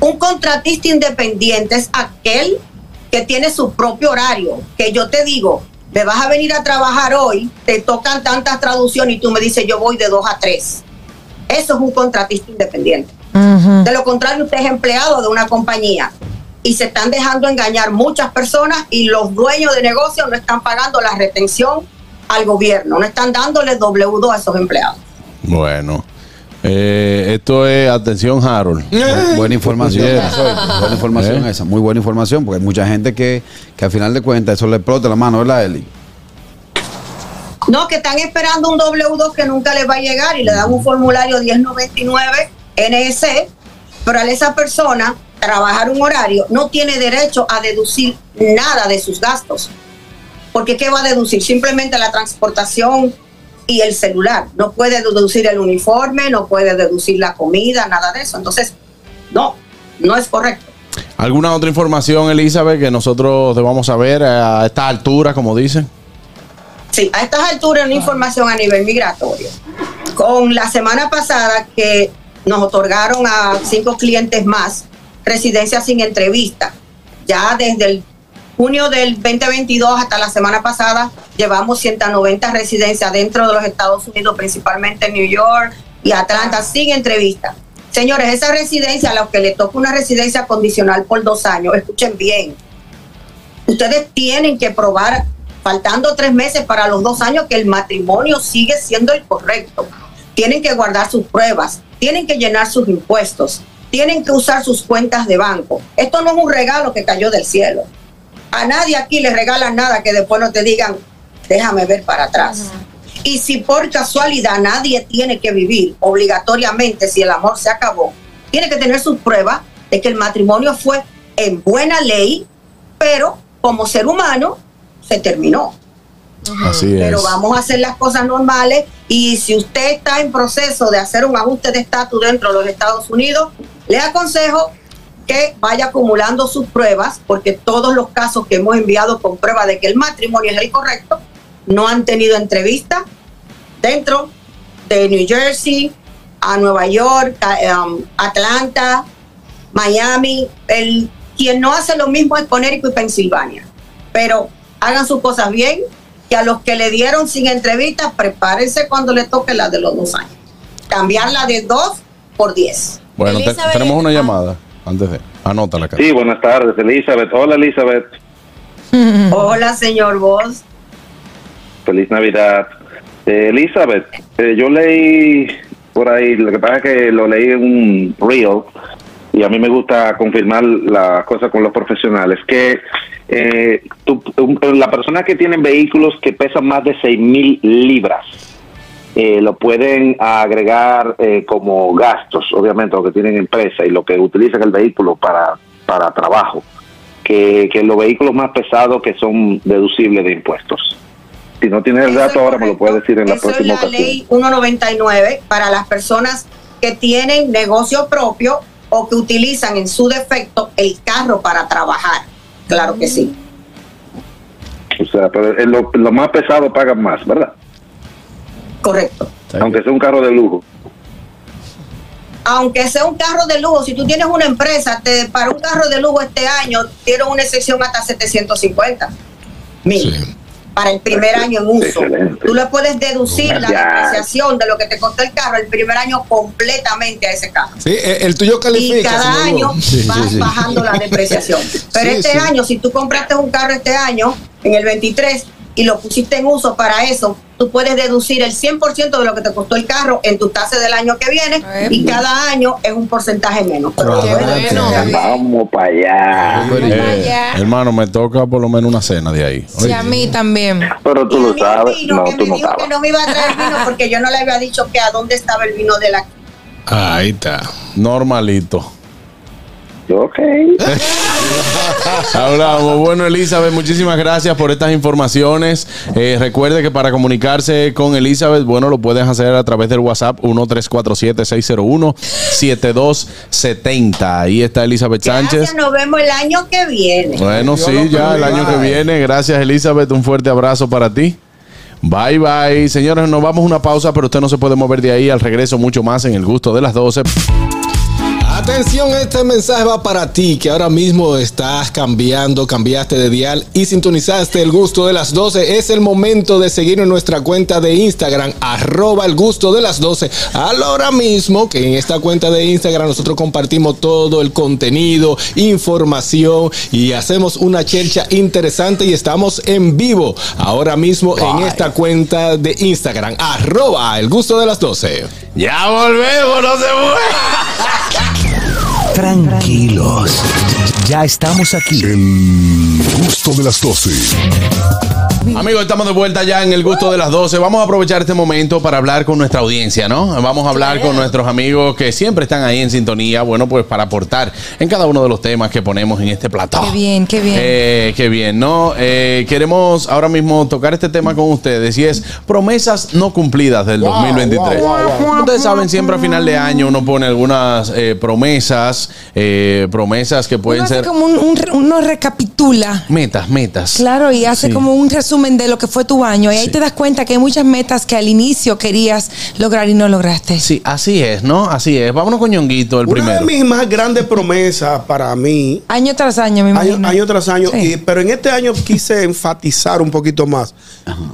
Speaker 21: Un contratista independiente es aquel que tiene su propio horario, que yo te digo, me vas a venir a trabajar hoy, te tocan tantas traducciones y tú me dices, yo voy de 2 a 3. Eso es un contratista independiente. De lo contrario, usted es empleado de una compañía y se están dejando engañar muchas personas y los dueños de negocios no están pagando la retención al gobierno, no están dándole W2 a esos empleados.
Speaker 15: Bueno. Eh, esto es, atención, Harold.
Speaker 7: Bu- Buena información.
Speaker 15: Yeah.
Speaker 7: esa, Buena información
Speaker 15: Eh.
Speaker 7: esa. Muy buena información, porque hay mucha gente que, que al final de cuentas eso le explota la mano, ¿verdad, Eli?
Speaker 21: No, que están esperando un W2 que nunca les va a llegar y le dan un formulario 1099 NSE, pero a esa persona trabajar un horario no tiene derecho a deducir nada de sus gastos. Porque ¿qué va a deducir? Simplemente la transportación y el celular. No puede deducir el uniforme, no puede deducir la comida, nada de eso. Entonces, no, no es correcto.
Speaker 15: ¿Alguna otra información, Elizabeth, que nosotros debamos saber a esta altura, como dicen?
Speaker 21: Sí, a estas alturas una información a nivel migratorio. Con la semana pasada que nos otorgaron a cinco clientes más residencia sin entrevista, ya desde el junio del 2022 hasta la semana pasada llevamos 190 residencias dentro de los Estados Unidos, principalmente en New York y Atlanta, sin entrevista. Señores, esa residencia, a los que le toca una residencia condicional por dos años, escuchen bien, ustedes tienen que probar, faltando tres meses para los dos años, que el matrimonio sigue siendo el correcto. Tienen que guardar sus pruebas, tienen que llenar sus impuestos, tienen que usar sus cuentas de banco. Esto no es un regalo que cayó del cielo. A nadie aquí le regalan nada que después no te digan, déjame ver para atrás. Y si por casualidad nadie tiene que vivir obligatoriamente, si el amor se acabó, tiene que tener sus pruebas de que el matrimonio fue en buena ley, pero como ser humano se terminó.
Speaker 15: Así es.
Speaker 21: Pero vamos a hacer las cosas normales y si usted está en proceso de hacer un ajuste de estatus dentro de los Estados Unidos, le aconsejo que vaya acumulando sus pruebas, porque todos los casos que hemos enviado con prueba de que el matrimonio es el correcto, no han tenido entrevista dentro de New Jersey, a Nueva York, a, em, Atlanta, Miami. El, quien no hace lo mismo es Connecticut y Pensilvania. Pero hagan sus cosas bien y a los que le dieron sin entrevistas, prepárense cuando le toque la de los dos años. Cambiarla de dos por diez.
Speaker 15: Bueno, te-
Speaker 21: Elizabeth, ah.
Speaker 15: tenemos una llamada. Antes de. Anótala, acá.
Speaker 8: Sí, buenas tardes, Elizabeth. Hola, Elizabeth.
Speaker 21: Hola, señor Vos.
Speaker 8: Feliz Navidad. Eh, Elizabeth, eh, yo leí por ahí, lo que pasa es que lo leí en un reel y a mí me gusta confirmar las cosas con los profesionales, que eh, tú- un- la persona que tienen vehículos que pesan más de 6.000 libras, eh, lo pueden agregar eh, como gastos, obviamente, lo que tienen empresa y lo que utilizan el vehículo para, para trabajo, que, que los vehículos más pesados que son deducibles de impuestos. Si no tienes el dato ahora, me lo puedes decir en la
Speaker 21: Eso es
Speaker 8: próxima
Speaker 21: la
Speaker 8: ocasión.
Speaker 21: ley 199 para las personas que tienen negocio propio o que utilizan en su defecto el carro para trabajar. Claro que sí.
Speaker 8: O sea, pero eh, lo, lo más pesado pagan más, ¿verdad?
Speaker 21: Correcto.
Speaker 8: Aunque sea un carro de lujo.
Speaker 21: Aunque sea un carro de lujo, si tú tienes una empresa, te, para un carro de lujo este año dieron una excepción hasta 750. para el primer año en uso.
Speaker 8: Excelente.
Speaker 21: Tú le puedes deducir la
Speaker 3: Ya.
Speaker 21: depreciación de lo que te costó el carro el primer año completamente a ese carro.
Speaker 3: Sí, el, el tuyo califica.
Speaker 21: Y cada
Speaker 3: señor Hugo.
Speaker 21: año vas bajando la depreciación. Pero
Speaker 3: Sí,
Speaker 21: este
Speaker 3: sí.
Speaker 21: año, si tú compraste un carro este año, en el 23, y lo pusiste en uso para eso, tú puedes deducir el 100% de lo que te costó el carro en tu tasa del año que viene, y cada año es un porcentaje menos. Pero
Speaker 8: Vamos para
Speaker 21: Ah,
Speaker 8: allá.
Speaker 2: Eh, hermano, me toca por lo menos una cena de ahí.
Speaker 5: Sí, a mí también.
Speaker 8: Pero tú lo sabes. No, tú no
Speaker 21: que
Speaker 8: estabas.
Speaker 21: no me iba a traer vino porque yo no le había dicho que a dónde estaba el vino de la
Speaker 2: Ah, Ahí está. Normalito.
Speaker 8: Ok.
Speaker 2: Hablamos. Bueno, Elizabeth, muchísimas gracias por estas informaciones. Eh, recuerde que para comunicarse con Elizabeth, bueno, lo puedes hacer a través del WhatsApp 1347601-7270. Ahí está Elizabeth Sánchez.
Speaker 21: Nos vemos el año que viene.
Speaker 2: Bueno, sí, ya el año que viene. Gracias, Elizabeth. Un fuerte abrazo para ti. Bye, bye. Señores, nos vamos a una pausa, pero usted no se puede mover de ahí. Al regreso, mucho más en el gusto de las 12.
Speaker 3: Atención, este mensaje va para ti que ahora mismo estás cambiando, cambiaste de dial y sintonizaste el gusto de las 12. Es el momento de seguir en nuestra cuenta de Instagram, arroba el gusto de las 12. Ahora mismo que en esta cuenta de Instagram nosotros compartimos todo el contenido, información y hacemos una chercha interesante y estamos en vivo ahora mismo en esta cuenta de Instagram, arroba el gusto de las 12.
Speaker 2: Ya volvemos, no se
Speaker 16: Tranquilos, ya estamos aquí. El gusto de las 12.
Speaker 2: Amigos, estamos de vuelta ya en el gusto de las 12. Vamos a aprovechar este momento para hablar con nuestra audiencia, ¿no? Vamos a hablar con nuestros amigos que siempre están ahí en sintonía, bueno, pues para aportar en cada uno de los temas que ponemos en este plató.
Speaker 5: Qué bien, qué bien.
Speaker 2: Eh, qué bien, ¿no? Eh, queremos ahora mismo tocar este tema con ustedes y es promesas no cumplidas del 2023. Ustedes saben, siempre a final de año uno pone algunas eh, promesas, eh, promesas que pueden
Speaker 5: Uno hace
Speaker 2: ser
Speaker 5: como un, un re- uno recapitula.
Speaker 2: metas, metas.
Speaker 5: Claro, y hace
Speaker 2: Sí.
Speaker 5: como un resumen de lo que fue tu año. Y ahí te das cuenta que hay muchas metas que al inicio querías lograr y no lograste.
Speaker 2: Sí, así es, ¿no? Así es. Vámonos con Ñonguito, el
Speaker 4: Una de
Speaker 2: primero.
Speaker 4: mis más grandes promesas para mí
Speaker 5: Año tras año, me
Speaker 4: Año,
Speaker 5: imagino.
Speaker 4: año tras año.
Speaker 5: Sí.
Speaker 4: y- pero en este año quise enfatizar un poquito más.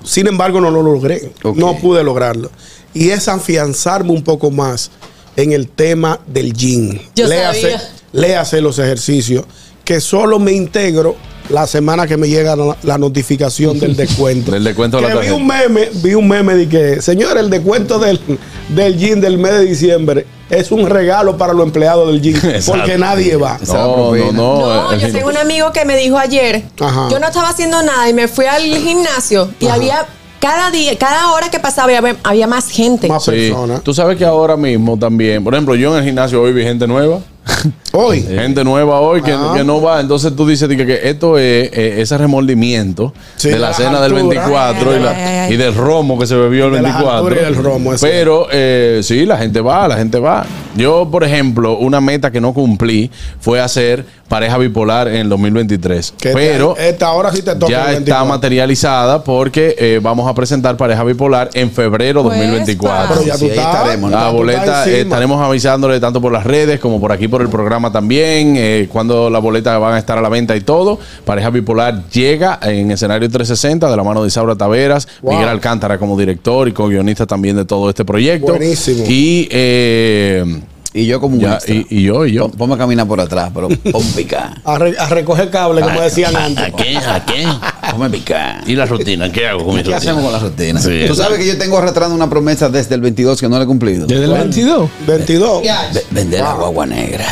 Speaker 4: Sin embargo, no lo logré. No pude lograrlo. Y es afianzarme un poco más en el tema del gym.
Speaker 22: Yo
Speaker 4: léase,
Speaker 22: sabía.
Speaker 4: léase los ejercicios que solo me integro la semana que me llega la, la notificación del descuento.
Speaker 2: Del descuento de la
Speaker 4: Que vi
Speaker 2: tarjeta.
Speaker 4: un meme, vi un meme de que, señor, el descuento del, del gym del mes de diciembre es un regalo para los empleados del gym. porque nadie va.
Speaker 2: No, no, no.
Speaker 4: No,
Speaker 2: el-
Speaker 4: yo
Speaker 6: Tengo un amigo que me dijo ayer,
Speaker 2: Ah.
Speaker 4: Ajá.
Speaker 6: yo no estaba haciendo nada y me fui al gimnasio y había cada día, cada hora que pasaba había, había más gente.
Speaker 2: Sí. Tú sabes que ahora mismo también, por ejemplo, yo en el gimnasio hoy vi gente nueva. Eh,
Speaker 4: Hoy. Ah.
Speaker 2: Gente nueva hoy que, que no va. Entonces tú dices que, que esto es eh, ese remordimiento de la
Speaker 4: las
Speaker 2: cena del
Speaker 4: alturas.
Speaker 2: 24 y, la-
Speaker 4: Ay, ay, ay.
Speaker 2: y del romo que se bebió el
Speaker 4: De las
Speaker 2: 24.
Speaker 4: alturas y del romo, ese.
Speaker 2: Pero eh, sí, la gente va, la gente va. Yo, por ejemplo, una meta que no cumplí fue hacer pareja bipolar en el 2023.
Speaker 4: Que
Speaker 2: pero
Speaker 4: esta, esta hora sí te toca.
Speaker 2: ya
Speaker 4: el
Speaker 2: está
Speaker 4: 24.
Speaker 2: materializada porque eh, vamos a presentar pareja bipolar en febrero 2024.
Speaker 4: Pero ya tú Pues, Sí, ahí estás. estaremos, ¿no?
Speaker 2: La
Speaker 4: Tú
Speaker 2: boleta
Speaker 4: estás
Speaker 2: eh,
Speaker 4: encima.
Speaker 2: estaremos avisándole tanto por las redes como por aquí por el programa también. eh, cuando las boletas van a estar a la venta y todo. Pareja bipolar llega en escenario 360 de la mano de Isaura Taveras,
Speaker 4: Wow.
Speaker 2: Miguel Alcántara como director y co-guionista también de todo este proyecto.
Speaker 4: Buenísimo.
Speaker 2: Y eh,
Speaker 7: y yo como
Speaker 2: ya, y, y yo, y yo.
Speaker 7: Vamos a caminar por atrás, pero vamos a picar.
Speaker 4: A, re- a recoger cable, como decían antes.
Speaker 10: ¿A qué? ¿A qué?
Speaker 7: Vamos a picar.
Speaker 10: ¿Y la rutina? ¿Qué hago con mi
Speaker 7: ¿Qué
Speaker 10: rutina?
Speaker 7: hacemos con la rutina?
Speaker 10: Sí,
Speaker 7: Tú sabes que yo tengo arrastrando una promesa desde el 22 que no la he cumplido. ¿Desde
Speaker 3: el 22?
Speaker 4: 22.
Speaker 7: vender la guagua negra.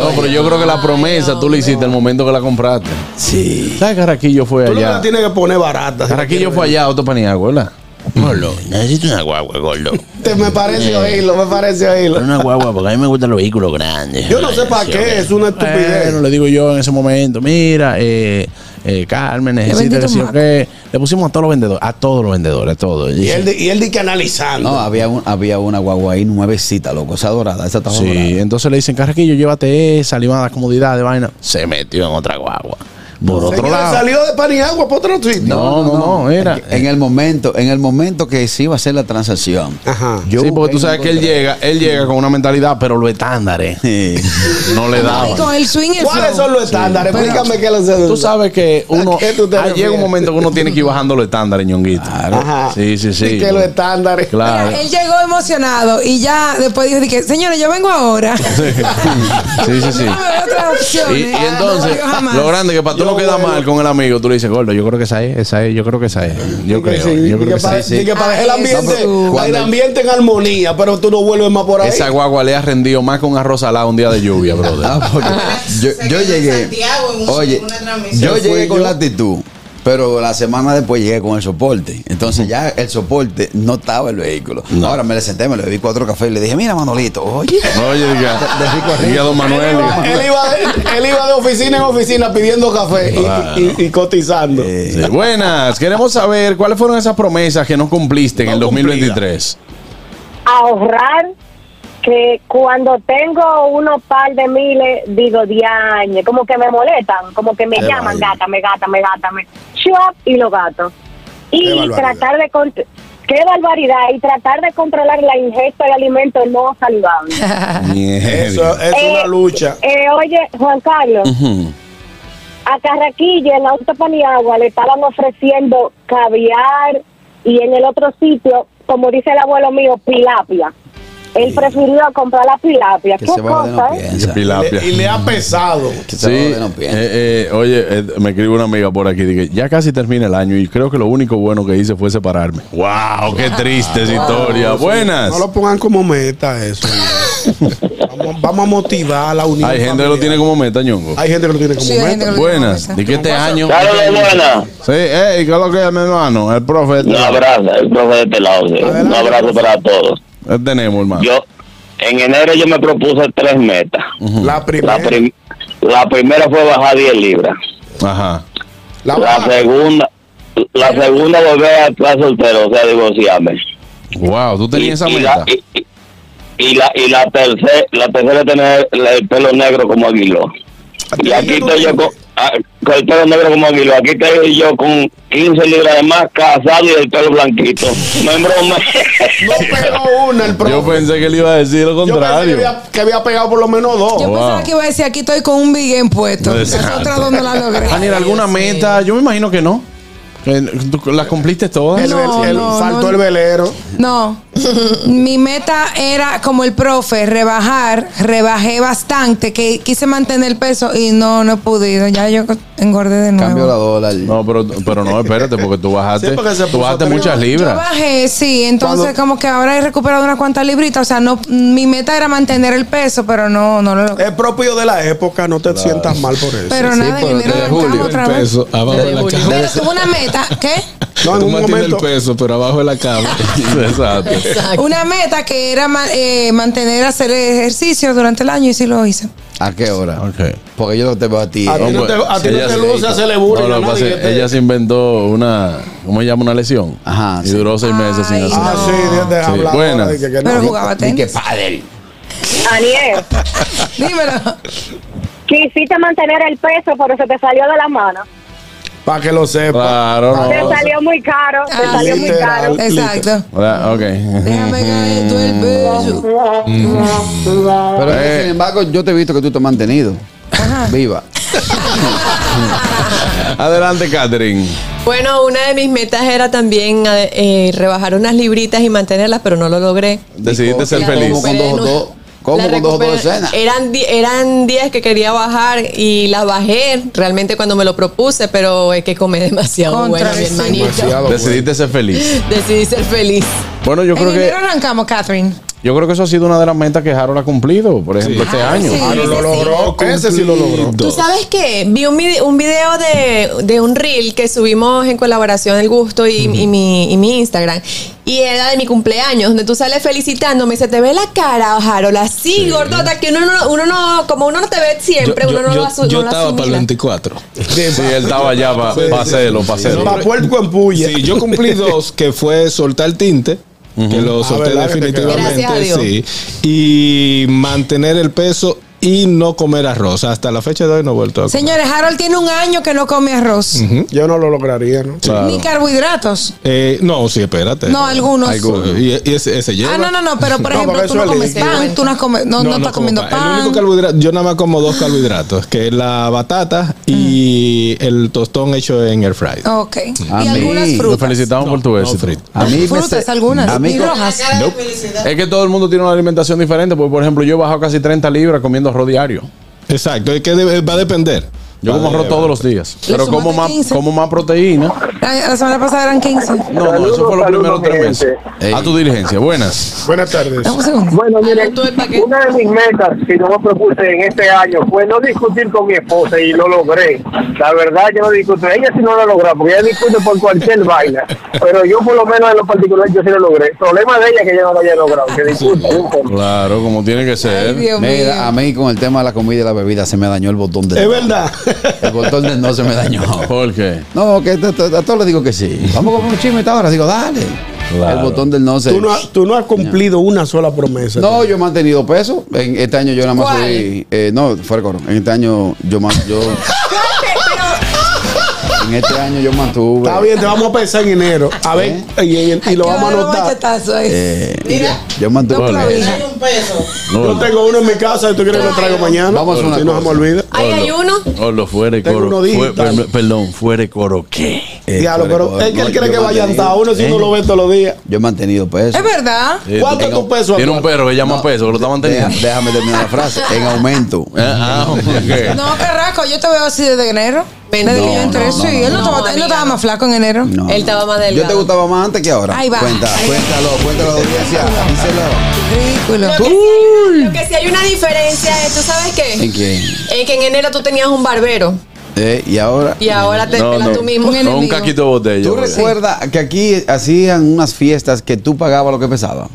Speaker 2: No, pero yo creo que la promesa tú la hiciste el momento que la compraste.
Speaker 7: Sí.
Speaker 2: ¿Sabes que Araquillo fue
Speaker 4: Tú no la
Speaker 2: allá?
Speaker 4: tienes que poner barata. si la
Speaker 2: Araquillo
Speaker 4: quieres
Speaker 2: fue allá a Otopaniagua, ¿verdad?
Speaker 10: Gordo, necesito una guagua, gordo.
Speaker 4: Te- me parece
Speaker 10: Eh.
Speaker 4: oírlo, me parece
Speaker 10: Pero
Speaker 4: oírlo.
Speaker 10: una guagua, porque a mí me gustan los vehículos grandes.
Speaker 4: Yo no sé para
Speaker 10: Sí,
Speaker 4: qué,
Speaker 10: ok.
Speaker 4: es una estupidez.
Speaker 2: Bueno, le digo yo en ese momento, mira, eh, eh, Carmen, necesita
Speaker 4: vendí
Speaker 2: que
Speaker 4: tu
Speaker 2: sí o qué. Le pusimos a todos los vendedores, a todos los vendedores, a todos.
Speaker 4: Y él, di- y él di que analizando.
Speaker 7: No, había, un- había una guagua ahí nuevecita, loco. Esa dorada, esa estaba
Speaker 2: Sí,
Speaker 7: dorada.
Speaker 2: entonces le dicen, Carraquillo, llévate esa, le van a dar comodidad de vaina. Se metió en otra guagua. Por otro
Speaker 4: Señores,
Speaker 2: lado.
Speaker 4: salió de Paniagua para otro sitio.
Speaker 7: No, no, no, era. En el momento, en el momento que se iba a hacer la transacción. Ajá.
Speaker 2: sí, porque tú sabes que él llega, él llega con una mentalidad, pero lo estándar, ¿eh? No le daba.
Speaker 5: Con el swing el
Speaker 4: ¿Cuáles
Speaker 5: flow.
Speaker 4: son los estándares?
Speaker 2: Pero-
Speaker 4: Explícame qué los
Speaker 2: Tú sabes que uno. Ah, llega un momento que uno tiene que ir bajando los estándares, ñonguito.
Speaker 4: Ajá.
Speaker 2: Sí, sí, sí.
Speaker 4: Sí, que los estándares.
Speaker 2: Claro.
Speaker 5: Él llegó emocionado y ya después dijo, dije, señores, yo vengo ahora.
Speaker 2: Sí, sí, sí.
Speaker 5: Otra opción.
Speaker 2: Y, y
Speaker 5: ¿eh? Ah,
Speaker 2: entonces,
Speaker 5: no, yo jamás.
Speaker 2: lo grande que para tú no queda mal con el amigo, tú le dices, gordo, yo creo que esa es, esa es, yo creo que esa es. Yo creo, yo creo que esa
Speaker 4: para,
Speaker 2: es. Sí.
Speaker 4: que
Speaker 5: Ah,
Speaker 4: para dejar el ambiente, el
Speaker 2: Cuando-
Speaker 4: ambiente en armonía, pero tú no vuelves más por ahí.
Speaker 2: Esa guagua le ha rendido más con arroz salado un día de lluvia, brother.
Speaker 7: yo, yo llegué.
Speaker 21: Santiago en un-
Speaker 7: Oye,
Speaker 21: una
Speaker 7: yo
Speaker 21: transmisión.
Speaker 7: llegué
Speaker 21: Fui
Speaker 7: con
Speaker 21: yo.
Speaker 7: la actitud, pero la semana después llegué con el soporte. Entonces ya el soporte no estaba el vehículo. Ahora me le senté, me le bebí cuatro cafés y le dije, mira Manolito, oye.
Speaker 2: Oye, diga, diga don Manuel.
Speaker 4: Él iba, de, él iba de oficina en oficina pidiendo café y-
Speaker 2: Claro.
Speaker 4: y, y cotizando.
Speaker 2: Ah, Sí, buenas, queremos saber cuáles fueron esas promesas que no cumpliste en el 2023.
Speaker 18: ahorrar que cuando tengo unos par de miles digo diañe, como que me molestan, como que me
Speaker 16: Qué
Speaker 18: llaman gata, me gata, me gata, me chuap y lo gato.
Speaker 16: Qué
Speaker 18: Y
Speaker 16: barbaridad.
Speaker 18: tratar de con- qué barbaridad y tratar de controlar la ingesta de alimentos no saludables.
Speaker 4: Eso es
Speaker 18: Eh,
Speaker 4: una lucha.
Speaker 18: eh, oye, Juan Carlos, a Carraquilla en la Autopaniagua le estaban ofreciendo caviar y en el otro sitio, como dice el abuelo mío, pilapia. Él prefirió comprar la pilapia. ¿Qué cosa? eh?
Speaker 2: Qué pilapia.
Speaker 4: Y le ha pesado.
Speaker 2: Sí, eh, eh, oye, eh, me escribe una amiga por aquí, dije, ya casi termina el año y creo que lo único bueno que hice fue separarme. ¡Wow! ¡Qué Ah, triste esa historia!
Speaker 4: Wow, sí.
Speaker 2: Buenas.
Speaker 4: No lo pongan como meta eso. vamos, vamos a motivar a la unión.
Speaker 2: Hay gente que lo tiene como meta, ñongo.
Speaker 4: Hay gente que lo tiene como
Speaker 2: Sí, hay
Speaker 4: meta.
Speaker 2: gente que lo tiene como Buenas. meta. ¿Y qué este año?
Speaker 4: Claro,
Speaker 2: este año-
Speaker 4: buena.
Speaker 2: Sí, eh, ¿y ¿qué es lo que es, mi hermano? El profe.
Speaker 20: Un abrazo, el profe de este lado. sí. Un abrazo para todos.
Speaker 2: Eh, tenemos, hermano.
Speaker 20: Yo, en enero yo me propuse tres metas.
Speaker 4: La primera.
Speaker 20: La, prim- la primera fue bajar 10 libras.
Speaker 2: Ajá.
Speaker 20: La, segunda, la segunda volver a estar soltero, o sea, divorciarme.
Speaker 2: Wow, tú tenías esa
Speaker 20: y
Speaker 2: meta.
Speaker 20: La, y, y- y la, y la tercera, la tercera es tener el, el pelo negro como Aguiló. Y aquí estoy yo con, ah, con el pelo negro como Aguiló. Aquí estoy yo con 15 libras de más, casado y el pelo blanquito. No es broma.
Speaker 4: Pero una, el
Speaker 2: Yo pensé que le iba a decir lo
Speaker 4: Yo pensé que
Speaker 2: contrario.
Speaker 4: había, que había pegado por lo menos dos.
Speaker 5: Yo pensaba que iba a decir, aquí estoy con un big en puesto. Esa es
Speaker 2: Exacto.
Speaker 5: otra donde la logré.
Speaker 2: Daniel, ¿alguna meta? Yo me imagino que no. Que tú ¿Las cumpliste todas?
Speaker 4: El- el- el-
Speaker 5: no,
Speaker 4: faltó
Speaker 5: no.
Speaker 4: el velero.
Speaker 5: No, mi meta era como el profe, rebajar, rebajé bastante, que quise mantener el peso y no, no he podido, ya yo engordé de nuevo.
Speaker 2: la dólar. No, pero, pero no, espérate, porque tú bajaste,
Speaker 5: Sí, porque se
Speaker 2: tú bajaste muchas
Speaker 5: Yo
Speaker 2: libras.
Speaker 5: bajé, sí, entonces
Speaker 2: Cuando-
Speaker 5: como que ahora he recuperado unas cuantas libritas, o sea, no, mi meta era mantener el peso, pero no, no lo logré.
Speaker 4: Es propio de la época, no te sientas mal por eso.
Speaker 5: Pero nada, en enero arrancamos otra vez.
Speaker 3: Peso, abajo de la cama.
Speaker 5: Pero tuve una meta, ¿qué?
Speaker 3: No, Tú mantienes el peso, pero abajo de la cama.
Speaker 2: Exacto.
Speaker 5: Una meta que era ma- eh, mantener hacer ejercicio durante el año y sí lo hice.
Speaker 7: ¿A qué hora? Porque yo no te veo a ti.
Speaker 2: Ah,
Speaker 7: eh.
Speaker 2: pues, ella se- No, lo que pasa es que ella se inventó una, ¿cómo se llama? Una lesión. Ajá. Y duró seis meses sin hacer
Speaker 4: Ah,
Speaker 2: nada.
Speaker 4: sí, Dios te
Speaker 2: Sí,
Speaker 4: habla.
Speaker 2: buenas.
Speaker 4: ahora, dije que no.
Speaker 5: Pero jugaba tenis.
Speaker 2: que padre.
Speaker 18: Aniel,
Speaker 5: dímelo.
Speaker 18: Quisiste mantener el peso, pero se te salió de la mano.
Speaker 4: Para que lo sepa.
Speaker 2: Claro,
Speaker 18: Te
Speaker 2: no.
Speaker 18: salió muy caro, te salió muy caro.
Speaker 5: Oh. Exacto.
Speaker 2: Ah, Ok.
Speaker 7: Pero es que,
Speaker 2: Eh.
Speaker 7: sin embargo, yo te he visto que tú te has mantenido. Viva.
Speaker 2: Adelante, Catherine.
Speaker 6: Bueno, una de mis metas era también eh, eh, rebajar unas libritas y mantenerlas, pero no lo logré.
Speaker 2: Decidiste ser feliz.
Speaker 7: con dos o dos? ¿Cómo
Speaker 6: La
Speaker 7: con Oh, dos o dos
Speaker 6: recuperé-
Speaker 7: escenas?
Speaker 6: Eran, di- eran días que quería bajar y las bajé realmente cuando me lo propuse, pero es que comí demasiado bueno, mi hermanito.
Speaker 2: Decidiste ser feliz.
Speaker 6: Decidí ser feliz.
Speaker 2: Bueno, yo
Speaker 5: en
Speaker 2: creo que
Speaker 5: enero arrancamos, Catherine.
Speaker 2: yo creo que eso ha sido una de las metas que Harold ha cumplido, por ejemplo, este año.
Speaker 5: sí, Harold lo ese
Speaker 4: Ah, logró, ese sí lo logró.
Speaker 6: ¿Tú sabes qué? Vi un, vide- un video de, de un reel que subimos en colaboración El Gusto y, y mi, y mi Instagram. Y era de mi cumpleaños, donde tú sales felicitándome y se te ve la cara, Harold, así gordota, que uno no, uno no, como uno no te ve siempre, uno no lo asu-
Speaker 3: yo
Speaker 6: no lo
Speaker 3: estaba para el
Speaker 6: asimila.
Speaker 3: 24.
Speaker 2: Sí, él estaba allá para hacerlo, para hacerlo.
Speaker 4: Pa' puerco en puya.
Speaker 3: Sí, yo cumplí dos, que fue soltar tinte. Que lo
Speaker 4: Ah,
Speaker 3: solté
Speaker 4: ¿verdad que te quedó?
Speaker 3: definitivamente,
Speaker 4: Gracias a
Speaker 3: sí. Y mantener el peso y no comer arroz. Hasta la fecha de hoy no he vuelto a comer.
Speaker 5: Señores, Harold tiene un año que no come arroz.
Speaker 3: Ujú.
Speaker 4: Yo no lo lograría, ¿no?
Speaker 5: Ni carbohidratos.
Speaker 3: Eh, no, sí, espérate.
Speaker 5: No, algunos.
Speaker 3: Y, y ese, ese lleva.
Speaker 5: Ah, no, no, no, pero por
Speaker 3: No,
Speaker 5: ejemplo,
Speaker 3: porque
Speaker 5: tú
Speaker 3: eso
Speaker 5: no
Speaker 3: es
Speaker 5: comes
Speaker 3: líquido.
Speaker 5: pan, tú no, comes, no, no estás
Speaker 3: como
Speaker 5: comiendo
Speaker 3: pan. El
Speaker 5: pan.
Speaker 3: único carbohidrato, yo nada más como dos carbohidratos, que es la batata y el tostón hecho en air fry.
Speaker 5: Ok. Mm. Oh. y algunas
Speaker 2: Lo
Speaker 5: frutas.
Speaker 2: felicitamos por tu éxito.
Speaker 7: a mí
Speaker 2: este,
Speaker 5: Frutas, algunas. y rojas.
Speaker 2: Es que todo el mundo tiene una alimentación diferente. Porque, por ejemplo, yo he bajado casi 30 libras comiendo arroz diario.
Speaker 3: Exacto, es que debe- va a depender.
Speaker 2: Yo como arroz todos los días.
Speaker 5: Le
Speaker 2: Pero como
Speaker 5: sumaste
Speaker 2: más,
Speaker 5: 15.
Speaker 2: como más proteína.
Speaker 5: Ay, La semana pasada eran 15.
Speaker 2: No, no, eso fue los primeros tres meses. A tu diligencia. Buenas.
Speaker 4: Buenas tardes.
Speaker 10: Bueno, miren, una de mis metas, si no me propuse en este año, fue no discutir con mi esposa y lo logré. La verdad, yo no discuto. Ella sí no lo logró, porque ella discute por cualquier vaina. Pero yo, por lo menos en lo particular, yo sí lo logré. El problema de ella es que yo no lo haya logrado, que discute.
Speaker 2: Claro, como tiene que ser.
Speaker 10: Dios
Speaker 7: Mira,
Speaker 10: mío.
Speaker 7: a mí con el tema de la comida y la bebida se me dañó el botón de.
Speaker 4: Es verdad.
Speaker 7: El botón de no se me dañó.
Speaker 2: ¿Por qué?
Speaker 7: No, que t- t- a todos les digo que sí. Vamos a comer un chisme ahora. Digo, dale. El botón del no se.
Speaker 4: Tú no, has- tú no has cumplido una sola promesa.
Speaker 7: No, yo he mantenido peso. En este año yo nada más
Speaker 4: ¿Cuál?
Speaker 7: subí. eh, no, fuera de coro. En este año yo más. Yo, en este año yo mantuve.
Speaker 4: Está bien, te vamos a pensar en enero. A ver, y, y- y lo vamos a anotar.
Speaker 7: Eh, yo mantuve peso.
Speaker 4: un peso. Yo tengo uno en mi casa y tú quieres que lo traigo mañana. Vamos
Speaker 2: a una
Speaker 4: Si no se me
Speaker 2: cosa.
Speaker 4: olvida.
Speaker 6: Ahí hay uno.
Speaker 2: Olo, oh, fuere
Speaker 4: Tengo
Speaker 2: coro.
Speaker 4: uno
Speaker 2: fue-
Speaker 4: digital.
Speaker 2: per- perdón, fuere coro qué.
Speaker 4: Diablo, pero es que él cree que va a llantar uno si
Speaker 7: ¿Eh?
Speaker 4: uno lo ve todos los días.
Speaker 7: Yo he mantenido peso.
Speaker 5: Es verdad.
Speaker 2: Sí,
Speaker 4: ¿Cuánto
Speaker 2: Eh, tengo-
Speaker 4: es tu peso
Speaker 2: Tiene un
Speaker 4: actual?
Speaker 2: perro que llama peso, que lo está manteniendo.
Speaker 7: Deja- déjame terminar la frase. En aumento.
Speaker 2: Ah, ok.
Speaker 5: No, Carrasco, yo te veo así desde enero. Desde que yo entré, sí. él, no, estaba, él no estaba más flaco en enero.
Speaker 7: Él estaba más
Speaker 5: delgado.
Speaker 7: Yo te gustaba más antes que ahora.
Speaker 5: Ahí va.
Speaker 7: Cuenta,
Speaker 5: Ahí va.
Speaker 7: cuéntalo, cuéntalo a la audiencia.
Speaker 5: Ridículo.
Speaker 6: Lo que, sí hay, lo que sí hay una diferencia es, ¿tú sabes qué?
Speaker 7: ¿En quién?
Speaker 6: Es que en enero tú tenías un barbero
Speaker 7: Eh, y ahora.
Speaker 6: y ahora te pelas tú mismo.
Speaker 2: de botella.
Speaker 7: ¿Tú
Speaker 2: bro.
Speaker 7: recuerdas que aquí hacían unas fiestas que tú pagabas lo que pesaba?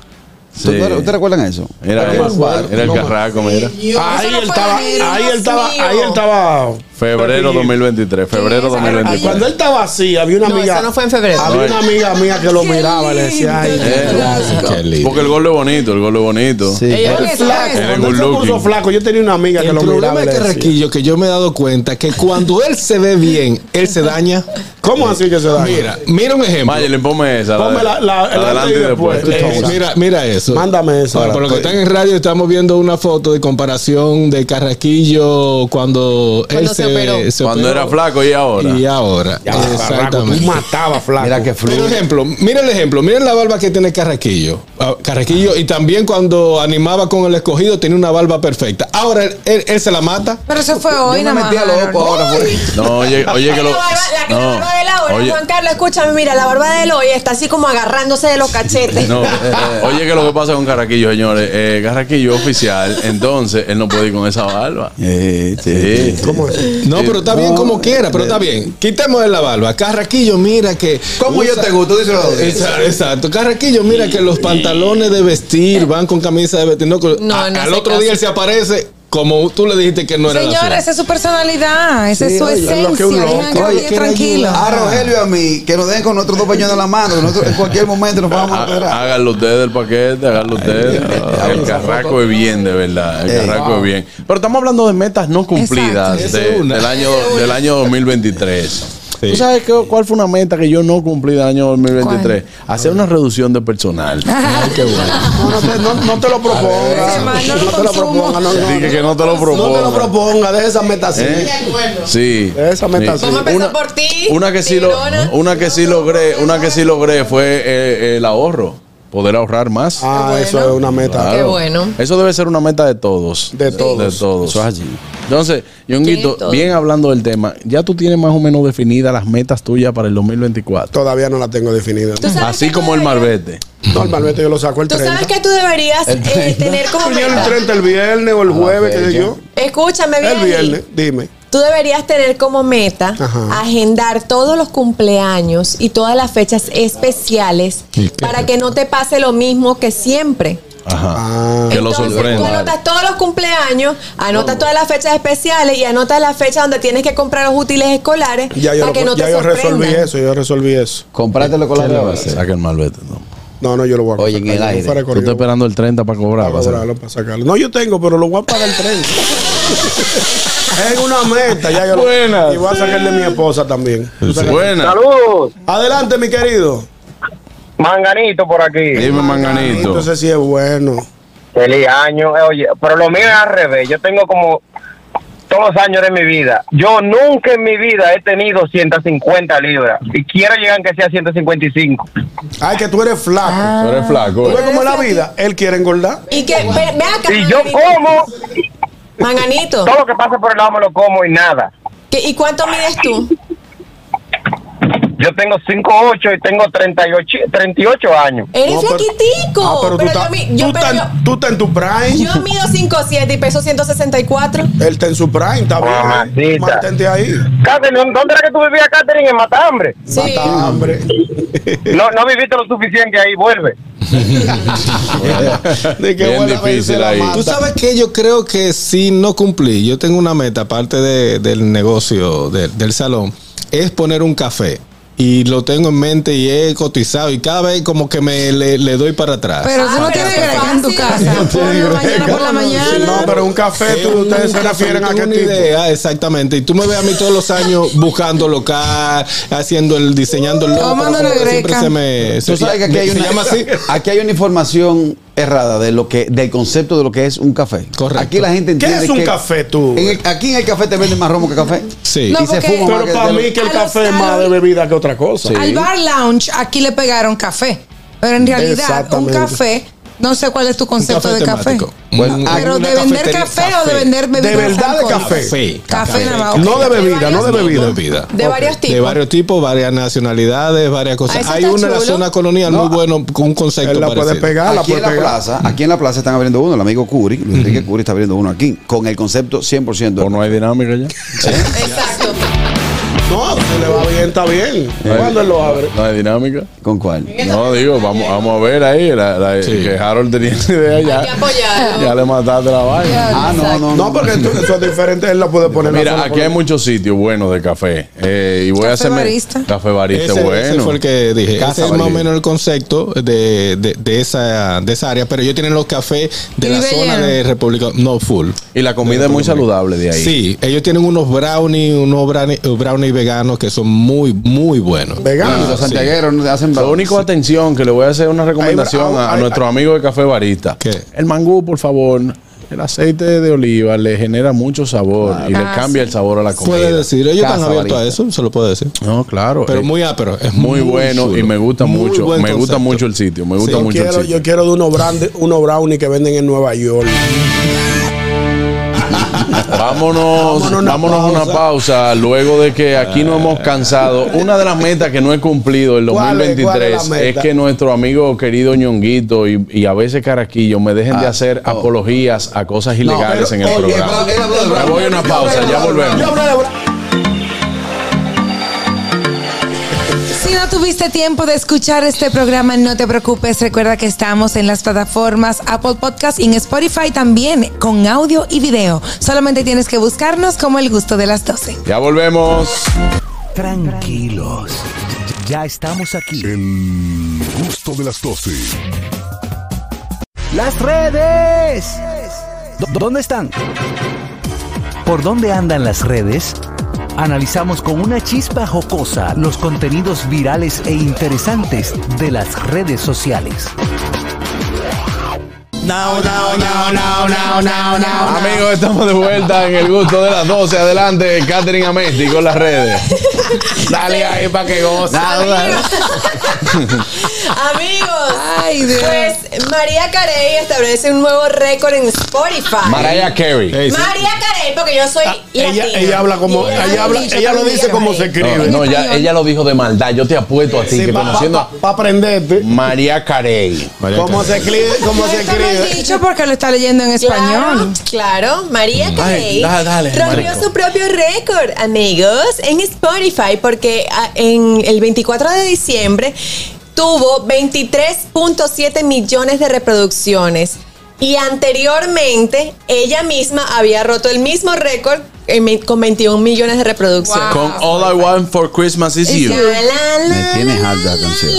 Speaker 7: ¿Tú- tú- ¿Ustedes recuerdan eso?
Speaker 2: Era,
Speaker 7: Aquí en un bar.
Speaker 2: el, eh, era el carraco, mira.
Speaker 4: Ahí él estaba, ahí él estaba, ahí él estaba.
Speaker 2: Febrero 2023, febrero
Speaker 4: Ay, Cuando
Speaker 2: 2023.
Speaker 4: él estaba así, había una
Speaker 6: No,
Speaker 4: amiga.
Speaker 6: eso no fue en febrero.
Speaker 4: Había
Speaker 2: No,
Speaker 4: una
Speaker 2: eh.
Speaker 4: amiga mía que lo miraba y le decía, ay,
Speaker 2: Eh, Porque el gol es bonito, el gol es bonito. Sí,
Speaker 4: Él flaco.
Speaker 2: el
Speaker 4: Cuando él
Speaker 2: good
Speaker 4: se puso
Speaker 2: looking.
Speaker 4: flaco, yo tenía una amiga que
Speaker 3: El
Speaker 4: lo miraba.
Speaker 3: problema
Speaker 4: y
Speaker 3: es
Speaker 4: le
Speaker 3: que
Speaker 4: decía,
Speaker 3: Requillo, que yo me he dado cuenta que cuando él se ve bien, él se daña.
Speaker 4: ¿Cómo así que se daña?
Speaker 3: Mira, mira un ejemplo.
Speaker 2: Mayelin, ponme esa.
Speaker 4: Ponme la- la- el
Speaker 2: adelante y después.
Speaker 3: Eh, mira, mira eso.
Speaker 4: Mándame eso.
Speaker 3: Ahora, por lo que están en radio, estamos viendo una foto de comparación de Carraquillo cuando, él
Speaker 2: Cuando
Speaker 3: se,
Speaker 2: se operó. Cuando era flaco y ahora.
Speaker 3: Y ahora.
Speaker 2: Ya, barraco,
Speaker 3: Exactamente.
Speaker 2: tú
Speaker 4: matabas flaco.
Speaker 7: Mira que
Speaker 3: Pero ejemplo, mira el ejemplo, miren la barba que tiene Carraquillo. Ah, Carraquillo, y también cuando animaba con el escogido, tenía una barba perfecta. Ahora él, él- él se la mata.
Speaker 5: Pero eso fue hoy,
Speaker 7: me
Speaker 5: nada más.
Speaker 7: metí a lo loco ahora,
Speaker 5: Ay.
Speaker 2: No, oye, oye que lo.
Speaker 6: La barba, la, que- la
Speaker 2: No,
Speaker 6: barba de la hora,
Speaker 2: oye,
Speaker 6: Juan Carlos, escúchame, mira, la barba de Eloy está así como agarrándose de los cachetes.
Speaker 2: no, oye que lo que pasa con Carraquillo, señores. Eh, Carraquillo oficial, entonces él no puede ir con esa barba. Eh, Sí.
Speaker 3: No, pero está bien como quiera, pero está bien. Quitemos la barba. Carraquillo, mira que.
Speaker 7: ¿Cómo yo te gusto? Díselo a la audiencia.
Speaker 3: Exacto, exacto. Carraquillo, mira que los pantalones de vestir van con camisa de vestir. No, con-
Speaker 5: No,
Speaker 3: a-
Speaker 5: en
Speaker 3: al
Speaker 5: ese
Speaker 3: otro
Speaker 5: caso.
Speaker 3: día él se aparece como tú le dijiste que no era la
Speaker 5: Señores, esa es su personalidad, esa
Speaker 7: Sí,
Speaker 5: es su
Speaker 7: oye,
Speaker 5: esencia.
Speaker 7: lo que Ah, un loco.
Speaker 5: Dejan que
Speaker 7: Oye,
Speaker 5: vaya tranquilo.
Speaker 7: A Rogelio y a mí, que nos den con nuestros dos pañuelos en la mano, que nosotros en cualquier momento nos vamos a
Speaker 2: Há-
Speaker 7: enterar.
Speaker 2: Háganlo ustedes el paquete, háganlo ustedes. El carraco es bien, de verdad. El
Speaker 7: Ey.
Speaker 2: carraco es bien. Pero estamos hablando de metas no cumplidas
Speaker 23: Exacto.
Speaker 2: de-
Speaker 23: Esa es una.
Speaker 2: del, año, del año 2023.
Speaker 23: Sí.
Speaker 2: ¿Tú sabes qué- cuál fue una meta que yo no cumplí del año 2023? Hacer una reducción de personal.
Speaker 4: No, no te, no, no te lo propongas. No, te lo propongas. No, no,
Speaker 2: Dije que no te lo
Speaker 4: No te lo
Speaker 2: propongo.
Speaker 4: propongas. Deja esa meta así.
Speaker 2: ¿Eh? Sí.
Speaker 4: Esa meta así.
Speaker 2: Vamos a empezar
Speaker 6: por ti.
Speaker 2: Una que sí lo,
Speaker 6: tigrona.
Speaker 2: una que sí logré, una que sí logré fue eh, el ahorro, poder ahorrar más.
Speaker 4: Ah, Qué bueno. eso es una meta. Qué bueno.
Speaker 2: Eso debe ser una meta de todos. De
Speaker 4: todos.
Speaker 2: De todos. Entonces,
Speaker 4: De
Speaker 2: Yonguito,
Speaker 4: todos.
Speaker 2: bien hablando del tema, ya tú tienes más o menos definidas las metas tuyas para el 2024.
Speaker 4: Todavía no la tengo definida.
Speaker 2: Así como el marbete.
Speaker 4: Normalmente yo lo saco el
Speaker 6: Tú
Speaker 4: 30.
Speaker 6: sabes que tú deberías eh, tener como
Speaker 4: Yo el
Speaker 6: meta.
Speaker 4: 30 el viernes o el jueves, qué sé yo.
Speaker 6: Escúchame bien.
Speaker 4: El viernes, dime.
Speaker 6: Tú deberías tener como meta
Speaker 4: Ajá.
Speaker 6: agendar todos los cumpleaños y todas las fechas especiales
Speaker 4: ¿Y qué?
Speaker 6: para que no te pase lo mismo que siempre.
Speaker 2: Ajá.
Speaker 4: Ah.
Speaker 23: que lo
Speaker 6: Tú
Speaker 23: sorprenda.
Speaker 6: anotas todos los cumpleaños, anotas todas las fechas especiales y anotas la fecha donde tienes que comprar los útiles escolares
Speaker 4: Ya yo,
Speaker 6: para
Speaker 4: lo-
Speaker 6: que no
Speaker 4: ya
Speaker 6: te
Speaker 4: yo
Speaker 6: sorprendan.
Speaker 4: resolví eso, yo resolví eso.
Speaker 7: Comprate los
Speaker 2: ¿Qué le
Speaker 7: colores
Speaker 2: va a hacer? Saca el malvete. no.
Speaker 4: No, no, yo lo voy a
Speaker 7: Oye, en el aire.
Speaker 2: Tú estás esperando el 30 para cobrar.
Speaker 4: Para
Speaker 2: vas a-
Speaker 4: cobrarlo, para sacarlo. No, yo tengo, pero lo voy a pagar el tren. es una meta, ya yo lo-
Speaker 24: Buenas.
Speaker 4: Y voy a sacarle a mi esposa también. Tú sacas-
Speaker 24: Buenas.
Speaker 10: Saludos.
Speaker 4: Adelante, mi querido.
Speaker 10: Manganito por aquí.
Speaker 24: Dime, Manganito.
Speaker 4: Ah, Entonces sí es bueno.
Speaker 10: Feliz año. Eh, Oye, pero lo mío es al revés. Yo tengo como todos los años de mi vida. Yo nunca en mi vida he tenido 150 libras. Y quiero llegar que sea 155.
Speaker 4: Ay, que tú eres flaco.
Speaker 6: Ah,
Speaker 24: Tú eres flaco. eh.
Speaker 4: ¿Tú ves cómo es la vida? Él quiere engordar.
Speaker 6: Y que, ve, ve acá.
Speaker 10: Y yo como.
Speaker 6: Manganito.
Speaker 10: Todo lo que pasa por el lado me lo como y nada.
Speaker 6: ¿Qué- ¿Y cuánto mides tú?
Speaker 10: Yo tengo 5'8 y tengo 38, 38 años.
Speaker 6: Eres flaquitico.
Speaker 4: Ah, pero, tú
Speaker 6: Pero yo
Speaker 4: estás-
Speaker 6: mi-
Speaker 4: tú
Speaker 6: yo-
Speaker 4: estás
Speaker 6: pero
Speaker 4: tú estás en tu prime.
Speaker 6: Yo mido 5'7 y peso 164.
Speaker 4: Él está en su prime, está bien. Mantente ahí.
Speaker 10: Catherine, ¿dónde era que tú vivías, Catherine? En Matambre.
Speaker 6: Sí.
Speaker 4: Matambre.
Speaker 10: No, no viviste lo suficiente ahí, vuelve.
Speaker 4: De
Speaker 2: qué Bien buena difícil dice la ahí. mata.
Speaker 3: Tú sabes que yo creo que si no cumplí, yo tengo una meta, aparte de- del negocio de- del salón, es poner un café. Y lo tengo en mente y he cotizado y cada vez como que me le, le doy para atrás. Ah,
Speaker 5: Pero tú no tienes greca en tu casa. Ponlo mañana por la mañana.
Speaker 4: No, pero un café, tú- ustedes se refieren a qué
Speaker 3: una
Speaker 4: tipo.
Speaker 3: idea, exactamente. Y tú me ves a mí todos los años buscando local, haciendo el, diseñando el logo. pero
Speaker 5: Tomando
Speaker 3: como
Speaker 5: una
Speaker 3: que siempre
Speaker 5: greca.
Speaker 3: se me.
Speaker 7: Tú sabes que aquí hay,
Speaker 3: se
Speaker 7: una,
Speaker 3: llama así.
Speaker 7: aquí hay una información errada de lo que, del concepto de lo que es un café. Correcto. Aquí la gente
Speaker 4: ¿Qué
Speaker 7: entiende
Speaker 4: es un
Speaker 7: que-
Speaker 4: café, tú?
Speaker 7: en el- aquí en el café te venden más romo que café.
Speaker 3: Sí.
Speaker 5: No,
Speaker 7: y se
Speaker 5: porque-
Speaker 7: fuma más
Speaker 4: Pero
Speaker 7: que-
Speaker 4: para
Speaker 7: de lo-
Speaker 4: mí que el
Speaker 5: A los-
Speaker 4: café es
Speaker 5: a
Speaker 4: más
Speaker 5: los-
Speaker 4: de bebida que otra cosa.
Speaker 5: Al bar lounge aquí le pegaron café. Pero en realidad, un
Speaker 4: Exactamente.
Speaker 5: café, no sé cuál es tu concepto
Speaker 3: café
Speaker 5: de café.
Speaker 3: temático.
Speaker 5: Bueno,
Speaker 3: Un-
Speaker 5: pero
Speaker 3: una
Speaker 5: de vender
Speaker 3: cafetería-
Speaker 5: café, o de vender bebidas.
Speaker 4: De verdad de
Speaker 5: alcohólicas.
Speaker 4: café.
Speaker 3: Café.
Speaker 5: Café nada más. ok.
Speaker 4: No de bebida, no de bebida.
Speaker 6: De
Speaker 3: Ok.
Speaker 6: varios
Speaker 3: De
Speaker 6: tipos.
Speaker 3: varios tipos, varias nacionalidades, varias
Speaker 6: Ah,
Speaker 3: cosas.
Speaker 6: eso
Speaker 3: Hay
Speaker 6: está
Speaker 3: una en la
Speaker 6: chulo.
Speaker 3: zona colonial muy bueno con un concepto
Speaker 4: Él la puede
Speaker 3: parecido.
Speaker 4: pegar, la
Speaker 7: aquí
Speaker 4: puede
Speaker 7: en la
Speaker 4: pegar.
Speaker 7: plaza, aquí en la plaza están abriendo uno, el amigo Curi, Luis Enrique Curi está abriendo uno aquí, con el concepto 100%.
Speaker 15: Pues
Speaker 7: ¿O
Speaker 2: no hay dinámica ya?
Speaker 6: Exacto.
Speaker 4: No, si le va bien, está bien. ¿Cuándo él lo abre?
Speaker 2: ¿No hay dinámica?
Speaker 7: ¿Con cuál?
Speaker 2: No, digo, vamos, vamos a ver ahí. La, la- Que Harold tenía esa idea
Speaker 6: Hay que
Speaker 2: ya.
Speaker 6: apoyarlo.
Speaker 2: Ya le mataste la vaina.
Speaker 7: Ah, no, no,
Speaker 4: No,
Speaker 7: no.
Speaker 4: porque tú- eso es diferente, él la puede poner. en la
Speaker 2: Mira,
Speaker 4: zona
Speaker 2: aquí hay
Speaker 4: colonial.
Speaker 2: muchos sitios buenos de café. Eh, y voy a
Speaker 5: Café
Speaker 2: hacerme.
Speaker 5: barista.
Speaker 2: Café barista,
Speaker 3: Ese,
Speaker 2: bueno.
Speaker 3: ese fue el que dije.
Speaker 7: Casa
Speaker 3: Eh, ese es más o
Speaker 7: Valeria.
Speaker 3: menos el concepto de, de- de esa, de esa área. Pero ellos tienen los cafés de la
Speaker 5: Vive
Speaker 3: zona
Speaker 5: lleno.
Speaker 3: de República. No, full.
Speaker 2: Y la comida es muy saludable de ahí.
Speaker 3: Sí, ellos tienen unos brownies, unos brownies, brownies veganos que son muy, muy buenos. Ah,
Speaker 4: Vegano.
Speaker 7: Los santiagueros no hacen
Speaker 2: Lo único, atención, que le voy a hacer una recomendación
Speaker 4: bra-
Speaker 2: a, a
Speaker 4: hay-
Speaker 2: nuestro amigo de Café Barista.
Speaker 3: ¿Qué?
Speaker 2: El mangú, por favor. El aceite de oliva le genera mucho sabor y le
Speaker 5: Ah,
Speaker 2: cambia el sabor a la comida.
Speaker 3: Puede decir, ellos están
Speaker 7: Casa
Speaker 3: abiertos a
Speaker 7: Valeria.
Speaker 3: eso, se lo puedo decir.
Speaker 2: No, claro.
Speaker 3: Pero
Speaker 2: eh,
Speaker 3: muy ápero. Es
Speaker 2: muy, bueno
Speaker 3: chulo.
Speaker 2: y me gusta
Speaker 3: Muy
Speaker 2: mucho.
Speaker 3: buen
Speaker 2: Me gusta
Speaker 3: concepto.
Speaker 2: mucho el sitio. Me gusta
Speaker 3: Sí.
Speaker 2: mucho
Speaker 4: Quiero-
Speaker 2: el sitio.
Speaker 4: yo quiero de unos brownies unos brownie que venden en Nueva York.
Speaker 2: Vámonos, vámonos, a una pausa. Luego de que aquí nos hemos cansado. Una de las metas que no he cumplido el
Speaker 4: ¿Cuál es-
Speaker 2: 2023
Speaker 4: cuál es la
Speaker 2: es,
Speaker 4: meta?
Speaker 2: que nuestro amigo querido ñonguito y, y a veces caraquillo me dejen de hacer apologías a cosas ilegales en el
Speaker 7: oye,
Speaker 2: programa.
Speaker 10: eh,
Speaker 7: pero- él habló de
Speaker 2: Me
Speaker 7: Bravo.
Speaker 2: voy a una
Speaker 7: Yo hablé
Speaker 2: pausa, ya
Speaker 7: de Bravo.
Speaker 2: volvemos.
Speaker 4: Yo hablé de
Speaker 5: Si no tuviste tiempo de escuchar este programa, no te preocupes. Recuerda que estamos en las plataformas Apple Podcast y en Spotify también con audio y video. Solamente tienes que buscarnos como El Gusto de las 12.
Speaker 2: Ya volvemos.
Speaker 1: Tranquilos. Ya estamos aquí.
Speaker 16: El gusto de las 12.
Speaker 1: Las redes. ¿Dó- ¿Dónde están? ¿Por dónde andan las redes? Analizamos con una chispa jocosa los contenidos virales e interesantes de las redes sociales.
Speaker 2: Amigos, estamos de vuelta en el gusto de las 12. Adelante, Catherine Amesti con las redes. Dale ahí para que goce.
Speaker 6: Amigos,
Speaker 5: Ay, Dios.
Speaker 6: pues María Carey establece un nuevo récord en Spotify.
Speaker 2: Mariah Carey.
Speaker 3: Ey, sí.
Speaker 6: María Carey, porque yo soy latina.
Speaker 4: Ella, ella habla como,
Speaker 6: Y
Speaker 4: ella, habla,
Speaker 6: dicho
Speaker 4: ella lo
Speaker 6: también,
Speaker 4: dice como se
Speaker 6: María.
Speaker 4: escribe.
Speaker 2: No, ya, ella lo dijo de maldad. Yo te apuesto a ti que conociendo a
Speaker 4: para aprenderte
Speaker 2: María Carey.
Speaker 3: María
Speaker 4: cómo se
Speaker 3: Carmen.
Speaker 4: escribe, cómo se
Speaker 5: Esto no es
Speaker 4: escribe.
Speaker 5: dicho porque lo está leyendo en español.
Speaker 6: Claro, María Carey
Speaker 2: da- dale,
Speaker 6: rompió
Speaker 2: marico.
Speaker 6: su propio récord, amigos, en Spotify, porque ah, en el 24 de diciembre tuvo 23.7 millones de reproducciones. Y anteriormente, ella misma había roto el mismo récord en ve- con 21 millones de reproducciones.
Speaker 2: Con All I Want for Christmas Is You.
Speaker 6: Me
Speaker 2: tienes alta canción.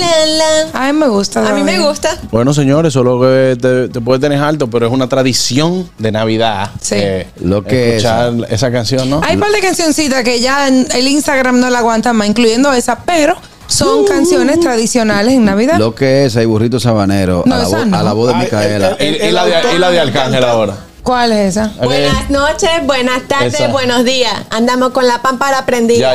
Speaker 5: A mí me gusta.
Speaker 6: A mí me gusta.
Speaker 15: Bueno, señores, solo que te, te puede tener alto, pero es una tradición de Navidad.
Speaker 5: Sí.
Speaker 15: lo
Speaker 7: que es.
Speaker 15: escuchar esa canción, ¿no?
Speaker 5: Hay un par de cancioncitas que ya en- el Instagram no la aguanta más, incluyendo esa, pero son canciones tradicionales en Navidad.
Speaker 7: Lo que es, hay burrito sabanero
Speaker 5: No,
Speaker 7: a, la
Speaker 5: esa
Speaker 7: vo-
Speaker 5: no.
Speaker 7: a la voz de Micaela.
Speaker 15: Y, y la de, y la de Arcángel ahora.
Speaker 5: ¿Cuál es esa?
Speaker 6: Buenas noches, buenas tardes,
Speaker 15: Esa.
Speaker 6: buenos días. Andamos con la pámpara prendida.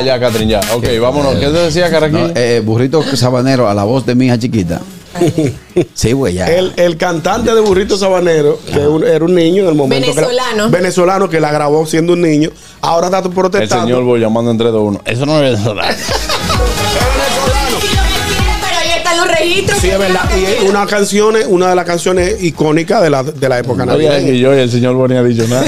Speaker 15: Ya, ya, Catherine, ya. Ok, vámonos. ¿Qué te decía, Carraquillo?
Speaker 7: No, eh, burrito sabanero a la voz de mi hija chiquita. sí, güey, ya.
Speaker 4: El, el cantante de Burrito Sabanero, que un- era un niño en el momento. que la-
Speaker 6: Venezolano.
Speaker 4: venezolano que la grabó siendo un niño. Ahora está
Speaker 15: El
Speaker 4: protestando.
Speaker 15: señor voy llamando entre dos uno. Eso no es verdad.
Speaker 6: Pero ahí están los registros.
Speaker 4: Sí, es verdad. Y es una, canción, una de las canciones icónicas de la, de la época
Speaker 15: No digan
Speaker 4: navideña.
Speaker 15: que yo y el señor Bonilla ha dicho nada.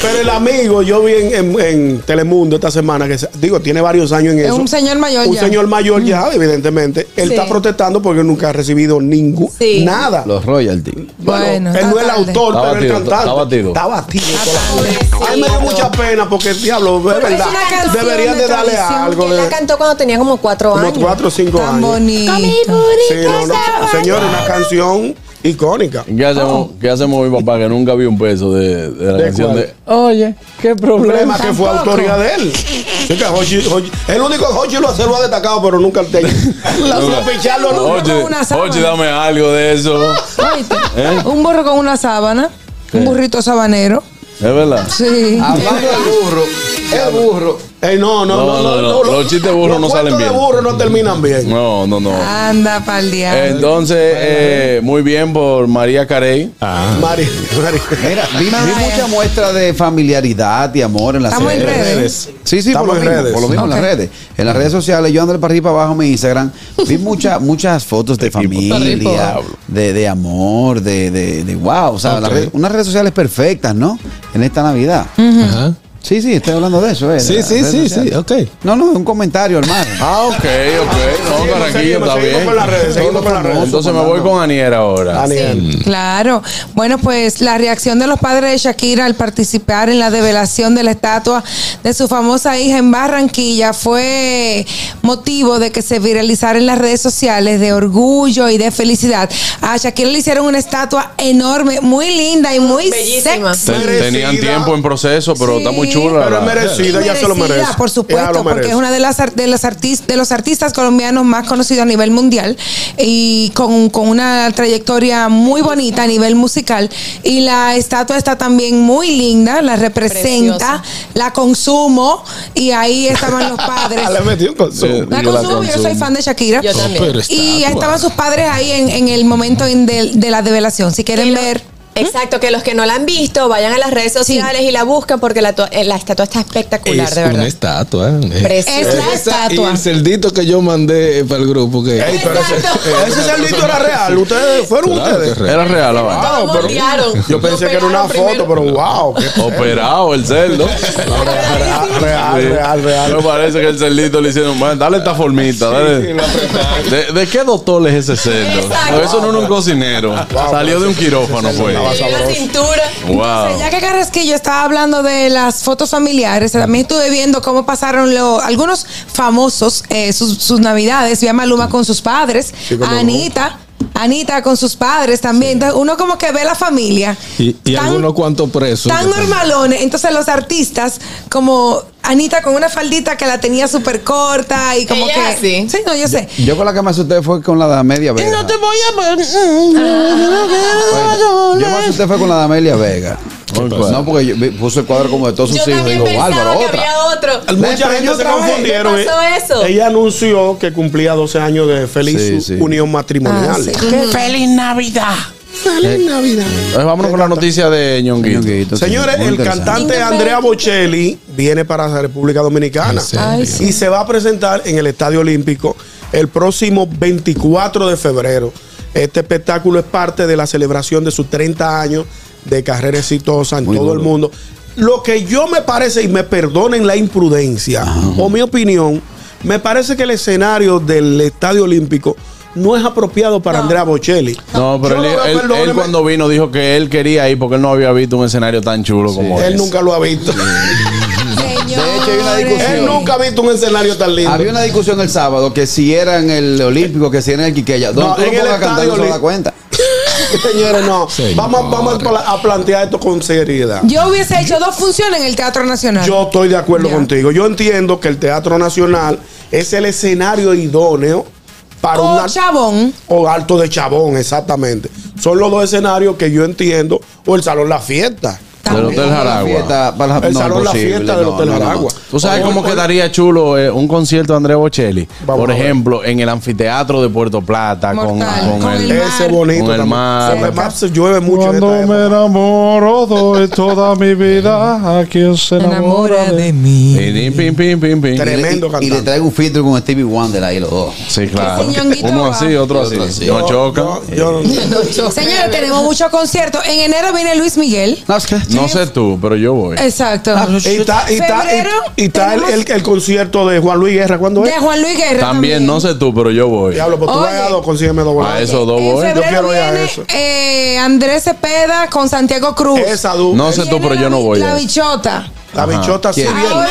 Speaker 4: Pero el amigo, yo vi en, en- en Telemundo esta semana, que se- digo, tiene varios años en
Speaker 5: Es
Speaker 4: eso.
Speaker 5: un señor mayor
Speaker 4: Un
Speaker 5: ya.
Speaker 4: señor mayor ya, evidentemente. Él
Speaker 5: Sí.
Speaker 4: está protestando porque nunca ha recibido ningún,
Speaker 5: Sí.
Speaker 4: nada.
Speaker 7: Los royalty.
Speaker 5: Bueno,
Speaker 4: él
Speaker 5: está
Speaker 4: no es el
Speaker 5: tarde.
Speaker 4: autor, pero
Speaker 7: Está
Speaker 4: el
Speaker 7: batido,
Speaker 4: cantante.
Speaker 7: está batido.
Speaker 4: Está batido. A mí me dio mucha pena porque, diablo, es
Speaker 6: Es
Speaker 4: verdad.
Speaker 6: una canción
Speaker 4: Deberían de darle
Speaker 6: tradición
Speaker 4: algo
Speaker 6: que él
Speaker 4: de...
Speaker 6: la cantó cuando tenía como cuatro
Speaker 4: Como
Speaker 6: años.
Speaker 4: cuatro o cinco
Speaker 6: Tan
Speaker 4: años.
Speaker 6: bonito. Con mi
Speaker 4: Sí,
Speaker 6: burrito
Speaker 4: no, no.
Speaker 6: sabanero.
Speaker 4: Señor, una canción icónica.
Speaker 15: ¿Qué hacemos, ¿Qué hacemos mi papá que nunca vio un peso de, de la
Speaker 4: ¿De
Speaker 15: canción
Speaker 4: cuál?
Speaker 15: de... Oye, qué problema.
Speaker 4: que fue
Speaker 15: Tampoco.
Speaker 4: autoría de él. Sí, que Hochi- Hochi- el único que Hochi lo hace lo ha destacado, pero nunca el teño. La
Speaker 15: Nunca.
Speaker 4: picharlo no.
Speaker 15: Oye,
Speaker 5: una sábana.
Speaker 15: oye, dame algo de eso.
Speaker 5: Oíste,
Speaker 15: ¿Eh?
Speaker 5: Un burro con una sábana, un burrito sabanero.
Speaker 15: ¿Es verdad?
Speaker 5: Sí.
Speaker 7: burro, el burro.
Speaker 4: Ey, Eh, no, no, no, no, no,
Speaker 15: Los chistes burros no salen bien.
Speaker 4: Los burros no terminan bien.
Speaker 15: No, no, no.
Speaker 5: Anda pa'l diablo.
Speaker 15: Entonces, eh, muy bien por María Carey.
Speaker 4: Ah. María,
Speaker 7: Mira, vi, vi mucha muestra de familiaridad y amor en las
Speaker 5: Estamos en redes.
Speaker 7: Sí, sí,
Speaker 4: Estamos
Speaker 7: por
Speaker 4: en
Speaker 7: lo, mismo,
Speaker 4: redes.
Speaker 7: por lo mismo en las redes. En las redes sociales, yo ando para arriba y para abajo en mi Instagram, vi mucha, muchas fotos de familia, de, de amor, de, de, de wow. O sea, las redes- unas redes sociales perfectas, ¿no? En esta Navidad.
Speaker 3: Ajá.
Speaker 7: Sí, sí, estoy hablando de eso. eh,
Speaker 3: Sí,
Speaker 7: de las
Speaker 3: sí,
Speaker 7: redes
Speaker 3: sí,
Speaker 7: sociales.
Speaker 3: sí, ok.
Speaker 7: No, no, un comentario, hermano.
Speaker 15: Ah, ok, ok. No, Carraquillo,
Speaker 4: seguimos,
Speaker 15: está
Speaker 4: seguimos
Speaker 15: bien.
Speaker 4: con las redes, seguimos con las redes.
Speaker 15: Entonces me voy con Anier ahora.
Speaker 4: Aniel.
Speaker 5: Claro. Bueno, pues la reacción de los padres de Shakira al participar en la develación de la estatua de su famosa hija en Barranquilla fue motivo de que se viralizara en las redes sociales de orgullo y de felicidad. A Shakira le hicieron una estatua enorme, muy linda y muy
Speaker 6: Bellísima.
Speaker 5: sexy.
Speaker 15: Te- Tenían tiempo en proceso, pero está muy
Speaker 4: Pero
Speaker 15: chula.
Speaker 4: es
Speaker 15: la-
Speaker 4: merecida, ya se lo
Speaker 5: merecida,
Speaker 4: merece.
Speaker 5: Por
Speaker 4: Ya lo
Speaker 5: supuesto, porque
Speaker 4: merece.
Speaker 5: es una de las ar- de los artistas de los artistas colombianos más conocidos a nivel mundial y con, con una trayectoria muy bonita a nivel musical y la estatua está también muy linda, la representa, la consumo y ahí estaban los padres.
Speaker 4: Le metí un consumo.
Speaker 5: La consumo, yo soy fan de Shakira.
Speaker 6: Yo también.
Speaker 4: Pero
Speaker 5: y
Speaker 4: estatua.
Speaker 5: estaban sus padres ahí en, en el momento en del- de, la develación. Si quieren ver,
Speaker 6: Exacto, que los que no la han visto vayan a las redes sociales y la buscan porque la, to- eh, la estatua está espectacular,
Speaker 3: Es
Speaker 6: de verdad.
Speaker 3: una estatua. eh.
Speaker 6: Preciosa. Es la
Speaker 3: Esa
Speaker 6: estatua.
Speaker 3: Y el cerdito que yo mandé eh, para el grupo. Que,
Speaker 4: Ey, pero ese, ese cerdito era real. Ustedes fueron
Speaker 3: Claro que
Speaker 4: ustedes.
Speaker 3: es real.
Speaker 15: Era real la vaina.
Speaker 4: Wow, pero-
Speaker 6: Voltearon.
Speaker 4: yo pensé que era una
Speaker 6: Operaron primero.
Speaker 4: foto, pero wow. qué-
Speaker 15: Operado el cerdo.
Speaker 4: Real, real, real, real.
Speaker 15: Me parece que el cerdito le hicieron, "Man, dale esta formita, dale.
Speaker 4: sí, lo apretaron.
Speaker 15: ¿De, de qué doctor es ese cerdo?
Speaker 6: Exacto.
Speaker 15: Eso no era un cocinero. Salió de un quirófano, fue.
Speaker 6: En la cintura.
Speaker 15: Wow.
Speaker 5: Ya que Carrasquillo estaba hablando de las fotos familiares, también estuve viendo cómo pasaron lo- algunos famosos eh, sus, sus navidades. Vi a Maluma con sus padres,
Speaker 3: Sí, cómo no.
Speaker 5: Anita, Anita con sus padres también. Entonces, uno como que ve la familia
Speaker 3: Y, y
Speaker 5: Tan-
Speaker 3: algunos cuantos presos.
Speaker 5: tan normalones. Entonces los artistas como Anita con una faldita que la tenía súper corta y como
Speaker 6: Ella
Speaker 5: que...
Speaker 6: así.
Speaker 5: Sí, no, yo sé. Ah.
Speaker 7: Yo con la que me asusté fue con la de Amelia Vega.
Speaker 5: voy
Speaker 7: Yo me asusté fue con la de Amelia Vega. Pues
Speaker 15: pasó?
Speaker 7: No, porque yo vi- puso el cuadro como de todos sus
Speaker 6: Yo
Speaker 7: hijos.
Speaker 6: también
Speaker 7: Digo,
Speaker 6: pensaba
Speaker 7: bárbaro,
Speaker 6: que
Speaker 7: otra.
Speaker 6: había otro.
Speaker 4: Mucha gente
Speaker 7: prendió
Speaker 4: se
Speaker 7: otra vez.
Speaker 4: confundieron.
Speaker 6: ¿Qué pasó
Speaker 4: eh.
Speaker 6: eso?
Speaker 4: Ella anunció que cumplía 12 años de feliz
Speaker 7: Sí,
Speaker 4: u-
Speaker 7: sí.
Speaker 4: unión
Speaker 15: Ah,
Speaker 10: Ah,
Speaker 4: matrimonial.
Speaker 9: ¡Feliz Navidad!
Speaker 4: Feliz Navidad.
Speaker 15: Entonces, vámonos con la noticia de Ñonguito.
Speaker 4: Señores, el cantante Andrea Bocelli viene para la República Dominicana
Speaker 5: Ay,
Speaker 4: y se va a presentar en el Estadio Olímpico el próximo 24 de febrero. Este espectáculo es parte de la celebración de sus 30 años de carrera exitosa en todo el mundo. Lo que yo me parece, y me perdonen la imprudencia o mi opinión, me parece que el escenario del Estadio Olímpico no es apropiado para Andrea Bocelli.
Speaker 2: No, pero
Speaker 4: Yo lo
Speaker 2: él,
Speaker 4: veo,
Speaker 2: él- él
Speaker 4: perdóneme.
Speaker 2: cuando vino dijo que él quería ir porque él no había visto un escenario tan chulo como
Speaker 4: Él
Speaker 2: ese.
Speaker 4: nunca lo ha visto.
Speaker 7: De hecho, hay una discusión.
Speaker 4: Él nunca ha visto un escenario tan lindo.
Speaker 7: Había una discusión el sábado que si era en el Olímpico, que si era en el Quiqueya. Donde
Speaker 4: No,
Speaker 7: tú lo
Speaker 4: en el
Speaker 7: pongas a cantar,
Speaker 4: estadio
Speaker 7: no se va a
Speaker 4: Olí-
Speaker 7: dar cuenta.
Speaker 4: Señores, no. Vamos, a- vamos a pla- a plantear esto con seriedad.
Speaker 5: Yo hubiese hecho dos funciones en el Teatro Nacional.
Speaker 4: Yo estoy de acuerdo contigo. Yo entiendo que el Teatro Nacional es el escenario idóneo para
Speaker 5: O
Speaker 4: un ar- O alto de chabón, exactamente. Son los dos escenarios que yo entiendo. O el Salón La Fiesta.
Speaker 2: Del Hotel Jaragua.
Speaker 4: el Salón La Fiesta del Hotel Jaragua.
Speaker 2: ¿Tú sabes
Speaker 4: O-
Speaker 2: cómo
Speaker 4: o-
Speaker 2: quedaría chulo eh, un concierto de Andrea Bocelli? Por
Speaker 4: a ver.
Speaker 2: ejemplo, en el anfiteatro de Puerto Plata con, con el,
Speaker 4: Ese bonito.
Speaker 2: con el
Speaker 4: también.
Speaker 2: mar.
Speaker 4: Se- además, se llueve mucho. en
Speaker 25: Cuando
Speaker 4: esta época.
Speaker 25: me enamoro, doy toda mi vida a quien se enamora de mí.
Speaker 7: Tremendo Y le traigo un filtro con Stevie Wonder ahí los dos.
Speaker 2: Sí, claro.
Speaker 5: Ese ñonguito Uno va. así,
Speaker 2: otro así. No choca.
Speaker 5: Señores, tenemos muchos conciertos. En enero viene Luis Miguel.
Speaker 2: No sé tú, pero yo voy.
Speaker 5: Exacto.
Speaker 4: Ah, Y está, y está- y-
Speaker 5: Febrero
Speaker 4: y está el, el- el concierto de Juan Luis Guerra. ¿Cuándo es?
Speaker 5: de Juan Luis Guerra.
Speaker 2: También, no sé tú, pero yo voy.
Speaker 4: Diablo, pues tú vas a dos, consígueme dos boletos.
Speaker 2: A esos dos
Speaker 5: En
Speaker 2: voy.
Speaker 5: febrero viene, eh, Andrés Cepeda con Santiago Cruz.
Speaker 4: Esa du-
Speaker 2: No sé tú, pero yo no voy.
Speaker 5: La
Speaker 2: a eso.
Speaker 5: bichota.
Speaker 4: La
Speaker 2: Ajá.
Speaker 4: bichota sí
Speaker 2: ¿Quién?
Speaker 4: viene.
Speaker 5: Ahora-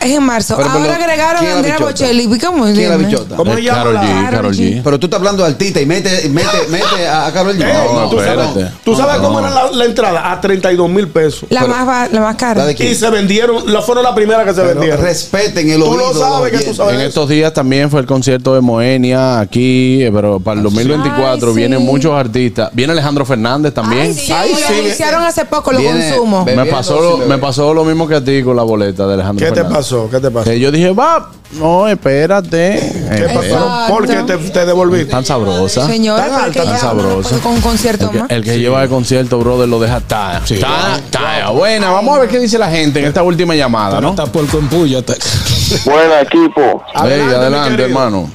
Speaker 5: Es en marzo.
Speaker 7: Pero,
Speaker 5: Ahora
Speaker 7: pero,
Speaker 5: agregaron a
Speaker 7: ¿quién es la
Speaker 5: Andrea
Speaker 7: bichota?
Speaker 5: Bocelli. ¿Cómo
Speaker 7: ¿Quién es la
Speaker 5: viene?
Speaker 7: bichota?
Speaker 5: ¿Cómo
Speaker 2: se llama Karol la- G, Karol G.
Speaker 7: Pero tú estás hablando de artista y mete, mete, mete a, a Karol G.
Speaker 4: Ey, Eh, tú sabes, tú sabes cómo era la, la entrada? A 32 mil pesos.
Speaker 5: La más, va- la más cara.
Speaker 4: Y se vendieron, la, fueron la primera que se vendieron.
Speaker 7: Respeten el
Speaker 4: Tú
Speaker 7: oído
Speaker 4: lo
Speaker 7: de los
Speaker 4: sabes que tú
Speaker 7: oyentes.
Speaker 4: sabes.
Speaker 2: En estos días también fue el concierto de Moenia aquí, eh, pero para el
Speaker 4: Ah,
Speaker 2: 2024
Speaker 5: Ay, sí.
Speaker 2: vienen muchos artistas. Viene Alejandro Fernández también.
Speaker 5: Sí, lo anunciaron hace poco, lo
Speaker 2: Viene-
Speaker 5: consumo.
Speaker 2: Me pasó, lo, me pasó lo mismo que a ti con la boleta de Alejandro
Speaker 4: ¿Qué te
Speaker 2: Fernández.
Speaker 4: pasó? ¿Qué te pasó?
Speaker 2: Que yo dije, va, no, espérate.
Speaker 4: ¿Qué pasó? ¿Por qué te, te devolviste?
Speaker 2: Tan sabrosa.
Speaker 5: Señores,
Speaker 4: Tan
Speaker 5: ¿por
Speaker 4: alta,
Speaker 5: qué
Speaker 2: tan
Speaker 5: ya
Speaker 2: sabrosa.
Speaker 5: Con un concierto más.
Speaker 2: El que lleva el concierto, brother, lo deja talla. talla, talla. Buena, vamos a ver qué dice la gente en esta última llamada, ¿no? Está por
Speaker 12: Buena equipo.
Speaker 2: Adelante, adelante hermano.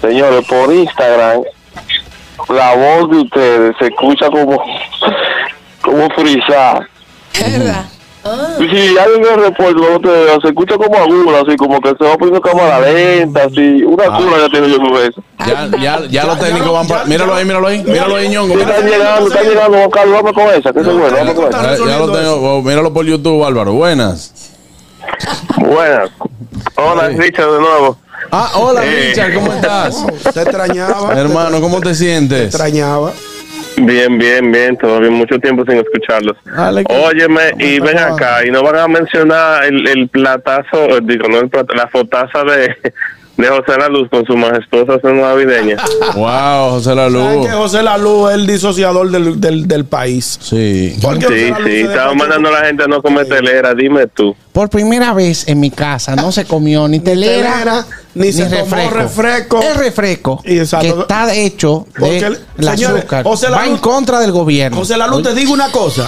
Speaker 12: Señores, por Instagram, la voz de ustedes se escucha como, como frisada. Si alguien me recuerdo, te- se escucha como aguda, así como que se va poniendo cámara lenta, así. Una cura ya tiene yo con eso.
Speaker 2: Ah. Ya, ya, ya los técnicos van para. Míralo ahí, míralo ahí. Míralo ahí, ñongo. míralo.
Speaker 12: Están llegando, están llegando, Juan Carlos, vamos con esa, que eso es bueno, vamos con
Speaker 2: Ya, ya lo
Speaker 12: esa.
Speaker 2: tengo. Oh, míralo por YouTube, Álvaro. Buenas.
Speaker 12: Buenas. Hola, Richard, de nuevo.
Speaker 2: Ah, hola,
Speaker 12: Eh.
Speaker 2: Richard, ¿cómo estás?
Speaker 4: Te extrañaba.
Speaker 2: Hermano, ¿cómo te sientes?
Speaker 4: extrañaba.
Speaker 12: Bien, bien, bien, todavía mucho tiempo sin escucharlos.
Speaker 2: Dale, que-
Speaker 12: Óyeme, y ven acá, y no van a mencionar el, el platazo, eh, digo, no el plata- la fotaza de, de José La Luz con su majestuosa cena navideña.
Speaker 2: Wow, José La
Speaker 4: ¿Sabes que José Lalu es el disociador del, del, del país?
Speaker 2: Sí.
Speaker 4: ¿Por qué José
Speaker 12: Sí,
Speaker 4: La Luz
Speaker 12: sí,
Speaker 4: se
Speaker 12: estaba
Speaker 4: dejó-
Speaker 12: mandando a la gente a no comer telera, dime tú.
Speaker 10: Por primera vez en mi casa no se comió ni telera,
Speaker 4: telera, ni se tomó refresco.
Speaker 10: El refresco
Speaker 4: exacto.
Speaker 10: que está hecho
Speaker 4: Porque
Speaker 10: de
Speaker 4: el-
Speaker 10: la
Speaker 4: señores,
Speaker 10: azúcar
Speaker 4: José La
Speaker 10: va en
Speaker 4: Luz-
Speaker 10: contra del gobierno.
Speaker 4: José Lalu, te
Speaker 10: Oye,
Speaker 4: digo una cosa.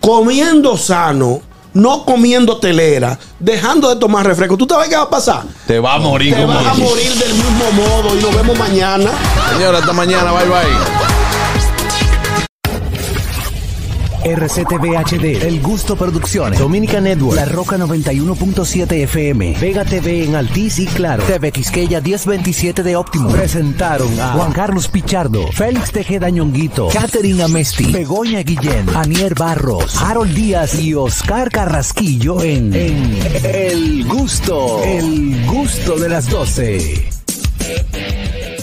Speaker 4: Comiendo sano, no comiendo telera, dejando de tomar refresco. ¿Tú sabes qué va a pasar?
Speaker 2: Te va a morir
Speaker 4: Te
Speaker 2: como
Speaker 4: vas a
Speaker 2: dice.
Speaker 4: morir del mismo modo y nos vemos mañana.
Speaker 2: Señora, hasta mañana. Bye, bye.
Speaker 1: RCTV HD, El Gusto Producciones, Dominica Network, La Roca 91.7 FM, Vega TV en Altiz y Claro, TV Quisqueya 1027 de Óptimo. Presentaron a Juan Carlos Pichardo, Félix Tejeda Ñonguito, Katherine Amesti, Begoña Guillén, Anier Barros, Harold Díaz y Oscar Carrasquillo en, en El Gusto, El Gusto de las 12.